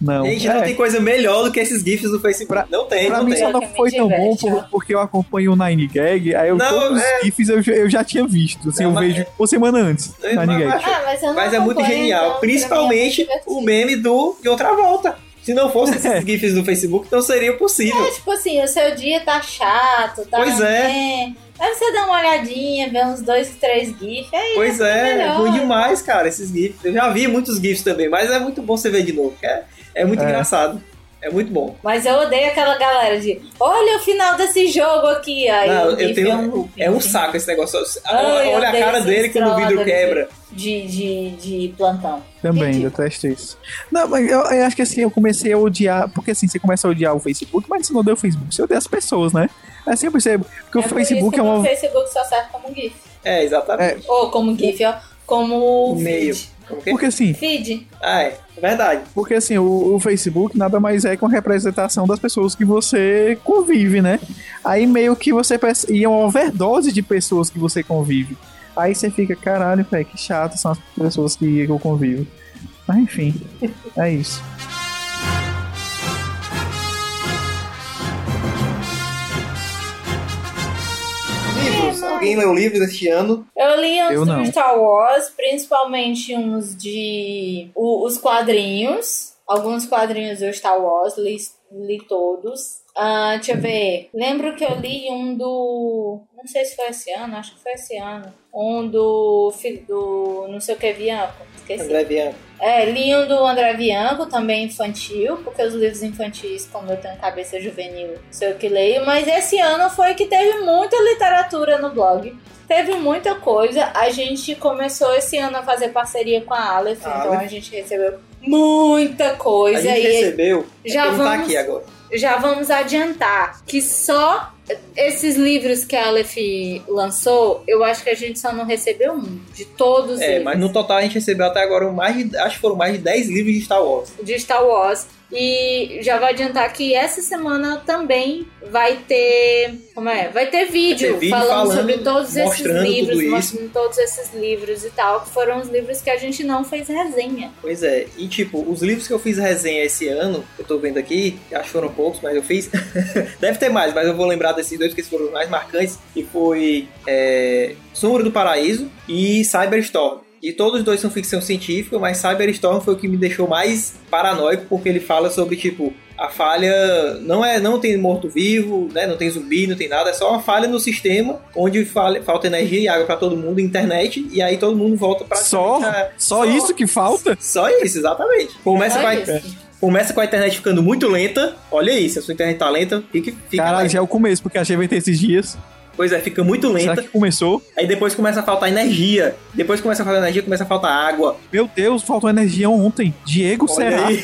Speaker 3: Não.
Speaker 2: Gente, não
Speaker 3: É,
Speaker 2: tem coisa melhor do que esses GIFs do Facebook.
Speaker 3: Pra-
Speaker 2: não tem,
Speaker 3: Pra
Speaker 2: não
Speaker 3: mim
Speaker 2: tem.
Speaker 3: só não
Speaker 1: Também
Speaker 3: foi tão bom
Speaker 1: diverte,
Speaker 3: por-
Speaker 1: ó.
Speaker 3: porque eu acompanho o Nine Gag, aí eu,
Speaker 2: Não,
Speaker 3: todos os GIFs eu, já- eu já tinha visto. Assim,
Speaker 2: Não,
Speaker 3: eu
Speaker 2: mas-
Speaker 3: vejo uma semana antes
Speaker 2: É,
Speaker 3: Nine
Speaker 2: mas-
Speaker 3: Gag.
Speaker 1: Ah, mas eu não
Speaker 2: Mas é muito
Speaker 1: acompanho, então, pra mim é
Speaker 2: genial.
Speaker 1: muito
Speaker 2: principalmente
Speaker 1: divertido.
Speaker 2: o meme do de outra volta. Se não fossem esses GIFs do Facebook, não seria possível.
Speaker 1: É, tipo assim, o seu dia tá chato, tá
Speaker 2: Pois é.
Speaker 1: ruim. Aí você dá uma olhadinha, vê uns dois, três GIFs. É
Speaker 2: Pois é, é
Speaker 1: melhor.
Speaker 2: ruim demais, cara, esses GIFs. Eu já vi muitos GIFs também, mas é muito bom você ver de novo. que É, é muito
Speaker 3: É.
Speaker 2: engraçado. É muito bom.
Speaker 1: Mas eu odeio aquela galera de olha o final desse jogo aqui. Aí
Speaker 2: Não,
Speaker 1: o
Speaker 2: eu
Speaker 1: GIF
Speaker 2: tenho
Speaker 1: é
Speaker 2: um-
Speaker 1: um,
Speaker 2: é um saco esse negócio.
Speaker 1: Ai, é eu
Speaker 2: olha a
Speaker 1: odeio
Speaker 2: cara
Speaker 1: esses
Speaker 2: dele quando o vidro
Speaker 1: troll,
Speaker 2: quebra.
Speaker 1: de, de, de plantão.
Speaker 3: Também,
Speaker 1: Entendi.
Speaker 3: detesto isso. Não, mas eu, eu acho que assim, eu comecei a odiar. Porque assim, você começa a odiar o Facebook, mas você não odeia o Facebook, você odeia as pessoas, né? Assim eu percebo. Porque o
Speaker 1: por isso
Speaker 3: Facebook
Speaker 1: que
Speaker 3: é
Speaker 1: O
Speaker 3: uma.
Speaker 1: Facebook só serve como GIF.
Speaker 2: É, exatamente.
Speaker 1: Ou como GIF, ó. Como
Speaker 2: Meio.
Speaker 1: feed.
Speaker 2: Como que é?
Speaker 3: Porque assim,
Speaker 1: Feed?
Speaker 2: Ah, é. é Verdade.
Speaker 3: Porque assim, o, o Facebook nada mais é que uma representação das pessoas que você convive, né? Aí meio que você perce- e é uma overdose de pessoas que você convive. Aí você fica, caralho, velho, que chato são as pessoas que eu convivo. Mas enfim, é isso.
Speaker 1: É,
Speaker 2: Livros. Alguém leu livros este ano?
Speaker 1: Eu li
Speaker 3: Eu
Speaker 1: uns
Speaker 3: não.
Speaker 1: do Star Wars, principalmente uns de. o- os quadrinhos. Alguns quadrinhos do Star Wars, li, li todos. Ah, deixa eu ver. Lembro que eu li um do. Não sei se foi esse ano, acho que foi esse ano. Um do. fi- do não sei o que, Bianco. Esqueci.
Speaker 2: André Viana.
Speaker 1: É, li um do André Bianco, também infantil, porque os livros infantis, como eu tenho cabeça juvenil, sei o que leio. Mas esse ano foi que teve muita literatura no blog. Teve muita coisa. A gente começou esse ano a fazer parceria com a Aleph,
Speaker 2: A
Speaker 1: então
Speaker 2: Aleph.
Speaker 1: a gente recebeu muita
Speaker 2: A
Speaker 1: coisa.
Speaker 2: gente
Speaker 1: e
Speaker 2: recebeu. é
Speaker 1: já
Speaker 2: que não tá
Speaker 1: vamos-
Speaker 2: aqui agora.
Speaker 1: já vamos adiantar que só esses livros que a Aleph lançou, eu acho que a gente só não recebeu um, de todos
Speaker 2: É,
Speaker 1: eles.
Speaker 2: mas no total a gente recebeu até agora um mais de, acho que foram mais de 10 livros de Star Wars.
Speaker 1: de Star Wars. E já vou adiantar que essa semana também vai ter. Como é? Vai ter vídeo,
Speaker 2: Vai ter vídeo
Speaker 1: falando,
Speaker 2: falando,
Speaker 1: sobre todos esses
Speaker 2: mostrando
Speaker 1: livros,
Speaker 2: tudo isso.
Speaker 1: mostrando todos esses livros e tal, que foram os livros que a gente não fez resenha.
Speaker 2: Pois é, e tipo, os livros que eu fiz resenha esse ano, eu tô vendo aqui, acho que foram poucos, mas eu fiz. Deve ter mais, mas eu vou lembrar desses dois que foram os mais marcantes, que foi é, Sombra do Paraíso e Cyberstorm. E todos os dois são ficção científica, mas Cyberstorm foi o que me deixou mais paranoico, porque ele fala sobre, tipo, a falha não é não tem morto-vivo, né? Não tem zumbi, não tem nada, é só uma falha no sistema onde falha- falta energia e água pra todo mundo, internet, e aí todo mundo volta pra
Speaker 3: Só?
Speaker 2: é.
Speaker 3: Só isso que falta?
Speaker 2: só isso, exatamente. Começa, com
Speaker 1: Olha
Speaker 2: a,
Speaker 1: isso.
Speaker 2: começa com a internet ficando muito lenta. Olha aí, se a sua internet tá lenta, fique, fica
Speaker 3: Caralho,
Speaker 2: lenta.
Speaker 3: já é o começo, porque a GVT esses dias.
Speaker 2: Pois é, fica muito lenta.
Speaker 3: Será que começou?
Speaker 2: Aí depois começa a faltar energia. Depois começa a faltar energia, começa a faltar água.
Speaker 3: Meu Deus, faltou energia ontem. Diego,
Speaker 2: Olha
Speaker 3: será?
Speaker 2: aí.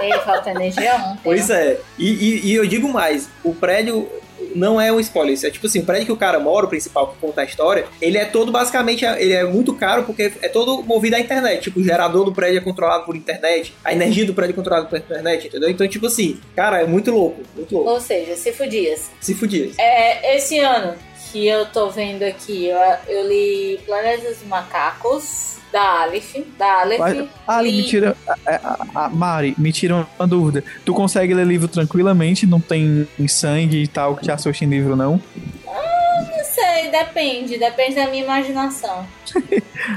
Speaker 1: Ei, falta energia ontem. né?
Speaker 2: Pois é. E, e- e eu digo mais, o prédio não é um spoiler. Isso é tipo assim, o prédio que o cara mora, o principal que conta a história, ele é todo basicamente, ele é muito caro porque é todo movido à internet. Tipo, o gerador do prédio é controlado por internet, a energia do prédio é controlada por internet, entendeu? Então, tipo assim, cara, é muito louco, muito louco.
Speaker 1: Ou seja, se fudias.
Speaker 2: Se fudia.
Speaker 1: É, esse ano que eu tô vendo aqui, eu, eu li Planeta dos Macacos, da Aleph. Da Aleph.
Speaker 3: Mas- Ali, me
Speaker 1: E-
Speaker 3: tira. A, a- a- Mari, me tira uma dúvida. Tu consegue ler livro tranquilamente? Não tem sangue e tal que te assuste em livro, não?
Speaker 1: Não sei, depende, depende da minha imaginação.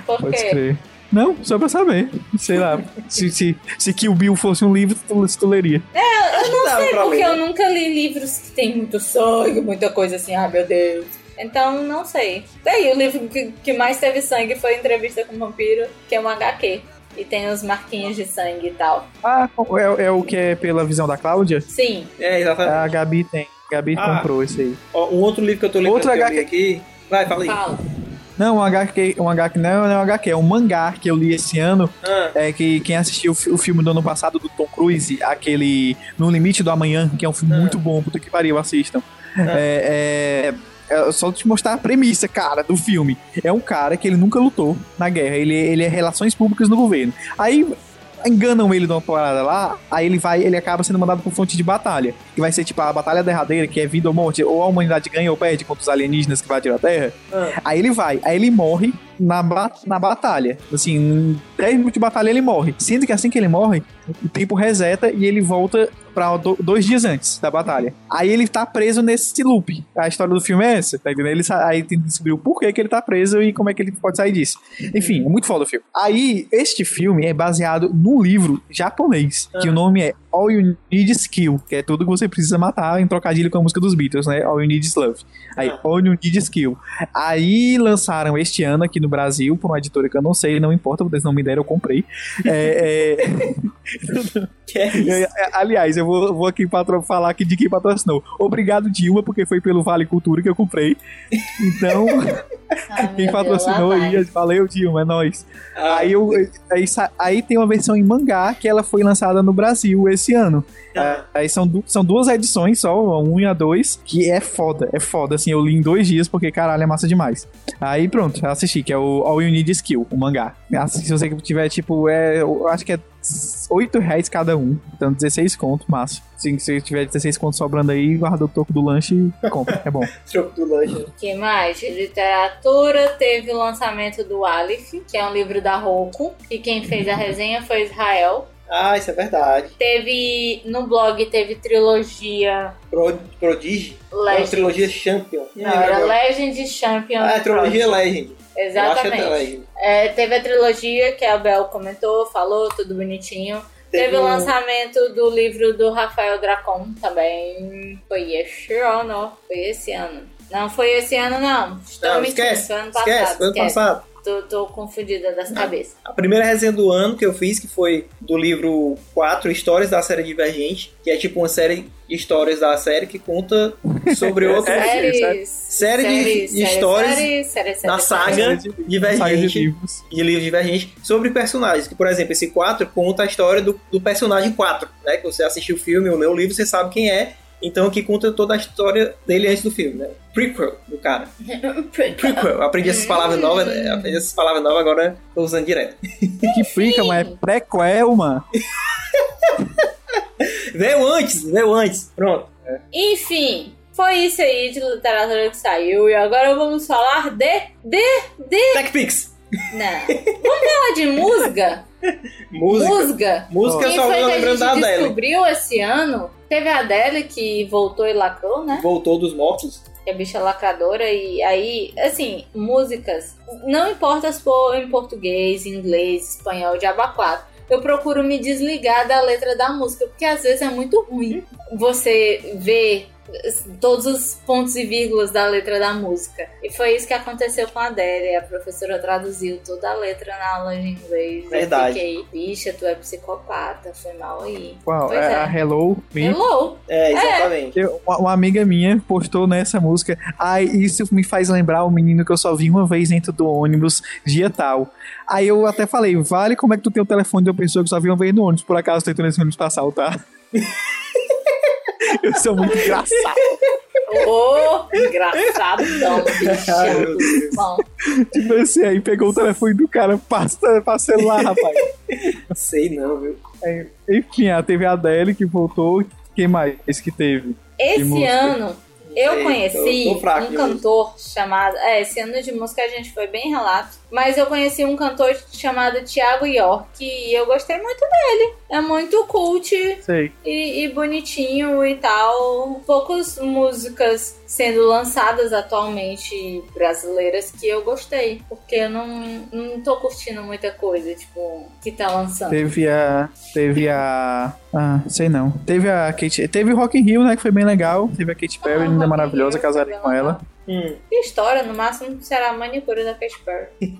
Speaker 1: Por
Speaker 3: Pode
Speaker 1: quê?
Speaker 3: crer. Não, só pra saber. Sei lá. se, se, se Kill Bill fosse um livro, tu, tu leria.
Speaker 2: Acho que dava pra
Speaker 1: É Porque
Speaker 2: ler.
Speaker 1: eu
Speaker 2: né?
Speaker 1: nunca li livros que tem muito sangue, muita coisa assim, ah, meu Deus. Então, não sei. Daí, o livro que, que mais teve sangue foi Entrevista com o Vampiro, que é um HQ. E tem os marquinhos de sangue e tal.
Speaker 3: Ah, é, é o que é pela visão da Cláudia?
Speaker 1: Sim,
Speaker 2: É, exatamente.
Speaker 3: A Gabi tem. A Gabi
Speaker 2: Ah.
Speaker 3: comprou esse aí.
Speaker 2: Ó, um outro livro que eu tô lendo
Speaker 3: Outro
Speaker 2: que eu
Speaker 3: HQ.
Speaker 2: li aqui. Vai, fala aí.
Speaker 1: fala.
Speaker 3: Não, um HQ, um HQ não, não é um HQ, é um mangá que eu li esse ano.
Speaker 2: Ah,
Speaker 3: É que quem assistiu o fi- o filme do ano passado do Tom Cruise, aquele No Limite do Amanhã, que é um filme
Speaker 2: Ah.
Speaker 3: muito bom, puta que pariu, assistam. É, é- é só te mostrar a premissa, cara, do filme. É um cara que ele nunca lutou na guerra, ele, ele é relações públicas no governo. Aí enganam ele de uma parada lá, aí ele vai, ele acaba sendo mandado pro fonte de batalha, que vai ser tipo a batalha derradeira, que é vida ou morte, ou a humanidade ganha ou perde contra os alienígenas que invadiram a Terra.
Speaker 2: ah.
Speaker 3: Aí ele vai, aí ele morre, na, ba na batalha. Assim, em 10 minutos de batalha ele morre. Sendo que assim que ele morre, o tempo reseta e ele volta pra do- dois dias antes da batalha. Aí ele tá preso nesse loop. A história do filme é essa, tá entendendo? Ele sa- aí tem que descobrir o porquê que ele tá preso e como é que ele pode sair disso. Enfim, é muito foda o filme. Aí, este filme é baseado num livro japonês, que o nome é All You Need Is Kill, que é tudo que você precisa matar em trocadilho com a música dos Beatles, né? All You Need Is Love. Aí, All You Need Is Kill. Aí lançaram este ano aqui no Brasil, por uma editora que eu não sei, não importa, vocês não me deram, eu comprei. É, é,
Speaker 2: Que é isso?
Speaker 3: é, é, aliás, eu vou, vou aqui patro, falar aqui de quem patrocinou. Obrigado, Dilma, porque foi pelo Vale Cultura que eu comprei. Então,
Speaker 1: Ai,
Speaker 3: quem
Speaker 1: Ah, meu
Speaker 3: patrocinou
Speaker 1: Deus, lá vai.
Speaker 3: aí, valeu, Dilma, é nóis.
Speaker 2: Ah,
Speaker 3: Aí, eu, aí, sa- aí tem uma versão em mangá que ela foi lançada no Brasil esse ano.
Speaker 2: tá.
Speaker 3: Aí são, du- são duas edições só, a 1 e a 2, que é foda, é foda, assim, eu li em dois dias porque, caralho, é massa demais. Aí pronto, assisti, que é o All You Need Skill, o mangá. Assim, se você tiver, tipo, é, eu acho que é 8 reais cada um, então 16 conto, massa. Assim, se você tiver 16 conto sobrando aí, guarda o toco do lanche e compra, é bom.
Speaker 2: Troco do lanche.
Speaker 1: que mais? De literatura teve o lançamento do Aleph, que é um livro da Roku, e quem fez a resenha foi Israel.
Speaker 2: Ah, isso é verdade.
Speaker 1: Teve no blog teve trilogia
Speaker 2: Pro, Prodigy? É uma
Speaker 1: Legend.
Speaker 2: trilogia Champion.
Speaker 1: É Não, era Legend Champion.
Speaker 2: Ah, é trilogia Legend. Eu acho que é
Speaker 1: Exatamente.
Speaker 2: Legend.
Speaker 1: É, teve a trilogia que a Bel comentou, falou, tudo bonitinho. Teve, o
Speaker 2: um-
Speaker 1: lançamento do livro do Rafael Dracon também. Foi esse ano. Foi esse ano. Não foi esse ano, não. Estou
Speaker 2: Não,
Speaker 1: mentindo,
Speaker 2: esquece,
Speaker 1: foi ano passado.
Speaker 2: um- Esquece, foi ano
Speaker 1: esquece.
Speaker 2: passado.
Speaker 1: Tô, tô confundida das cabeças.
Speaker 2: A primeira resenha do ano que eu fiz, que foi do livro 4, Histórias da Série Divergente, que é tipo uma série de histórias da série que conta sobre outra
Speaker 1: É.
Speaker 3: série,
Speaker 1: Séries.
Speaker 2: é, série de- de histórias na saga
Speaker 3: Saga de
Speaker 2: divergente,
Speaker 3: livros.
Speaker 2: de livro divergente, sobre personagens. Que, por exemplo, esse 4 conta a história do, do personagem 4, né? Que você assistiu o filme ou leu o livro, você sabe quem é. Então, que conta toda a história dele antes do filme, né? Prequel do cara. Prequel. Eu aprendi essas palavras novas, né? Eu aprendi essas palavras novas, agora tô usando direto.
Speaker 3: Que frica, mas é prequel, mano.
Speaker 2: Veio antes, veio antes. Pronto.
Speaker 1: Enfim, foi isso aí de literatura que saiu. E agora vamos falar de. de.
Speaker 2: TechPix.
Speaker 1: Não. vamos falar de musga?
Speaker 2: Música.
Speaker 1: Musga?
Speaker 2: Música eu
Speaker 1: Quem
Speaker 2: só
Speaker 1: foi que a gente
Speaker 2: lembrando da Adele.
Speaker 1: descobriu esse ano? Teve a Adele que voltou e lacrou, né?
Speaker 2: Voltou dos mortos.
Speaker 1: Que a bicha é lacradora. E aí, assim, músicas. Não importa se for em português, inglês, espanhol, de abacuado. Eu procuro me desligar da letra da música, porque às vezes é muito ruim você ver assim, todos os pontos e vírgulas da letra da música. E foi isso que aconteceu com a Adélia. A professora traduziu toda a letra na aula de inglês.
Speaker 2: Verdade.
Speaker 1: Eu fiquei, bicha, tu é psicopata, foi mal aí.
Speaker 3: Uau,
Speaker 1: Pois
Speaker 3: é,
Speaker 1: é.
Speaker 3: a Hello Me.
Speaker 1: Hello!
Speaker 2: É, exatamente.
Speaker 3: Eu- uma, uma amiga minha postou nessa música. Ai, isso me faz lembrar o menino que eu só vi uma vez dentro do ônibus, dia tal. Aí eu até falei, vale como é que tu tem o telefone de uma pessoa que só vi uma vez no ônibus, por acaso tu entrou nesse ônibus pra assaltar. eu sou muito engraçado.
Speaker 1: Ô, engraçadão,
Speaker 2: Ai,
Speaker 1: bichão.
Speaker 2: meu Deus.
Speaker 1: Bom,
Speaker 3: Tipo assim, aí pegou o telefone do cara, passa, passa celular, rapaz.
Speaker 2: Sei não, viu?
Speaker 3: Enfim, ah, teve a Adele que voltou. Quem mais que teve? De
Speaker 1: esse
Speaker 3: música.
Speaker 1: ano eu
Speaker 2: Sei,
Speaker 1: conheci
Speaker 2: tô- tô fraco
Speaker 1: um
Speaker 2: de
Speaker 1: cantor chamado. É, esse ano de música a gente foi bem relato. Mas eu conheci um cantor chamado Thiago York e eu gostei muito dele. É muito cult
Speaker 3: Sei.
Speaker 1: e, e bonitinho e tal. Poucas músicas sendo lançadas atualmente brasileiras que eu gostei. Porque eu não, não tô curtindo muita coisa, tipo, que tá lançando.
Speaker 3: Teve a. Teve a. Ah, sei não. Teve a Kate. Teve o Rock in Rio, né? Que foi bem legal. Teve a Kate Perry,
Speaker 1: Ah,
Speaker 3: linda,
Speaker 1: Rock in
Speaker 3: maravilhosa,
Speaker 1: Rio,
Speaker 3: casada
Speaker 1: foi
Speaker 3: com
Speaker 1: bem
Speaker 3: ela.
Speaker 1: legal.
Speaker 2: Hum,
Speaker 1: Que história, no máximo será a manicure da Katy Perry.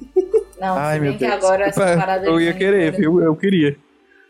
Speaker 1: Não,
Speaker 3: Ai,
Speaker 1: se bem
Speaker 3: meu
Speaker 1: que
Speaker 3: Deus.
Speaker 1: agora essa
Speaker 3: Opa,
Speaker 1: parada
Speaker 3: eu
Speaker 1: de
Speaker 3: ia querer,
Speaker 1: manicure-
Speaker 3: viu? Eu queria.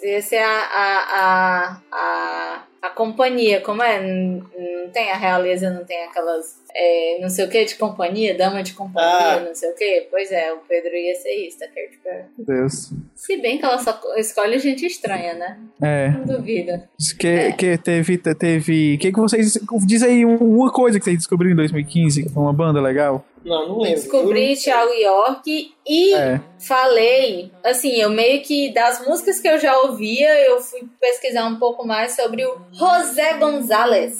Speaker 1: Essa é a, a, a, a, a companhia, como é? N- Não tem a realeza, não tem aquelas é, não sei o que de companhia, dama de companhia,
Speaker 2: Ah.
Speaker 1: não sei o que. Pois é, o Pedro ia ser isso da Katy Perry.
Speaker 3: Meu Deus.
Speaker 1: Se bem que ela só escolhe gente estranha, né?
Speaker 3: É.
Speaker 1: Não duvido. É.
Speaker 3: Diz Que, que teve. teve que, que vocês. Diz aí um- uma coisa que vocês descobriram em 2015, que foi uma banda legal.
Speaker 2: Não, não lembro.
Speaker 1: Descobri Thiago York e
Speaker 3: É.
Speaker 1: falei, assim, eu meio que das músicas que eu já ouvia, eu fui pesquisar um pouco mais sobre o José Gonzalez.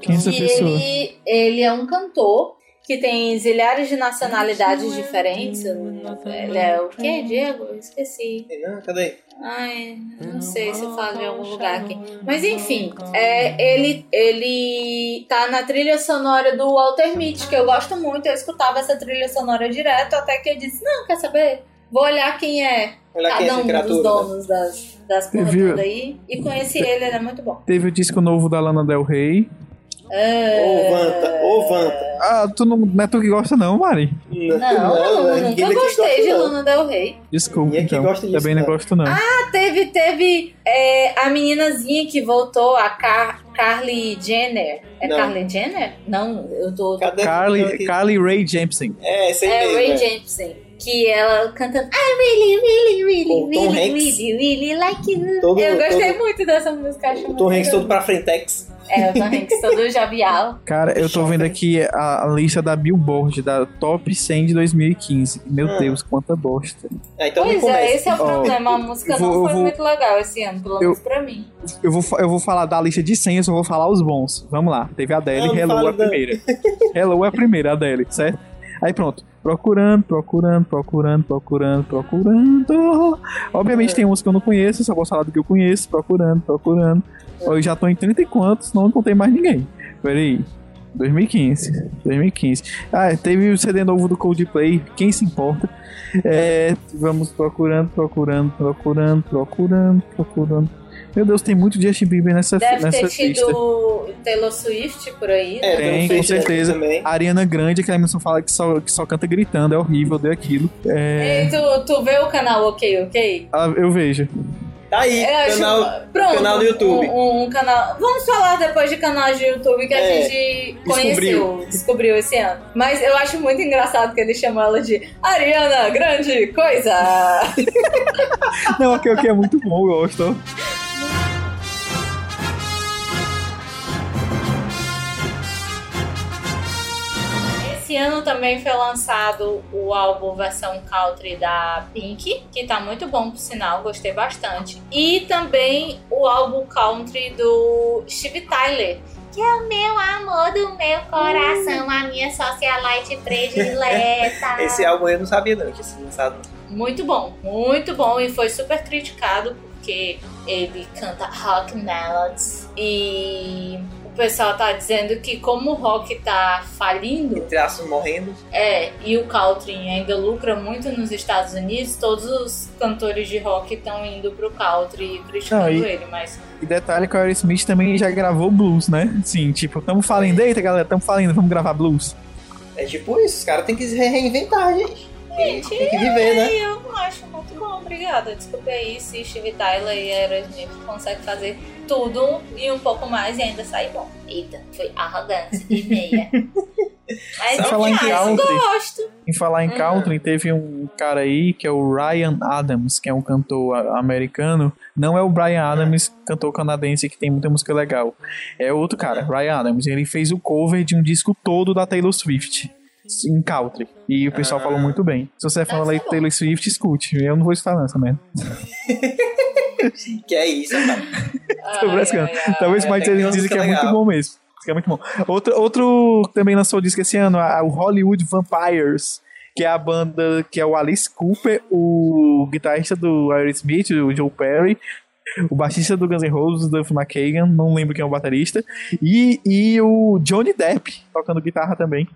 Speaker 3: Quem é essa
Speaker 1: que
Speaker 3: pessoa?
Speaker 1: ele, ele é um cantor que tem zilhares de nacionalidades diferentes. Ele é o quê, Diego? Eu Esqueci.
Speaker 2: Não, cadê?
Speaker 1: Ai, não sei se eu falo em algum lugar aqui. Mas enfim, é, ele, ele tá na trilha sonora do Walter Mitty, que eu gosto muito. Eu escutava essa trilha sonora direto, até que eu disse, não, quer saber? Vou olhar quem é
Speaker 2: Olha
Speaker 1: cada
Speaker 2: aqui essa
Speaker 1: um dos
Speaker 2: criatura. né?
Speaker 1: donos das, das
Speaker 3: Você
Speaker 1: porra
Speaker 3: viu?
Speaker 1: toda aí. E conheci ele, ele é muito bom.
Speaker 3: Teve o disco novo da Lana Del Rey.
Speaker 2: Ô, Vanta, ô, Vanta.
Speaker 3: Ah, tu não, não é tu que gosta, não, Mari.
Speaker 1: Não, não,
Speaker 2: é ninguém
Speaker 1: nunca
Speaker 2: daqui
Speaker 1: gostei
Speaker 2: gosta,
Speaker 1: de
Speaker 2: não.
Speaker 1: Luna Del Rey.
Speaker 3: Desculpa,
Speaker 2: Ninguém aqui
Speaker 3: então.
Speaker 2: é gosta disso, né?
Speaker 3: Também não
Speaker 2: não.
Speaker 3: gosto, não.
Speaker 1: Ah, Teve, teve é, a meninazinha que voltou, a Car Carly Jenner. É
Speaker 2: Não.
Speaker 1: Carly Jenner? Não, eu tô.
Speaker 2: Cadê?
Speaker 3: Carly, Carly Ray Jepsen.
Speaker 2: É, esse aí
Speaker 1: é
Speaker 2: mesmo.
Speaker 1: Ray
Speaker 2: é.
Speaker 1: Jameson. Que ela cantando I really, really, really,
Speaker 2: Com o Tom
Speaker 1: really,
Speaker 2: Hanks.
Speaker 1: really, really like you.
Speaker 2: Todo-
Speaker 1: eu gostei
Speaker 2: todo-
Speaker 1: muito dessa música. acho
Speaker 2: O Tom Hanks
Speaker 1: maravilhoso.
Speaker 2: todo pra frentex.
Speaker 1: É, o Tom Hanks todo jovial.
Speaker 3: Cara, eu tô vendo aqui a, a lista da Billboard, da Top 100 de 2015. Meu
Speaker 2: Ah.
Speaker 3: Deus, quanta bosta.
Speaker 2: Ah, então não
Speaker 1: pois é,
Speaker 2: começa.
Speaker 1: esse é o
Speaker 3: Ó,
Speaker 1: problema. A música
Speaker 3: eu vou-
Speaker 1: não
Speaker 3: eu
Speaker 1: foi
Speaker 3: vou-
Speaker 1: muito legal esse ano, pelo menos pra mim.
Speaker 3: Eu vou, fa- eu vou falar da lista de 100, eu só vou falar os bons. Vamos lá. Teve a Adele,
Speaker 2: Não, não
Speaker 3: Hello
Speaker 2: fala
Speaker 3: é a
Speaker 2: da-
Speaker 3: primeira. Hello é a primeira, a Adele, certo? Aí pronto. Procurando, procurando, procurando, procurando, procurando.
Speaker 2: É.
Speaker 3: Obviamente tem uns que eu não conheço, só posso falar do que eu conheço. Procurando, procurando. Ó, Eu já tô em 30 e quantos, não contei mais ninguém. Peraí. 2015, 2015. Ah, teve o CD novo do Coldplay, quem se importa? É, vamos procurando, procurando, procurando, procurando, procurando. Meu Deus, tem muito Justin Bieber nessa,
Speaker 1: Deve
Speaker 3: nessa
Speaker 1: ter
Speaker 3: lista.
Speaker 1: tido Taylor Swift por aí, né?
Speaker 2: É,
Speaker 3: Tem,
Speaker 2: um
Speaker 3: com
Speaker 2: feito
Speaker 3: certeza.
Speaker 2: Também.
Speaker 3: A Ariana Grande, que a Emerson fala que só, que só canta gritando, é horrível, deu aquilo. É,
Speaker 1: E tu, tu vê o canal Ok Ok?
Speaker 3: ah, eu vejo.
Speaker 2: Tá aí,
Speaker 1: Eu acho-
Speaker 2: canal.
Speaker 1: Pronto,
Speaker 2: canal do YouTube.
Speaker 1: Um, um- um canal. Vamos falar depois de canais de YouTube que a
Speaker 2: É,
Speaker 1: gente conheceu, descobriu esse ano. Mas eu acho muito engraçado que ele chamou ela de Ariana Grande Coisa.
Speaker 3: Não, aqui que é muito bom, eu gosto.
Speaker 1: Esse ano também foi lançado o álbum versão country da Pink, que tá muito bom, por sinal, gostei bastante. E também o álbum country do Steve Tyler, que é o meu amor do meu coração, a minha socialite predileta.
Speaker 2: Esse álbum eu não sabia, não, que esse lançado.
Speaker 1: Muito bom, muito bom e foi super criticado porque ele canta rock melodies e o pessoal tá dizendo que como o rock tá falindo,
Speaker 2: Traço morrendo.
Speaker 1: é, e o country ainda lucra muito nos Estados Unidos, todos os cantores de rock estão indo pro country e criticando
Speaker 3: Não, e-
Speaker 1: ele, mas
Speaker 3: E detalhe que o Aerosmith também já gravou blues, né? Sim, tipo, tamo falando, eita galera, tamo falando, vamos gravar blues.
Speaker 2: É tipo isso, os caras têm que se reinventar, gente.
Speaker 1: gente, é.
Speaker 2: Tem que viver, né?
Speaker 1: aí eu acho muito bom, obrigada. Desculpe aí se Steve Tyler e Aerosmith conseguem fazer tudo e um pouco mais e ainda sair bom. Eita, foi arrogância e meia. Mas
Speaker 2: Sabe
Speaker 3: falar em
Speaker 1: enfim, ah, eu
Speaker 3: country?
Speaker 1: gosto.
Speaker 3: Em falar em
Speaker 1: Uhum.
Speaker 3: country, teve um cara aí que é o Ryan Adams, que é um cantor a- americano. Não é o Brian Adams, cantor canadense que tem muita música legal. É outro cara, Ryan Adams. Ele fez o cover de um disco todo da Taylor Swift. Em country. E o pessoal
Speaker 2: Ah.
Speaker 3: falou muito bem. Se você é fã
Speaker 1: Deve
Speaker 3: da
Speaker 1: ser bom.
Speaker 3: Taylor Swift, escute. Eu não vou estar nessa merda.
Speaker 2: Que é isso, cara.
Speaker 3: Tô
Speaker 1: Ai,
Speaker 3: frescando.
Speaker 1: ai, ai.
Speaker 3: Talvez
Speaker 2: é,
Speaker 3: mais
Speaker 2: tem
Speaker 3: eles
Speaker 2: uma
Speaker 3: dizem que
Speaker 2: música
Speaker 3: é muito
Speaker 2: legal.
Speaker 3: bom mesmo. Diz que é muito bom. Outro, outro que também lançou o disco esse ano, a- o Hollywood Vampires, que é a banda que é o Alice Cooper, o guitarrista do Aerosmith, o Joe Perry, o baixista do Guns N' Roses, o Duff McKagan, não lembro quem é o baterista, e, e o Johnny Depp tocando guitarra também.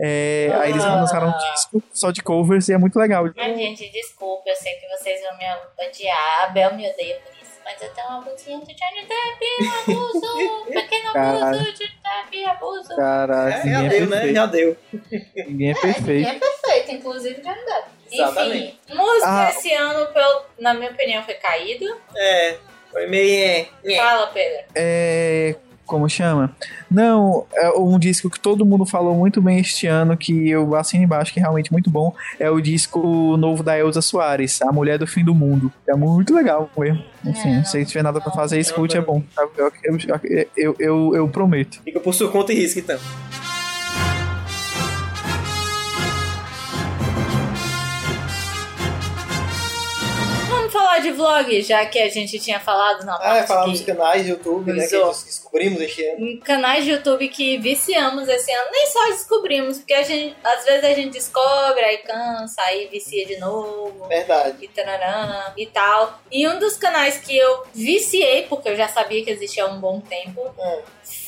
Speaker 3: É, Aí eles
Speaker 1: Ah.
Speaker 3: lançaram um disco só de covers e é muito legal.
Speaker 1: Mas, gente, desculpa, eu sei que vocês vão me odiar. A Bel me odeia por isso. Mas eu tenho uma blusinha do Johnny Depp, abuso! Pequeno abuso,
Speaker 3: Caralho.
Speaker 1: Johnny Depp, abuso!
Speaker 3: Caraca,
Speaker 2: É, já
Speaker 3: ninguém, é
Speaker 2: deu, né?
Speaker 3: perfeito,
Speaker 2: Já deu.
Speaker 3: ninguém é
Speaker 1: Ninguém
Speaker 3: perfeito.
Speaker 1: é perfeito, inclusive Johnny Depp. Enfim,
Speaker 2: Exatamente.
Speaker 1: música
Speaker 3: Ah.
Speaker 1: esse ano, pelo- na minha opinião, foi caído.
Speaker 2: É. Foi meio. é, nhé.
Speaker 1: Fala, Pedro.
Speaker 3: é, como chama? Não, é um disco que todo mundo falou muito bem este ano, que eu assino embaixo, que é realmente muito bom, é o disco novo da Elza Soares, A Mulher do Fim do Mundo. É muito legal mesmo. Enfim,
Speaker 1: É,
Speaker 3: não, sei se tiver nada pra fazer, escute, é
Speaker 2: não.
Speaker 3: bom. Eu, eu, eu, eu, eu prometo.
Speaker 2: Fica por sua conta e risco, então.
Speaker 1: Vamos falar de vlog, já que a gente tinha falado na
Speaker 2: Ah,
Speaker 1: parte
Speaker 2: é falar
Speaker 1: que-
Speaker 3: É,
Speaker 2: nos canais do YouTube, né? Que a
Speaker 1: Pois
Speaker 2: gente descobrimos este ano.
Speaker 1: Em canais de YouTube que viciamos esse ano, nem só descobrimos, porque a gente, às vezes a gente descobre, aí cansa, aí vicia de novo.
Speaker 2: Verdade.
Speaker 1: E, tarará, e tal. E um dos canais que eu viciei, porque eu já sabia que existia há um bom tempo,
Speaker 2: Hum.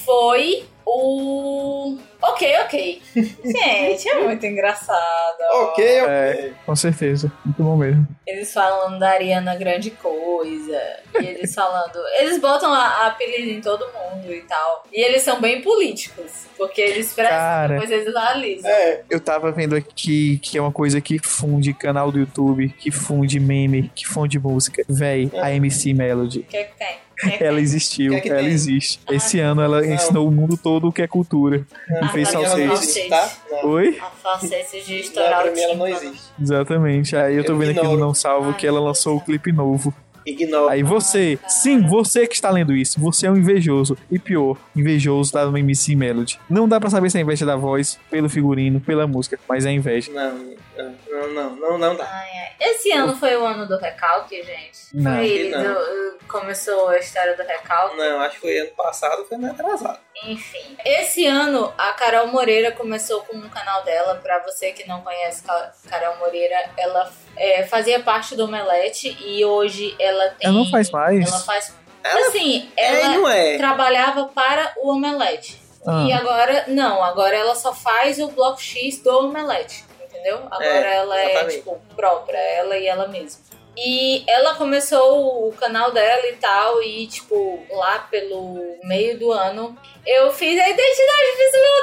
Speaker 1: foi o. Ok, ok. Gente, é muito engraçado.
Speaker 2: Ok, ok.
Speaker 3: É, com certeza. Muito bom mesmo.
Speaker 1: Eles falando da Ariana grande coisa. E eles falando. eles botam a, a apelido em todo mundo e tal. E eles são bem políticos. Porque eles prestam,
Speaker 3: Cara.
Speaker 1: depois eles analisam.
Speaker 2: É,
Speaker 3: Eu tava vendo aqui que é uma coisa que funde canal do YouTube, que funde meme, que funde música. Véi, a MC Melody.
Speaker 1: O que é que tem? O que é que
Speaker 3: Ela
Speaker 1: tem?
Speaker 3: existiu,
Speaker 2: O que é que
Speaker 3: ela
Speaker 2: tem?
Speaker 3: existe.
Speaker 1: Ah,
Speaker 3: Esse ano ela
Speaker 2: não.
Speaker 3: ensinou o mundo todo o que é cultura.
Speaker 2: não
Speaker 3: fez
Speaker 2: pra mim ela não
Speaker 3: salsicha.
Speaker 2: existe, tá? Não,
Speaker 3: Oi?
Speaker 1: A falsete de
Speaker 2: não,
Speaker 1: estourar
Speaker 2: pra
Speaker 1: o
Speaker 2: mim ela não
Speaker 1: tímpano.
Speaker 2: existe.
Speaker 3: Exatamente. Aí eu tô
Speaker 2: Eu
Speaker 3: vendo aqui no
Speaker 2: ignoro. Ah.
Speaker 3: Não Salvo que ela lançou o clipe novo.
Speaker 2: Ignora.
Speaker 3: Aí você, sim, você que está lendo isso, você é um invejoso. E pior, invejoso tá da MC Melody. Não dá pra saber se é inveja da voz, pelo figurino, pela música, mas é inveja.
Speaker 2: Não, não, não, não, não, não dá.
Speaker 1: Esse ano foi o ano do recalque, gente.
Speaker 3: Não.
Speaker 1: foi
Speaker 2: Que não.
Speaker 1: do- começou a história do recalque.
Speaker 2: Não, acho que foi ano passado, foi meio atrasado.
Speaker 1: Enfim. Esse ano, a Carol Moreira começou com um canal dela. Pra você que não conhece Ca- Carol Moreira, ela é, fazia parte do Omelete e hoje ela tem.
Speaker 3: Ela não faz mais?
Speaker 1: Ela faz.
Speaker 2: Ela-
Speaker 1: assim,
Speaker 2: É e
Speaker 1: ela
Speaker 2: não é.
Speaker 1: trabalhava para o Omelete.
Speaker 3: Ah.
Speaker 1: E agora, não, agora ela só faz o bloco X do Omelete, entendeu? Agora
Speaker 2: É,
Speaker 1: ela é,
Speaker 2: exatamente.
Speaker 1: tipo, própria, ela e ela mesma. E ela começou o canal dela e tal, e, tipo, lá pelo meio do ano, eu fiz a identidade visual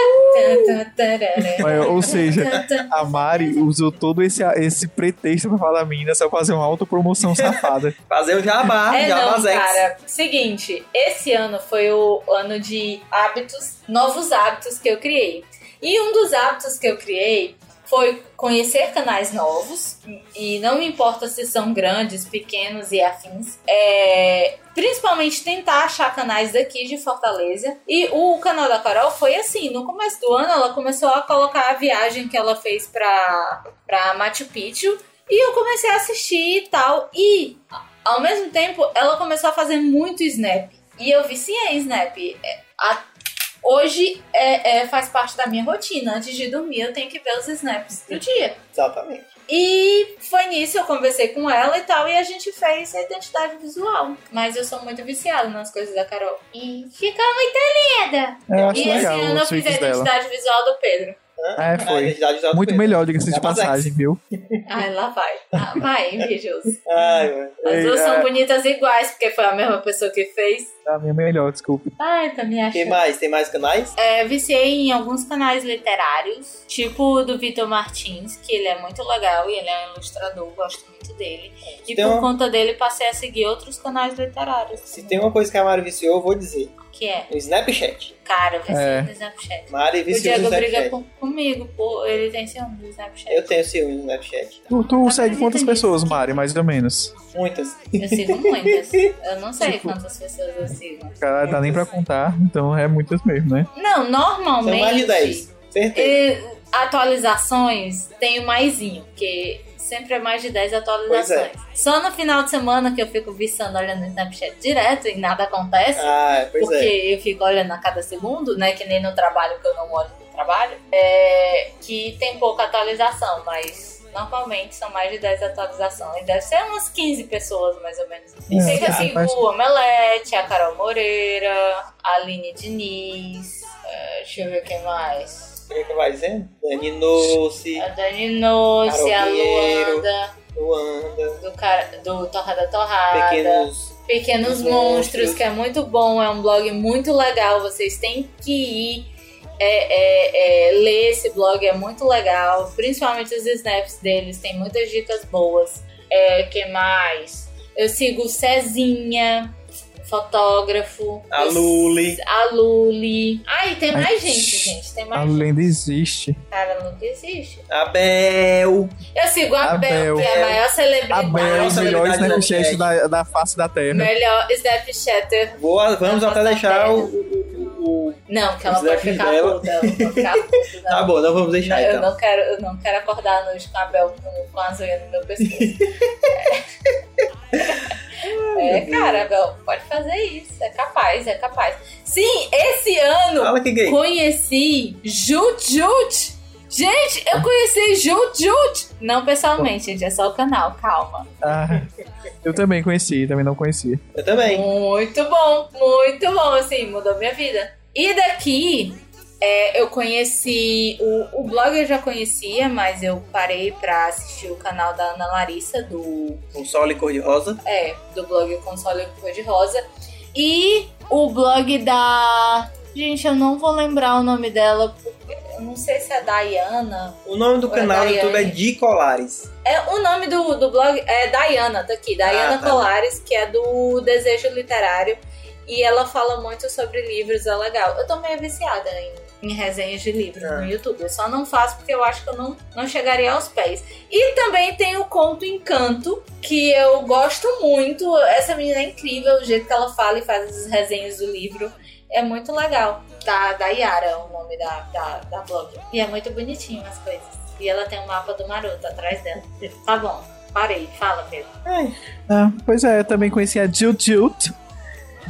Speaker 1: dela! Tan, tan, tarará.
Speaker 3: Mas, Uh! ou seja,
Speaker 1: Tan, tan.
Speaker 3: Ah, a Mari usou todo esse, esse pretexto pra falar da menina, só fazer uma autopromoção safada.
Speaker 2: Fazer o jabá,
Speaker 1: É não,
Speaker 2: jabazex.
Speaker 1: cara. Seguinte, esse ano foi o ano de hábitos, novos hábitos que eu criei. E um dos hábitos que eu criei foi conhecer canais novos. E não me importa se são grandes, pequenos e afins. É, principalmente tentar achar canais daqui de Fortaleza. E o canal da Carol foi assim, no começo do ano ela começou a colocar a viagem que ela fez pra, pra Machu Picchu. E eu comecei a assistir e tal. E ao mesmo tempo, ela começou a fazer muito snap. E eu viciei em snap. É, a- Hoje é, é, faz parte da minha rotina. Antes de dormir, eu tenho que ver os snaps do dia.
Speaker 2: Exatamente.
Speaker 1: E foi nisso, eu conversei com ela e tal, e a gente fez a identidade visual. Mas eu sou muito viciada nas coisas da Carol. E fica muito linda!
Speaker 3: Eu
Speaker 1: e
Speaker 3: acho
Speaker 1: esse
Speaker 3: legal
Speaker 1: ano eu
Speaker 3: os
Speaker 1: fiz a
Speaker 3: tweets dela.
Speaker 1: identidade visual do Pedro.
Speaker 3: É, foi.
Speaker 2: A identidade visual do
Speaker 3: Muito
Speaker 2: Pedro.
Speaker 3: melhor, diga-se de
Speaker 2: Jabazex.
Speaker 3: passagem, viu?
Speaker 1: Ai, lá vai. Ah, vai, invejoso.
Speaker 2: Ai, mano.
Speaker 1: As
Speaker 3: Ei,
Speaker 1: duas
Speaker 3: é.
Speaker 1: são bonitas iguais, porque foi a mesma pessoa que fez.
Speaker 3: A Ah, minha melhor, desculpa.
Speaker 1: Ai, tá me
Speaker 2: Quem
Speaker 1: achando.
Speaker 2: mais? Tem mais canais?
Speaker 1: É, viciei em alguns canais literários, tipo o do Vitor Martins, que ele é muito legal e ele é um ilustrador, gosto muito dele. E
Speaker 2: Tem
Speaker 1: por
Speaker 2: um-
Speaker 1: conta dele passei a seguir outros canais literários.
Speaker 2: Se
Speaker 1: também,
Speaker 2: tem um- uma coisa que a Mari viciou, eu vou dizer.
Speaker 1: Que é,
Speaker 2: O Snapchat.
Speaker 1: cara, eu viciei
Speaker 3: É.
Speaker 1: no Snapchat.
Speaker 2: Mari
Speaker 1: O
Speaker 2: viciou no
Speaker 1: Diego briga
Speaker 2: é Snapchat.
Speaker 1: com- comigo, pô, ele tem ciúme do Snapchat.
Speaker 2: Eu tenho ciúme no Snapchat.
Speaker 3: Tu, tu
Speaker 1: Acredita
Speaker 3: segue quantas
Speaker 1: nisso.
Speaker 3: pessoas, Mari, mais ou menos?
Speaker 2: Muitas.
Speaker 1: Eu sigo muitas. Eu não sei
Speaker 3: Tipo-
Speaker 1: quantas pessoas eu sigo.
Speaker 3: Cara, dá nem pra contar, então é muitas mesmo, né?
Speaker 1: Não, normalmente.
Speaker 2: São mais de 10. Certeza.
Speaker 1: E atualizações tem o maisinho, porque sempre é mais de 10 atualizações. Só no final de semana que eu fico viçando olhando o Snapchat direto e nada acontece.
Speaker 2: Ah, pois
Speaker 1: porque
Speaker 2: é.
Speaker 1: eu fico olhando a cada segundo, né? Que nem no trabalho, que eu não olho no trabalho. É, que tem pouca atualização, mas normalmente são mais de 10 atualizações. Deve ser umas 15 pessoas, mais ou menos.
Speaker 3: É,
Speaker 1: Sei que eu
Speaker 3: ah,
Speaker 1: sigo
Speaker 3: mas-
Speaker 1: o Omelete, a Carol Moreira, a Aline Diniz. é, deixa eu ver quem mais.
Speaker 2: Como é que vai dizendo? Dani Noce,
Speaker 1: A Dani Noce, a
Speaker 2: Carol Pinheiro.
Speaker 1: Luanda,
Speaker 2: Luanda,
Speaker 1: do, cara, do Torrada Torrada, Pequenos,
Speaker 2: Pequenos. Pequenos
Speaker 1: Monstros,
Speaker 2: Monstros,
Speaker 1: que é muito bom, é um blog muito legal, vocês têm que ir é, é, é, ler esse blog, é muito legal, principalmente os snaps deles, tem muitas dicas boas. É, que mais? Eu sigo o Cezinha, fotógrafo.
Speaker 2: A
Speaker 1: Eu-
Speaker 2: Luli.
Speaker 1: A Luli. Ah, e tem
Speaker 3: Ai,
Speaker 1: mais gente,
Speaker 3: shh,
Speaker 1: gente. Tem
Speaker 3: A
Speaker 1: mais gente.
Speaker 3: lenda existe.
Speaker 1: Cara, não existe.
Speaker 2: Abel.
Speaker 1: Eu sigo a Bel,
Speaker 3: Abel.
Speaker 1: que é a maior celebridade.
Speaker 3: A Bel é o
Speaker 2: nossa
Speaker 3: melhor
Speaker 2: habilidade
Speaker 3: Snapchat
Speaker 2: Snapchat.
Speaker 3: da, da face da Terra.
Speaker 1: Melhor Snapchatter.
Speaker 2: Vou, vamos
Speaker 1: Nossa,
Speaker 2: até deixar
Speaker 1: terra.
Speaker 2: o, o- o- o-
Speaker 1: Não, que ela pode
Speaker 2: Snap
Speaker 1: ficar
Speaker 2: dela.
Speaker 1: puta. Ela pode ficar puta.
Speaker 2: Tá
Speaker 1: não.
Speaker 2: bom, não vamos deixar
Speaker 1: Eu
Speaker 2: então.
Speaker 1: não quero, eu não quero acordar à noite com a Bel com, com as unhas no meu pescoço. É, cara, Bel, pode fazer isso. É capaz, é capaz. Sim, esse ano
Speaker 2: Fala que gay.
Speaker 1: conheci Jut Jut. Gente, eu conheci Jut Jut. Não pessoalmente, gente, é só o canal, calma.
Speaker 3: Ah, eu também conheci, também não conheci.
Speaker 2: Eu também.
Speaker 1: Muito bom, muito bom, assim, mudou minha vida. E daqui, é, eu conheci, o, o blog eu já conhecia, mas eu parei pra assistir o canal da Ana Larissa, do,
Speaker 2: Com sol e cor de rosa.
Speaker 1: é, do blog Console Cor de Rosa. E o blog da... Gente, eu não vou lembrar o nome dela, porque eu não sei se é Diana,
Speaker 2: O nome do
Speaker 1: Oi,
Speaker 2: canal do
Speaker 1: Daiane.
Speaker 2: YouTube é Di Colares.
Speaker 1: É, o nome do, do blog é Diana, tá aqui, Diana
Speaker 2: Ah, tá.
Speaker 1: Colares, que é do Desejo Literário. E ela fala muito sobre livros, é legal. Eu tô meio viciada em, em resenhas de livros
Speaker 3: É.
Speaker 2: Ah.
Speaker 1: no YouTube. Eu só não faço porque eu acho que eu não, não chegaria aos pés. E também tem o Conto Encanto, que eu gosto muito. Essa menina é incrível, o jeito que ela fala e faz as resenhas do livro. É muito legal. Da, da Yara, o nome da, da, da blog. E é muito bonitinho as coisas. E ela tem um mapa do Maroto atrás dela. Tá bom, parei, fala, Pedro.
Speaker 3: Ah, pois é, eu também conheci a Jilt Jilt.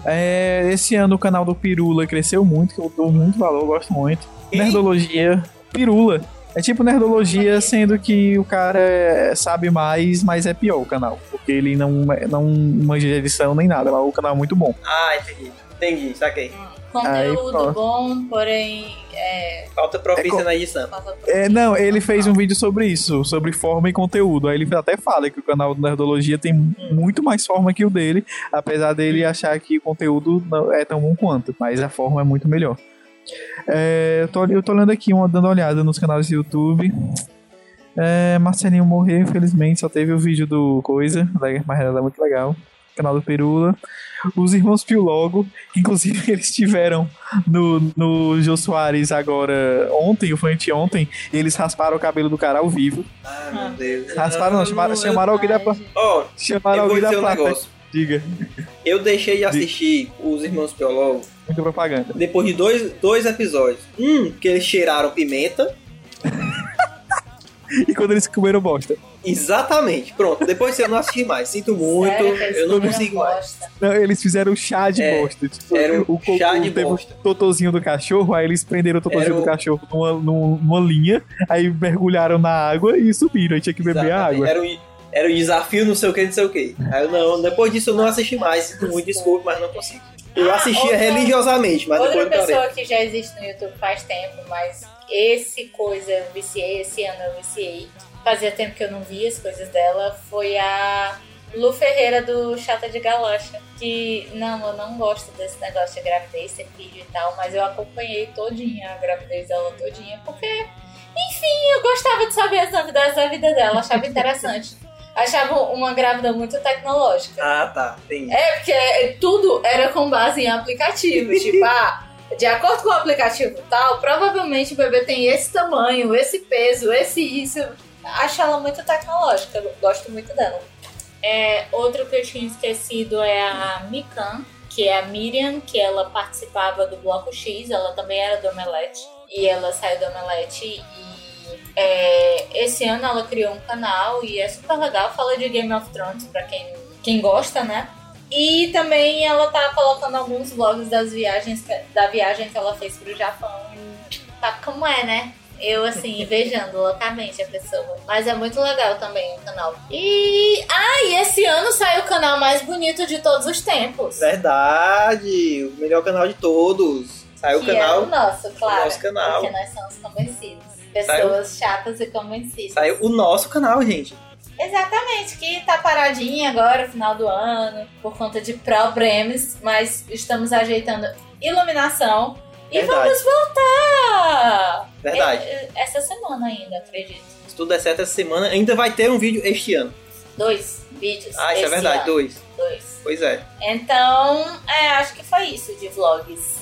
Speaker 3: É, esse ano o canal do Pirula cresceu muito, que eu dou muito valor, eu gosto muito.
Speaker 2: Quem?
Speaker 3: Nerdologia, Pirula. É tipo nerdologia, sendo que o cara é, sabe mais, mas é pior o canal. Porque ele não, não manja de edição nem nada, mas o canal é muito bom.
Speaker 2: Ah, entendi. Entendi, saquei.
Speaker 3: Aí,
Speaker 1: Conteúdo
Speaker 3: pronto.
Speaker 1: bom, porém. É,
Speaker 2: Falta
Speaker 3: É
Speaker 2: profissa
Speaker 3: co-
Speaker 2: na edição.
Speaker 1: fala pra
Speaker 3: É,
Speaker 1: mim.
Speaker 3: não, ele fez um vídeo sobre isso, sobre forma e conteúdo. Aí ele até fala que o canal do Nerdologia tem muito mais forma que o dele, apesar dele achar que o conteúdo não é tão bom quanto, mas a forma é muito melhor. É, eu, tô, eu tô olhando aqui, uma, dando uma olhada nos canais do YouTube. É, Marcelinho morreu, infelizmente, só teve o vídeo do Coisa, né, mas era muito legal. Canal do Perula. Os irmãos Pio Logo, que inclusive eles tiveram no, no Jô Soares agora ontem, ou foi anteontem, e eles rasparam o cabelo do cara ao vivo.
Speaker 2: Ah, meu Deus.
Speaker 3: Rasparam não, chamaram, chamaram alguém da pla-
Speaker 2: Ó,
Speaker 3: Chamaram
Speaker 2: eu vou
Speaker 3: alguém da
Speaker 2: dizer um
Speaker 3: plateia.
Speaker 2: negócio.
Speaker 3: Diga,
Speaker 2: Eu deixei de assistir Os Irmãos Piologo
Speaker 3: muita propaganda.
Speaker 2: depois de dois, dois episódios. Um, que eles cheiraram pimenta.
Speaker 3: E quando eles comeram bosta.
Speaker 2: Exatamente. Pronto. Depois eu não assisti mais. Sinto muito.
Speaker 1: Sério é que eles
Speaker 2: eu não
Speaker 1: comeram
Speaker 2: consigo mais.
Speaker 1: bosta?
Speaker 3: Não, eles fizeram chá de
Speaker 2: É,
Speaker 3: bosta. Tipo,
Speaker 2: era um
Speaker 3: cocô
Speaker 2: chá de
Speaker 3: teve
Speaker 2: bosta.
Speaker 3: o totozinho do cachorro, aí eles prenderam o totozinho
Speaker 2: Era o-
Speaker 3: do cachorro numa, num- numa linha, aí mergulharam na água e subiram. Aí tinha que beber a
Speaker 2: Exatamente.
Speaker 3: água.
Speaker 2: Era um, era um desafio, não sei o que, não sei o que. Aí eu não, depois disso eu não assisti mais. Sinto muito, desculpe, mas não consigo. Eu
Speaker 1: Ah,
Speaker 2: assistia
Speaker 1: outra-
Speaker 2: religiosamente, mas depois
Speaker 1: Outra
Speaker 2: eu parei.
Speaker 1: pessoa que já existe no YouTube faz tempo, mas esse coisa eu viciei, esse ano eu viciei. Fazia tempo que eu não via as coisas dela. Foi a Lu Ferreira do Chata de Galocha. Que não, eu não gosto desse negócio de gravidez, ter filho e tal, mas eu acompanhei todinha a gravidez dela todinha, porque, enfim, eu gostava de saber as novidades da vida dela, achava interessante. Achava uma grávida muito tecnológica.
Speaker 2: Ah, tá. Tem.
Speaker 1: É, porque é, tudo era com base em aplicativo. tipo, ah, de acordo com o aplicativo tal, provavelmente o bebê tem esse tamanho, esse peso, esse isso. Acho ela muito tecnológica, eu gosto muito dela. É, outro que eu tinha esquecido é a Mikan, que é a Miriam, que ela participava do Bloco X, ela também era do Omelete. E ela saiu do Omelete e é, esse ano ela criou um canal e é super legal, fala de Game of Thrones pra quem, quem gosta, né? E também ela tá colocando alguns vlogs das viagens que- da viagem que ela fez pro Japão. Sabe como é, né? Eu, assim, invejando loucamente a pessoa. Mas é muito legal também o canal. E. Ah, e esse ano saiu o canal mais bonito de todos os tempos.
Speaker 2: Né? Verdade. O melhor canal de todos. Saiu o
Speaker 1: que é o
Speaker 2: canal.
Speaker 1: nosso, claro.
Speaker 2: nosso canal.
Speaker 1: Porque nós somos convencidos. Pessoas chatas e convencidas.
Speaker 2: Saiu o nosso canal, gente.
Speaker 1: Exatamente, que tá paradinha agora, final do ano, por conta de problemas, mas estamos ajeitando iluminação. E
Speaker 2: Verdade.
Speaker 1: vamos voltar!
Speaker 2: Verdade.
Speaker 1: É, é, Essa semana ainda, acredito.
Speaker 2: Se tudo der certo essa semana, ainda vai ter um vídeo este ano.
Speaker 1: Dois vídeos.
Speaker 2: Ah, isso é
Speaker 1: esse
Speaker 2: verdade,
Speaker 1: ano.
Speaker 2: dois.
Speaker 1: Dois.
Speaker 2: Pois é.
Speaker 1: Então, é, acho que foi isso de vlogs.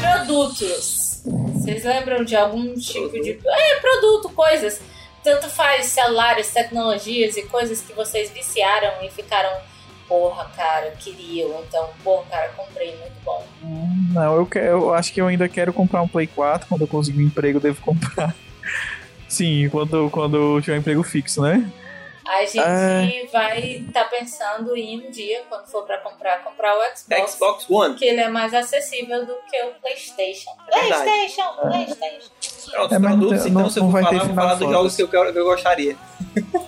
Speaker 1: Produtos. Vocês lembram de algum tipo de. É, produto, coisas. Tanto faz celulares, tecnologias e coisas que vocês viciaram e ficaram. Porra, cara, queria. Ou então, porra, cara, comprei, muito bom.
Speaker 3: Não, eu, que- eu acho que eu ainda quero comprar um Play 4. Quando eu conseguir um emprego, eu devo comprar. Sim, quando, quando tiver um emprego fixo, né?
Speaker 1: A gente vai estar pensando em um dia, quando for pra comprar, comprar o Xbox.
Speaker 2: Xbox One.
Speaker 1: Que ele é mais acessível do que o PlayStation.
Speaker 2: É verdade.
Speaker 1: PlayStation, PlayStation.
Speaker 2: É, os
Speaker 3: É, mas não
Speaker 2: produtos,
Speaker 3: tem-
Speaker 2: então,
Speaker 3: não-
Speaker 2: se eu
Speaker 3: não
Speaker 2: for
Speaker 3: vai ter
Speaker 2: falar, eu vou
Speaker 3: Final
Speaker 2: falar dos
Speaker 3: Fantasy.
Speaker 2: jogos que eu, quero, que eu gostaria.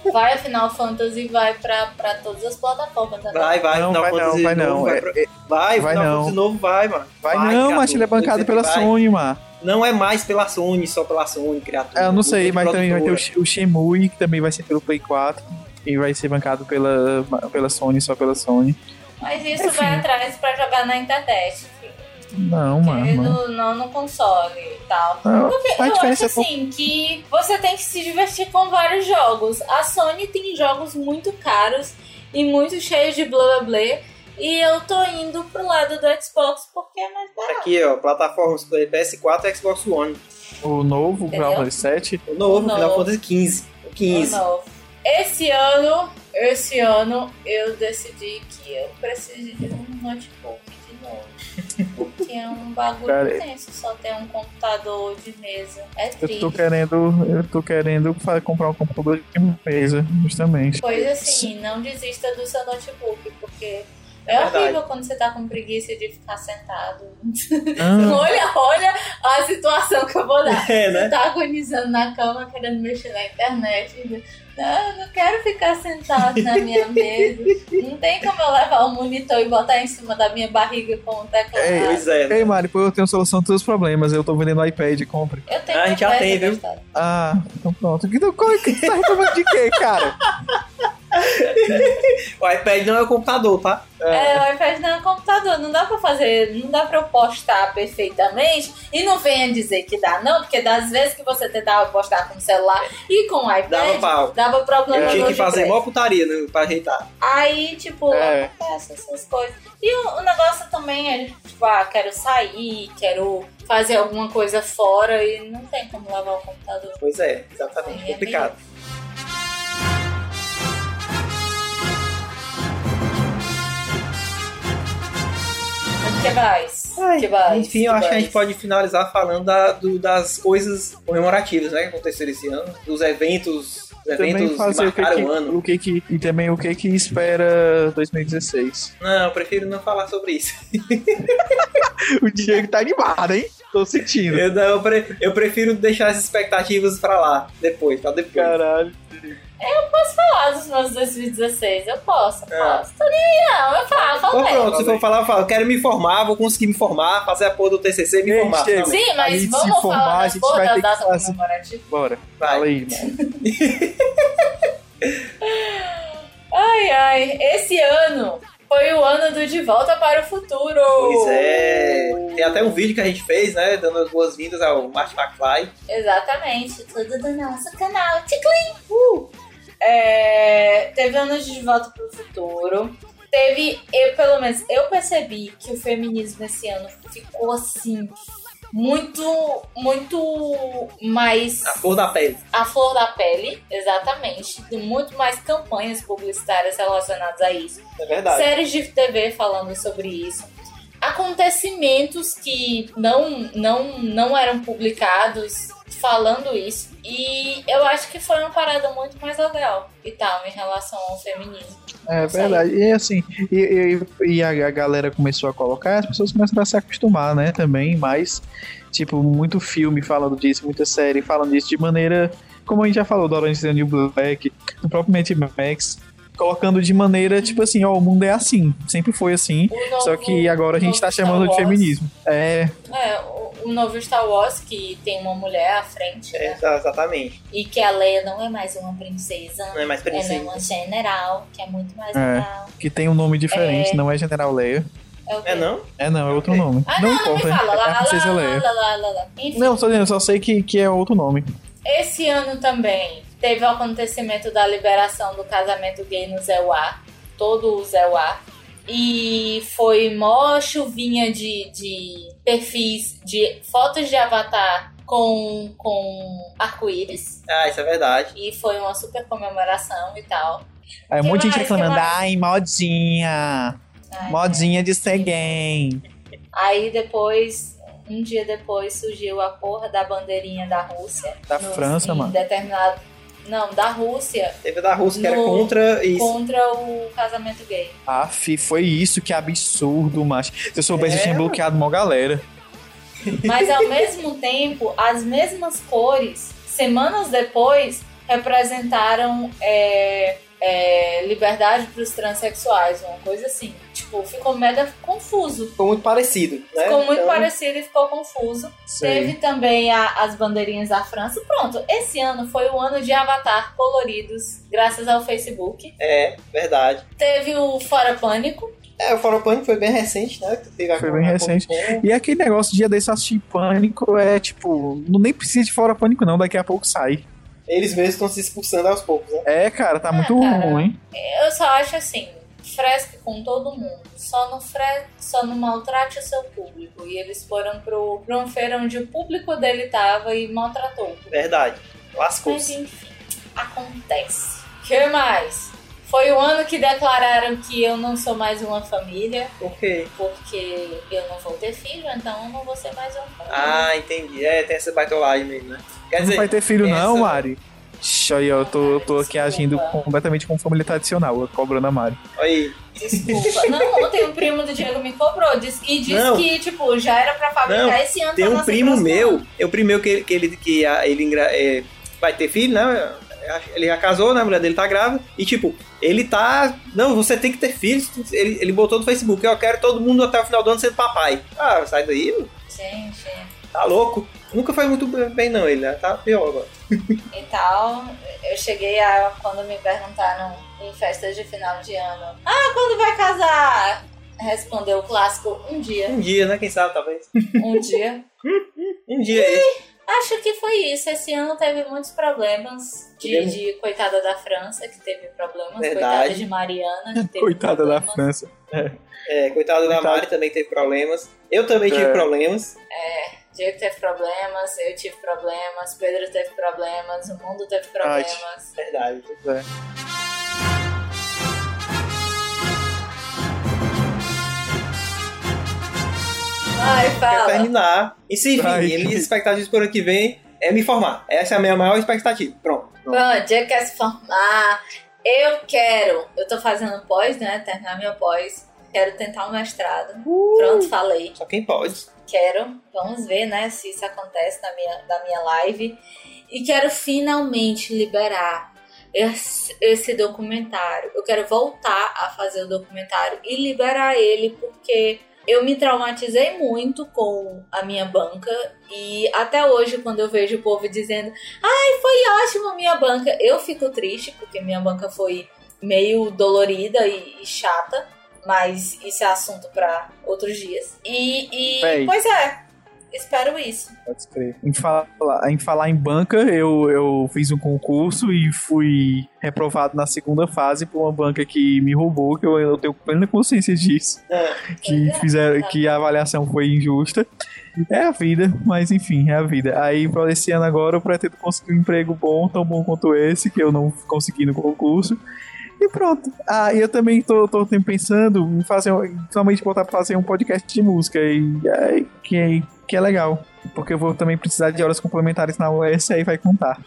Speaker 2: É.
Speaker 1: Vai a Final Fantasy, vai pra, pra todas as plataformas. né?
Speaker 2: Vai, vai,
Speaker 3: não,
Speaker 2: Final
Speaker 3: vai não,
Speaker 2: Fantasy
Speaker 3: vai
Speaker 2: novo,
Speaker 3: não.
Speaker 2: Vai,
Speaker 3: É-
Speaker 2: pra-
Speaker 3: é-
Speaker 2: vai,
Speaker 3: vai
Speaker 2: Final
Speaker 3: não.
Speaker 2: Fantasy novo, vai, mano.
Speaker 3: Vai não,
Speaker 2: criatura,
Speaker 3: mas ele é bancado
Speaker 2: sempre
Speaker 3: pela
Speaker 2: vai.
Speaker 3: Sony, mano.
Speaker 2: Não é mais pela Sony, só pela Sony, criatura.
Speaker 3: Ah, Eu não sei,
Speaker 2: Outra
Speaker 3: mas também vai ter o,
Speaker 2: produtora.
Speaker 3: Shi- o Shenmue, que também vai ser pelo Play 4. E vai ser bancado pela, pela Sony, só pela Sony.
Speaker 1: Mas isso vai atrás pra jogar na internet.
Speaker 3: Não,
Speaker 1: porque
Speaker 3: mano.
Speaker 1: no- É, não no console e tal.
Speaker 3: Não,
Speaker 1: Eu
Speaker 3: a
Speaker 1: acho
Speaker 3: diferença é pouco.
Speaker 1: assim que você tem que se divertir com vários jogos. A Sony tem jogos muito caros e muito cheios de blá blá blá. E eu tô indo pro lado do Xbox porque é mais barato.
Speaker 2: Aqui, ó, plataformas Play- PS4 e Xbox One.
Speaker 3: O novo, o Final
Speaker 1: assim, Entendeu?
Speaker 3: Fantasy 7.
Speaker 2: O novo,
Speaker 1: O
Speaker 2: Final
Speaker 1: novo.
Speaker 2: Fantasy 15. O 15.
Speaker 1: Não. Esse ano, esse ano eu decidi que eu preciso de um notebook de novo. Porque é um bagulho
Speaker 3: Cara,
Speaker 1: tenso só ter um computador de mesa. É
Speaker 3: Eu
Speaker 1: triste.
Speaker 3: tô querendo. Eu tô querendo fa- comprar um computador de empresa, justamente.
Speaker 1: Pois assim, não desista do seu notebook, porque é,
Speaker 2: verdade.
Speaker 1: horrível quando você tá com preguiça de ficar sentado.
Speaker 3: Ah,
Speaker 1: olha, olha a situação que eu vou dar.
Speaker 2: É, né?
Speaker 1: Você tá agonizando na cama, querendo mexer na internet. Não, eu não quero ficar sentado na minha mesa. Não tem como eu levar o monitor e botar em cima da minha barriga com o teclado.
Speaker 3: É,
Speaker 2: Pois é. né?
Speaker 3: Ei, Mari, pô, eu tenho solução para todos os problemas. Eu tô vendendo iPad, compre.
Speaker 1: Eu tenho né,
Speaker 2: Ah, a gente já
Speaker 1: uma
Speaker 2: tem, viu?
Speaker 1: gastada.
Speaker 3: Ah, então pronto. Então, qual é que tu tá reclamando de quê, cara?
Speaker 2: O iPad não é o computador, tá?
Speaker 1: É, o iPad não é um computador, não dá pra fazer, não dá pra eu postar perfeitamente e não venha dizer que dá, não, porque das vezes que você tentava postar com o celular e com o
Speaker 2: É. Dava
Speaker 1: iPad,
Speaker 2: pau.
Speaker 1: dava problema
Speaker 2: Eu tinha
Speaker 1: no
Speaker 2: que fazer
Speaker 1: Wordpress.
Speaker 2: mó putaria né, pra ajeitar.
Speaker 1: Aí, tipo,
Speaker 3: É.
Speaker 1: acontece essas coisas. E o, o negócio também é, tipo, ah, quero sair, quero fazer alguma coisa fora e não tem como lavar o computador.
Speaker 2: Pois é, exatamente.
Speaker 1: É
Speaker 2: Complicado.
Speaker 1: Mas que mais? que mais?
Speaker 2: Enfim, eu
Speaker 1: Que
Speaker 2: acho que a
Speaker 1: mais?
Speaker 2: gente pode finalizar falando da- do- das coisas comemorativas, né? Que aconteceram esse ano. Dos eventos, dos eventos
Speaker 3: Também
Speaker 2: que
Speaker 3: fazer o que,
Speaker 2: marcaram o
Speaker 3: que,
Speaker 2: ano.
Speaker 3: o que que. E também o que que espera 2016.
Speaker 2: Não, eu prefiro não falar sobre isso.
Speaker 3: O Diego tá animado, hein? Tô sentindo.
Speaker 2: Eu, não- eu pre- eu prefiro deixar as expectativas pra lá, depois, pra depois.
Speaker 3: Caralho.
Speaker 1: falar dos meus 2016, eu posso, eu
Speaker 2: É.
Speaker 1: posso. Tô nem aí, não, eu falo,
Speaker 2: Então
Speaker 1: falo mesmo.
Speaker 2: pronto, se for falar, eu falo, quero me formar, vou conseguir me formar, fazer a porra do TCC e me
Speaker 3: Ei,
Speaker 2: formar. Tá,
Speaker 3: chega.
Speaker 2: Também.
Speaker 1: Sim,
Speaker 3: A gente
Speaker 1: mas
Speaker 3: se
Speaker 1: vamos
Speaker 3: informar, a
Speaker 1: falar das
Speaker 3: gente
Speaker 1: porra
Speaker 3: vai
Speaker 1: da
Speaker 3: ter que
Speaker 1: data
Speaker 3: falar assim.
Speaker 1: comemorativa.
Speaker 3: Bora, fala
Speaker 2: Vai.
Speaker 3: aí, mano.
Speaker 1: Ai, ai, esse ano foi o ano do De Volta para o Futuro.
Speaker 2: Pois é. Tem até um vídeo que a gente fez, né? Dando as boas-vindas ao Martin McFly.
Speaker 1: Exatamente, tudo do nosso canal. Ticlin! Uh! É, teve anos de Volta para o Futuro. Teve, eu pelo menos, eu percebi que o feminismo esse ano ficou assim, muito, muito mais
Speaker 2: A cor da pele.
Speaker 1: a flor da pele, exatamente. Tem muito mais campanhas publicitárias relacionadas a isso.
Speaker 2: É verdade.
Speaker 1: Séries de TV falando sobre isso. Acontecimentos que não, não, não eram publicados falando isso. E eu acho que foi uma parada muito mais legal e tal em relação ao feminismo.
Speaker 3: É
Speaker 1: Isso aí.
Speaker 3: verdade. E assim, e, e- e a, a galera começou a colocar, as pessoas começaram a se acostumar, né? Também, mas, tipo, muito filme falando disso, muita série falando disso de maneira. Como a gente já falou do Orange is the New Black, do próprio Mad Max, colocando de maneira, tipo assim, ó, o mundo é assim, sempre foi assim.
Speaker 1: O novo-
Speaker 3: Só que agora a
Speaker 1: o
Speaker 3: gente
Speaker 1: novo
Speaker 3: tá
Speaker 1: Star
Speaker 3: chamando de
Speaker 1: Wars-
Speaker 3: feminismo. É,
Speaker 1: É, o, o novo Star Wars, que tem uma mulher à frente,
Speaker 2: É,
Speaker 1: né?
Speaker 2: exa- exatamente.
Speaker 1: E que a Leia não é mais uma princesa.
Speaker 2: Não é mais
Speaker 1: Ela é
Speaker 2: princesa.
Speaker 1: uma general, que é muito mais
Speaker 3: É.
Speaker 1: legal.
Speaker 3: que tem um nome diferente,
Speaker 1: É.
Speaker 3: não é General Leia.
Speaker 1: É, o quê?
Speaker 2: É não?
Speaker 3: É, não, é outro nome.
Speaker 1: Ah,
Speaker 3: não,
Speaker 1: não, não me
Speaker 3: importa.
Speaker 1: fala. Lá,
Speaker 3: é a
Speaker 1: lá,
Speaker 3: Princesa
Speaker 1: lá,
Speaker 3: Leia.
Speaker 1: lá, lá, lá, lá. Enfim,
Speaker 3: Não, só, dizendo, só sei que, que é outro nome.
Speaker 1: esse ano também teve o acontecimento da liberação do casamento gay no Zeuá. Todo o Zeuá. E foi mó chuvinha de, de perfis, de fotos de avatar com, com arco-íris.
Speaker 2: Ah, isso é verdade.
Speaker 1: E foi uma super comemoração e tal.
Speaker 3: Aí um
Speaker 1: Que
Speaker 3: monte de gente
Speaker 1: mais, que
Speaker 3: reclamando,
Speaker 1: mais?
Speaker 3: ai, modinha,
Speaker 1: Ai,
Speaker 3: modinha de ser gay.
Speaker 1: Aí depois, Um dia depois surgiu a porra da bandeirinha da Rússia.
Speaker 3: Da França,
Speaker 1: em
Speaker 3: mano.
Speaker 1: Determinado... Não, da Rússia
Speaker 2: Teve da Rússia que era
Speaker 1: No-
Speaker 2: contra isso.
Speaker 1: contra o casamento gay.
Speaker 3: Aff, foi isso, que absurdo, macho. Se eu soubesse, eu
Speaker 2: É,
Speaker 3: tinha
Speaker 2: mano.
Speaker 3: bloqueado mó galera.
Speaker 1: Mas ao mesmo tempo, as mesmas cores, semanas depois, representaram é, é, liberdade para os transexuais, uma coisa assim. Tipo, ficou mega confuso.
Speaker 2: Ficou muito parecido, né?
Speaker 1: Ficou muito
Speaker 2: Então,
Speaker 1: parecido e ficou confuso. Teve também a- as bandeirinhas da França. Pronto, esse ano foi o ano de Avatar coloridos, graças ao Facebook.
Speaker 2: É, verdade.
Speaker 1: Teve o Fora Pânico.
Speaker 2: É, o Fora Pânico foi bem recente, né? que teve
Speaker 3: Foi
Speaker 2: agora
Speaker 3: bem
Speaker 2: há
Speaker 3: recente.
Speaker 2: pouco tempo.
Speaker 3: E aquele negócio, dia desse assistir pânico, é tipo, não nem precisa de fora pânico, não, daqui a pouco sai.
Speaker 2: Eles mesmos estão se expulsando aos poucos, né?
Speaker 3: É, cara, tá muito
Speaker 1: Ah, cara.
Speaker 3: ruim.
Speaker 1: Eu só acho assim, fresque com todo mundo. Só não, fre só não maltrate o seu público. E eles foram pro, pra uma feira onde o público dele tava e maltratou.
Speaker 2: Verdade. lascou
Speaker 1: Mas enfim, acontece. que mais? Foi o ano que declararam que eu não sou mais uma família.
Speaker 2: Ok.
Speaker 1: porque eu não vou ter filho, então eu não vou ser mais uma família.
Speaker 2: Ah, entendi. É, tem essa baitolagem mesmo, né? Quer
Speaker 3: Não vai
Speaker 2: dizer,
Speaker 3: ter filho, não,
Speaker 2: essa-
Speaker 3: Mari. Ixi, aí, ó, eu tô, eu tô aqui
Speaker 1: Desculpa.
Speaker 3: agindo completamente como família tradicional, eu cobrando a Mari.
Speaker 2: olha aí.
Speaker 1: Desculpa. não, ontem um primo do Diego me cobrou disse, e disse
Speaker 2: Não.
Speaker 1: que, tipo, já era pra fabricar
Speaker 2: Não,
Speaker 1: esse ano.
Speaker 2: Tem
Speaker 1: pra
Speaker 2: um
Speaker 1: nascer
Speaker 2: primo
Speaker 1: próximo
Speaker 2: meu,
Speaker 1: ano.
Speaker 2: é o primeiro que ele, que ele, que a- ele engra- é, vai ter filho, né? Ele já casou, né? A mulher dele tá grávida. E tipo, ele tá. Não, você tem que ter filho. Ele, ele botou no Facebook, eu quero todo mundo até o final do ano sendo papai. Ah, sai daí, meu.
Speaker 1: Gente,
Speaker 2: tá louco. Nunca foi muito bem, não, ele, né? Tá pior agora.
Speaker 1: e tal, eu cheguei a, quando me perguntaram em festas de final de ano, ah, quando vai casar? Respondeu o clássico, um dia,
Speaker 2: Um dia, né? Quem sabe, talvez.
Speaker 1: um dia.
Speaker 2: Um dia aí.
Speaker 1: Acho que foi isso. Esse ano teve muitos problemas de,
Speaker 2: Tivemos.
Speaker 1: de coitada da França, que teve problemas, coitada
Speaker 2: Verdade.
Speaker 1: de Mariana, que teve
Speaker 3: Coitada da
Speaker 1: problemas.
Speaker 3: França.
Speaker 2: É, coitado da
Speaker 3: Coitado.
Speaker 2: Mari também teve problemas. Eu também tive
Speaker 3: É.
Speaker 2: problemas.
Speaker 1: Diego teve problemas, eu tive problemas, Pedro teve problemas, o mundo teve problemas.
Speaker 2: Verdade.
Speaker 1: Ai,
Speaker 2: Quer
Speaker 1: fala.
Speaker 2: terminar. E se enfim,
Speaker 3: Ai,
Speaker 2: minhas expectativas por ano que vem é me formar. Essa é a minha maior expectativa. Pronto.
Speaker 1: Bom, Diego quer se formar. Eu quero. Eu tô fazendo pós, né? Terminar meu pós. Quero tentar um mestrado. Pronto, falei.
Speaker 2: Só quem pode.
Speaker 1: Quero. Vamos ver, né? Se isso acontece na minha, na minha live. E quero finalmente liberar esse, esse documentário. Eu quero voltar a fazer o documentário e liberar ele, porque eu me traumatizei muito com a minha banca. E até hoje, quando eu vejo o povo dizendo ai, foi ótimo minha banca, eu fico triste, porque minha banca foi meio dolorida e- e chata. Mas isso é assunto pra outros dias. E, e-
Speaker 3: Véi.
Speaker 1: pois é, espero isso.
Speaker 3: Pode crer. Em falar, em falar em banca, eu, eu fiz um concurso e fui reprovado na segunda fase por uma banca que me roubou, que eu, eu tenho plena consciência disso.
Speaker 2: É.
Speaker 3: Que, fizeram, que a avaliação foi injusta. É a vida, mas enfim, é a vida. Aí, pra esse ano agora, eu pretendo conseguir um emprego bom, tão bom quanto esse, que eu não consegui no concurso. E pronto. Ah, e eu também tô, tô tem- pensando em fazer, um- finalmente voltar pra fazer um podcast de música, e, é, que, que é legal. Porque eu vou também precisar de horas complementares na US, aí vai contar.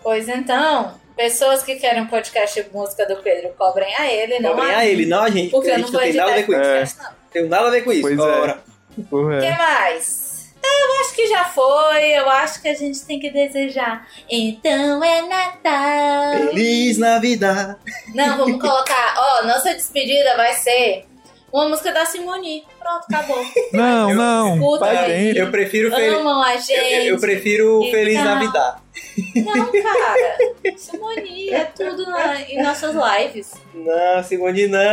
Speaker 1: Pois então, pessoas que querem um podcast de música do Pedro, cobrem a ele, não
Speaker 2: Cobrem a ele, não a gente.
Speaker 1: Porque
Speaker 2: Porque a
Speaker 1: eu não
Speaker 2: gente
Speaker 1: vou
Speaker 2: não tem
Speaker 1: editar
Speaker 2: nada a ver
Speaker 1: esse
Speaker 2: com isso.
Speaker 1: podcast, não.
Speaker 2: Não Tem nada a ver com isso.
Speaker 3: Pois é.
Speaker 2: Ora.
Speaker 3: Porra,
Speaker 1: O que mais? É, Eu acho que já foi, eu acho que a gente tem que desejar. Então é Natal.
Speaker 2: Feliz Navidad.
Speaker 1: Não, vamos colocar, ó, nossa despedida vai ser uma música da Simone. Pronto, acabou.
Speaker 3: Não, não.
Speaker 1: Escuta
Speaker 3: vai
Speaker 1: aí.
Speaker 3: dentro.
Speaker 2: Eu prefiro Feliz.
Speaker 1: Amam a
Speaker 2: Eu,
Speaker 1: gente.
Speaker 2: eu prefiro
Speaker 1: Gente,
Speaker 2: Feliz
Speaker 1: tá.
Speaker 2: Navidad.
Speaker 1: Não, cara. Simone é tudo na- em nossas lives.
Speaker 2: Não, Simone, não.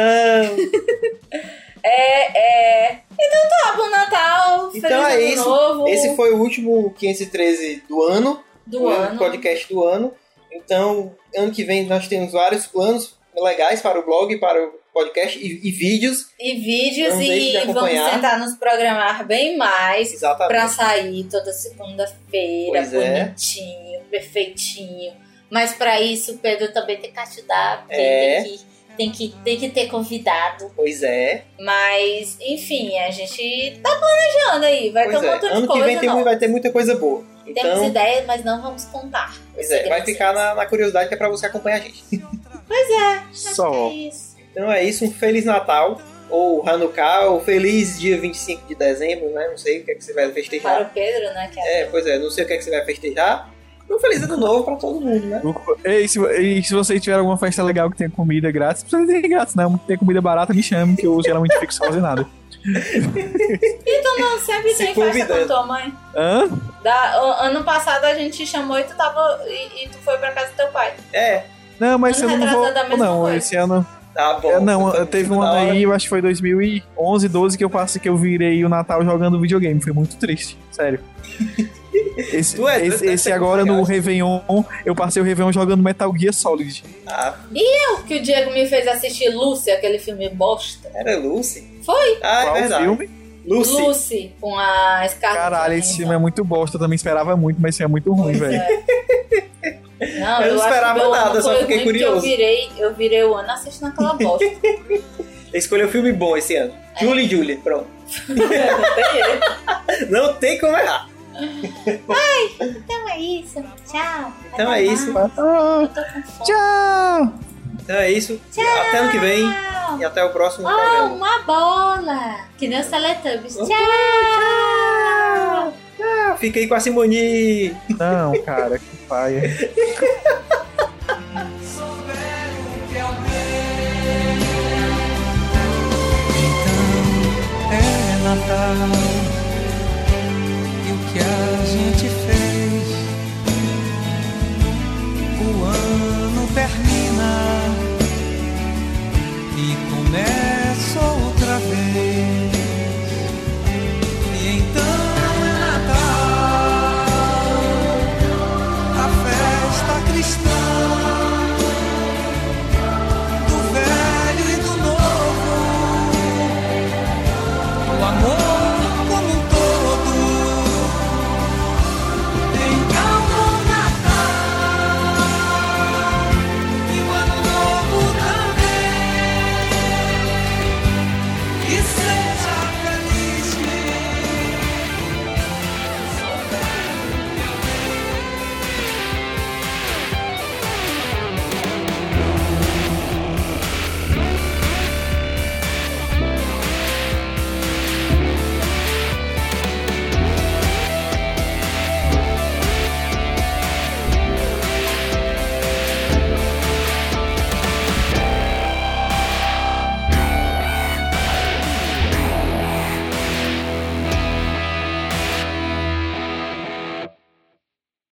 Speaker 1: É, é. Então tá, bom Natal. Feliz
Speaker 2: Então é
Speaker 1: ano
Speaker 2: isso.
Speaker 1: novo
Speaker 2: Esse foi o último 513 do ano.
Speaker 1: do
Speaker 2: o
Speaker 1: ano.
Speaker 2: podcast do ano. Então, ano que vem nós temos vários planos legais para o blog, para o podcast e, e vídeos.
Speaker 1: E vídeos
Speaker 2: Não deixe Então, de
Speaker 1: e vamos
Speaker 2: acompanhar.
Speaker 1: tentar nos programar bem mais pra
Speaker 2: Exatamente.
Speaker 1: sair toda segunda-feira,
Speaker 2: Pois é.
Speaker 1: bonitinho, perfeitinho. Mas pra isso o Pedro também tem que ajudar, porque
Speaker 2: É.
Speaker 1: tem que Tem que, tem que ter convidado.
Speaker 2: Pois é.
Speaker 1: Mas, enfim, a gente tá planejando aí. Vai
Speaker 2: Pois
Speaker 1: ter um
Speaker 2: é.
Speaker 1: montão de
Speaker 2: Ano que
Speaker 1: coisa.
Speaker 2: vem tem,
Speaker 1: não.
Speaker 2: mu- vai ter muita coisa boa.
Speaker 1: Temos
Speaker 2: Então,
Speaker 1: ideias, mas não vamos contar.
Speaker 2: pois é, vai
Speaker 1: Segredos.
Speaker 2: ficar na, na curiosidade que é pra você acompanhar a gente.
Speaker 3: Só.
Speaker 1: É isso.
Speaker 2: Então é isso, um Feliz Natal, ou Hanukkah, ou Feliz dia 25 de dezembro, né? Não sei o que, é que você vai festejar.
Speaker 1: Para o Pedro, né? Que é
Speaker 2: É, pois é, não sei o que, é que você vai festejar. E um Feliz Ano Novo pra todo mundo, né?
Speaker 3: E se, e se você tiver alguma festa legal que tenha comida grátis, não precisa ter grátis, não. Tem comida barata, me chame, que eu geralmente fico sem fazer nada.
Speaker 1: Não, sempre
Speaker 2: Se
Speaker 1: tem festa com
Speaker 2: convidando.
Speaker 1: tua mãe.
Speaker 3: Hã?
Speaker 1: Da- o- ano passado a gente te chamou e tu tava. E, e tu foi pra casa do teu pai.
Speaker 2: É,
Speaker 3: Não, mas
Speaker 1: Ano
Speaker 3: eu não vou.
Speaker 1: retrasado, a mesma
Speaker 3: Não,
Speaker 1: coisa.
Speaker 3: esse ano.
Speaker 2: tá bom.
Speaker 3: é, não,
Speaker 2: Então,
Speaker 3: teve um
Speaker 2: da
Speaker 3: ano
Speaker 2: hora.
Speaker 3: aí, eu acho que foi 2011, 12, que eu passei que eu virei o Natal jogando videogame. Foi muito triste, sério. Esse,
Speaker 2: Tu é doido,
Speaker 3: esse,
Speaker 2: deve
Speaker 3: esse
Speaker 2: ser
Speaker 3: agora
Speaker 2: muito
Speaker 3: no
Speaker 2: legal.
Speaker 3: Réveillon, eu passei o Réveillon jogando Metal Gear Solid.
Speaker 2: Ah,
Speaker 1: Eu, que o Diego me fez assistir Lúcia, aquele filme bosta.
Speaker 2: era Lucy?
Speaker 1: Foi?
Speaker 2: Ah,
Speaker 3: Qual
Speaker 2: é verdade.
Speaker 3: filme?
Speaker 2: Lucy.
Speaker 1: Lucy, com a Scarlett.
Speaker 3: Caralho, esse filme é muito bosta, eu também esperava muito, mas esse filme é muito ruim, velho.
Speaker 1: Não,
Speaker 2: Eu não
Speaker 1: acho que
Speaker 2: esperava
Speaker 1: meu ano
Speaker 2: nada, só
Speaker 1: foi
Speaker 2: fiquei
Speaker 1: ruim porque
Speaker 2: curioso.
Speaker 1: Eu virei, eu virei o ano assistindo aquela bosta.
Speaker 2: Escolheu um filme bom esse ano. Julie Julie, pronto. Não tem como errar.
Speaker 1: então é isso. Tchau.
Speaker 2: Então é isso.
Speaker 3: Ah, tchau!
Speaker 2: Então é isso. Até ano que vem. E até o próximo
Speaker 1: Ah,
Speaker 2: programa.
Speaker 1: uma bola. Que nem os Teletubbies.
Speaker 2: Uhum.
Speaker 1: Tchau.
Speaker 2: Ah, Fica aí com a Simone.
Speaker 3: Não, cara, que paia.
Speaker 6: Então é Natal,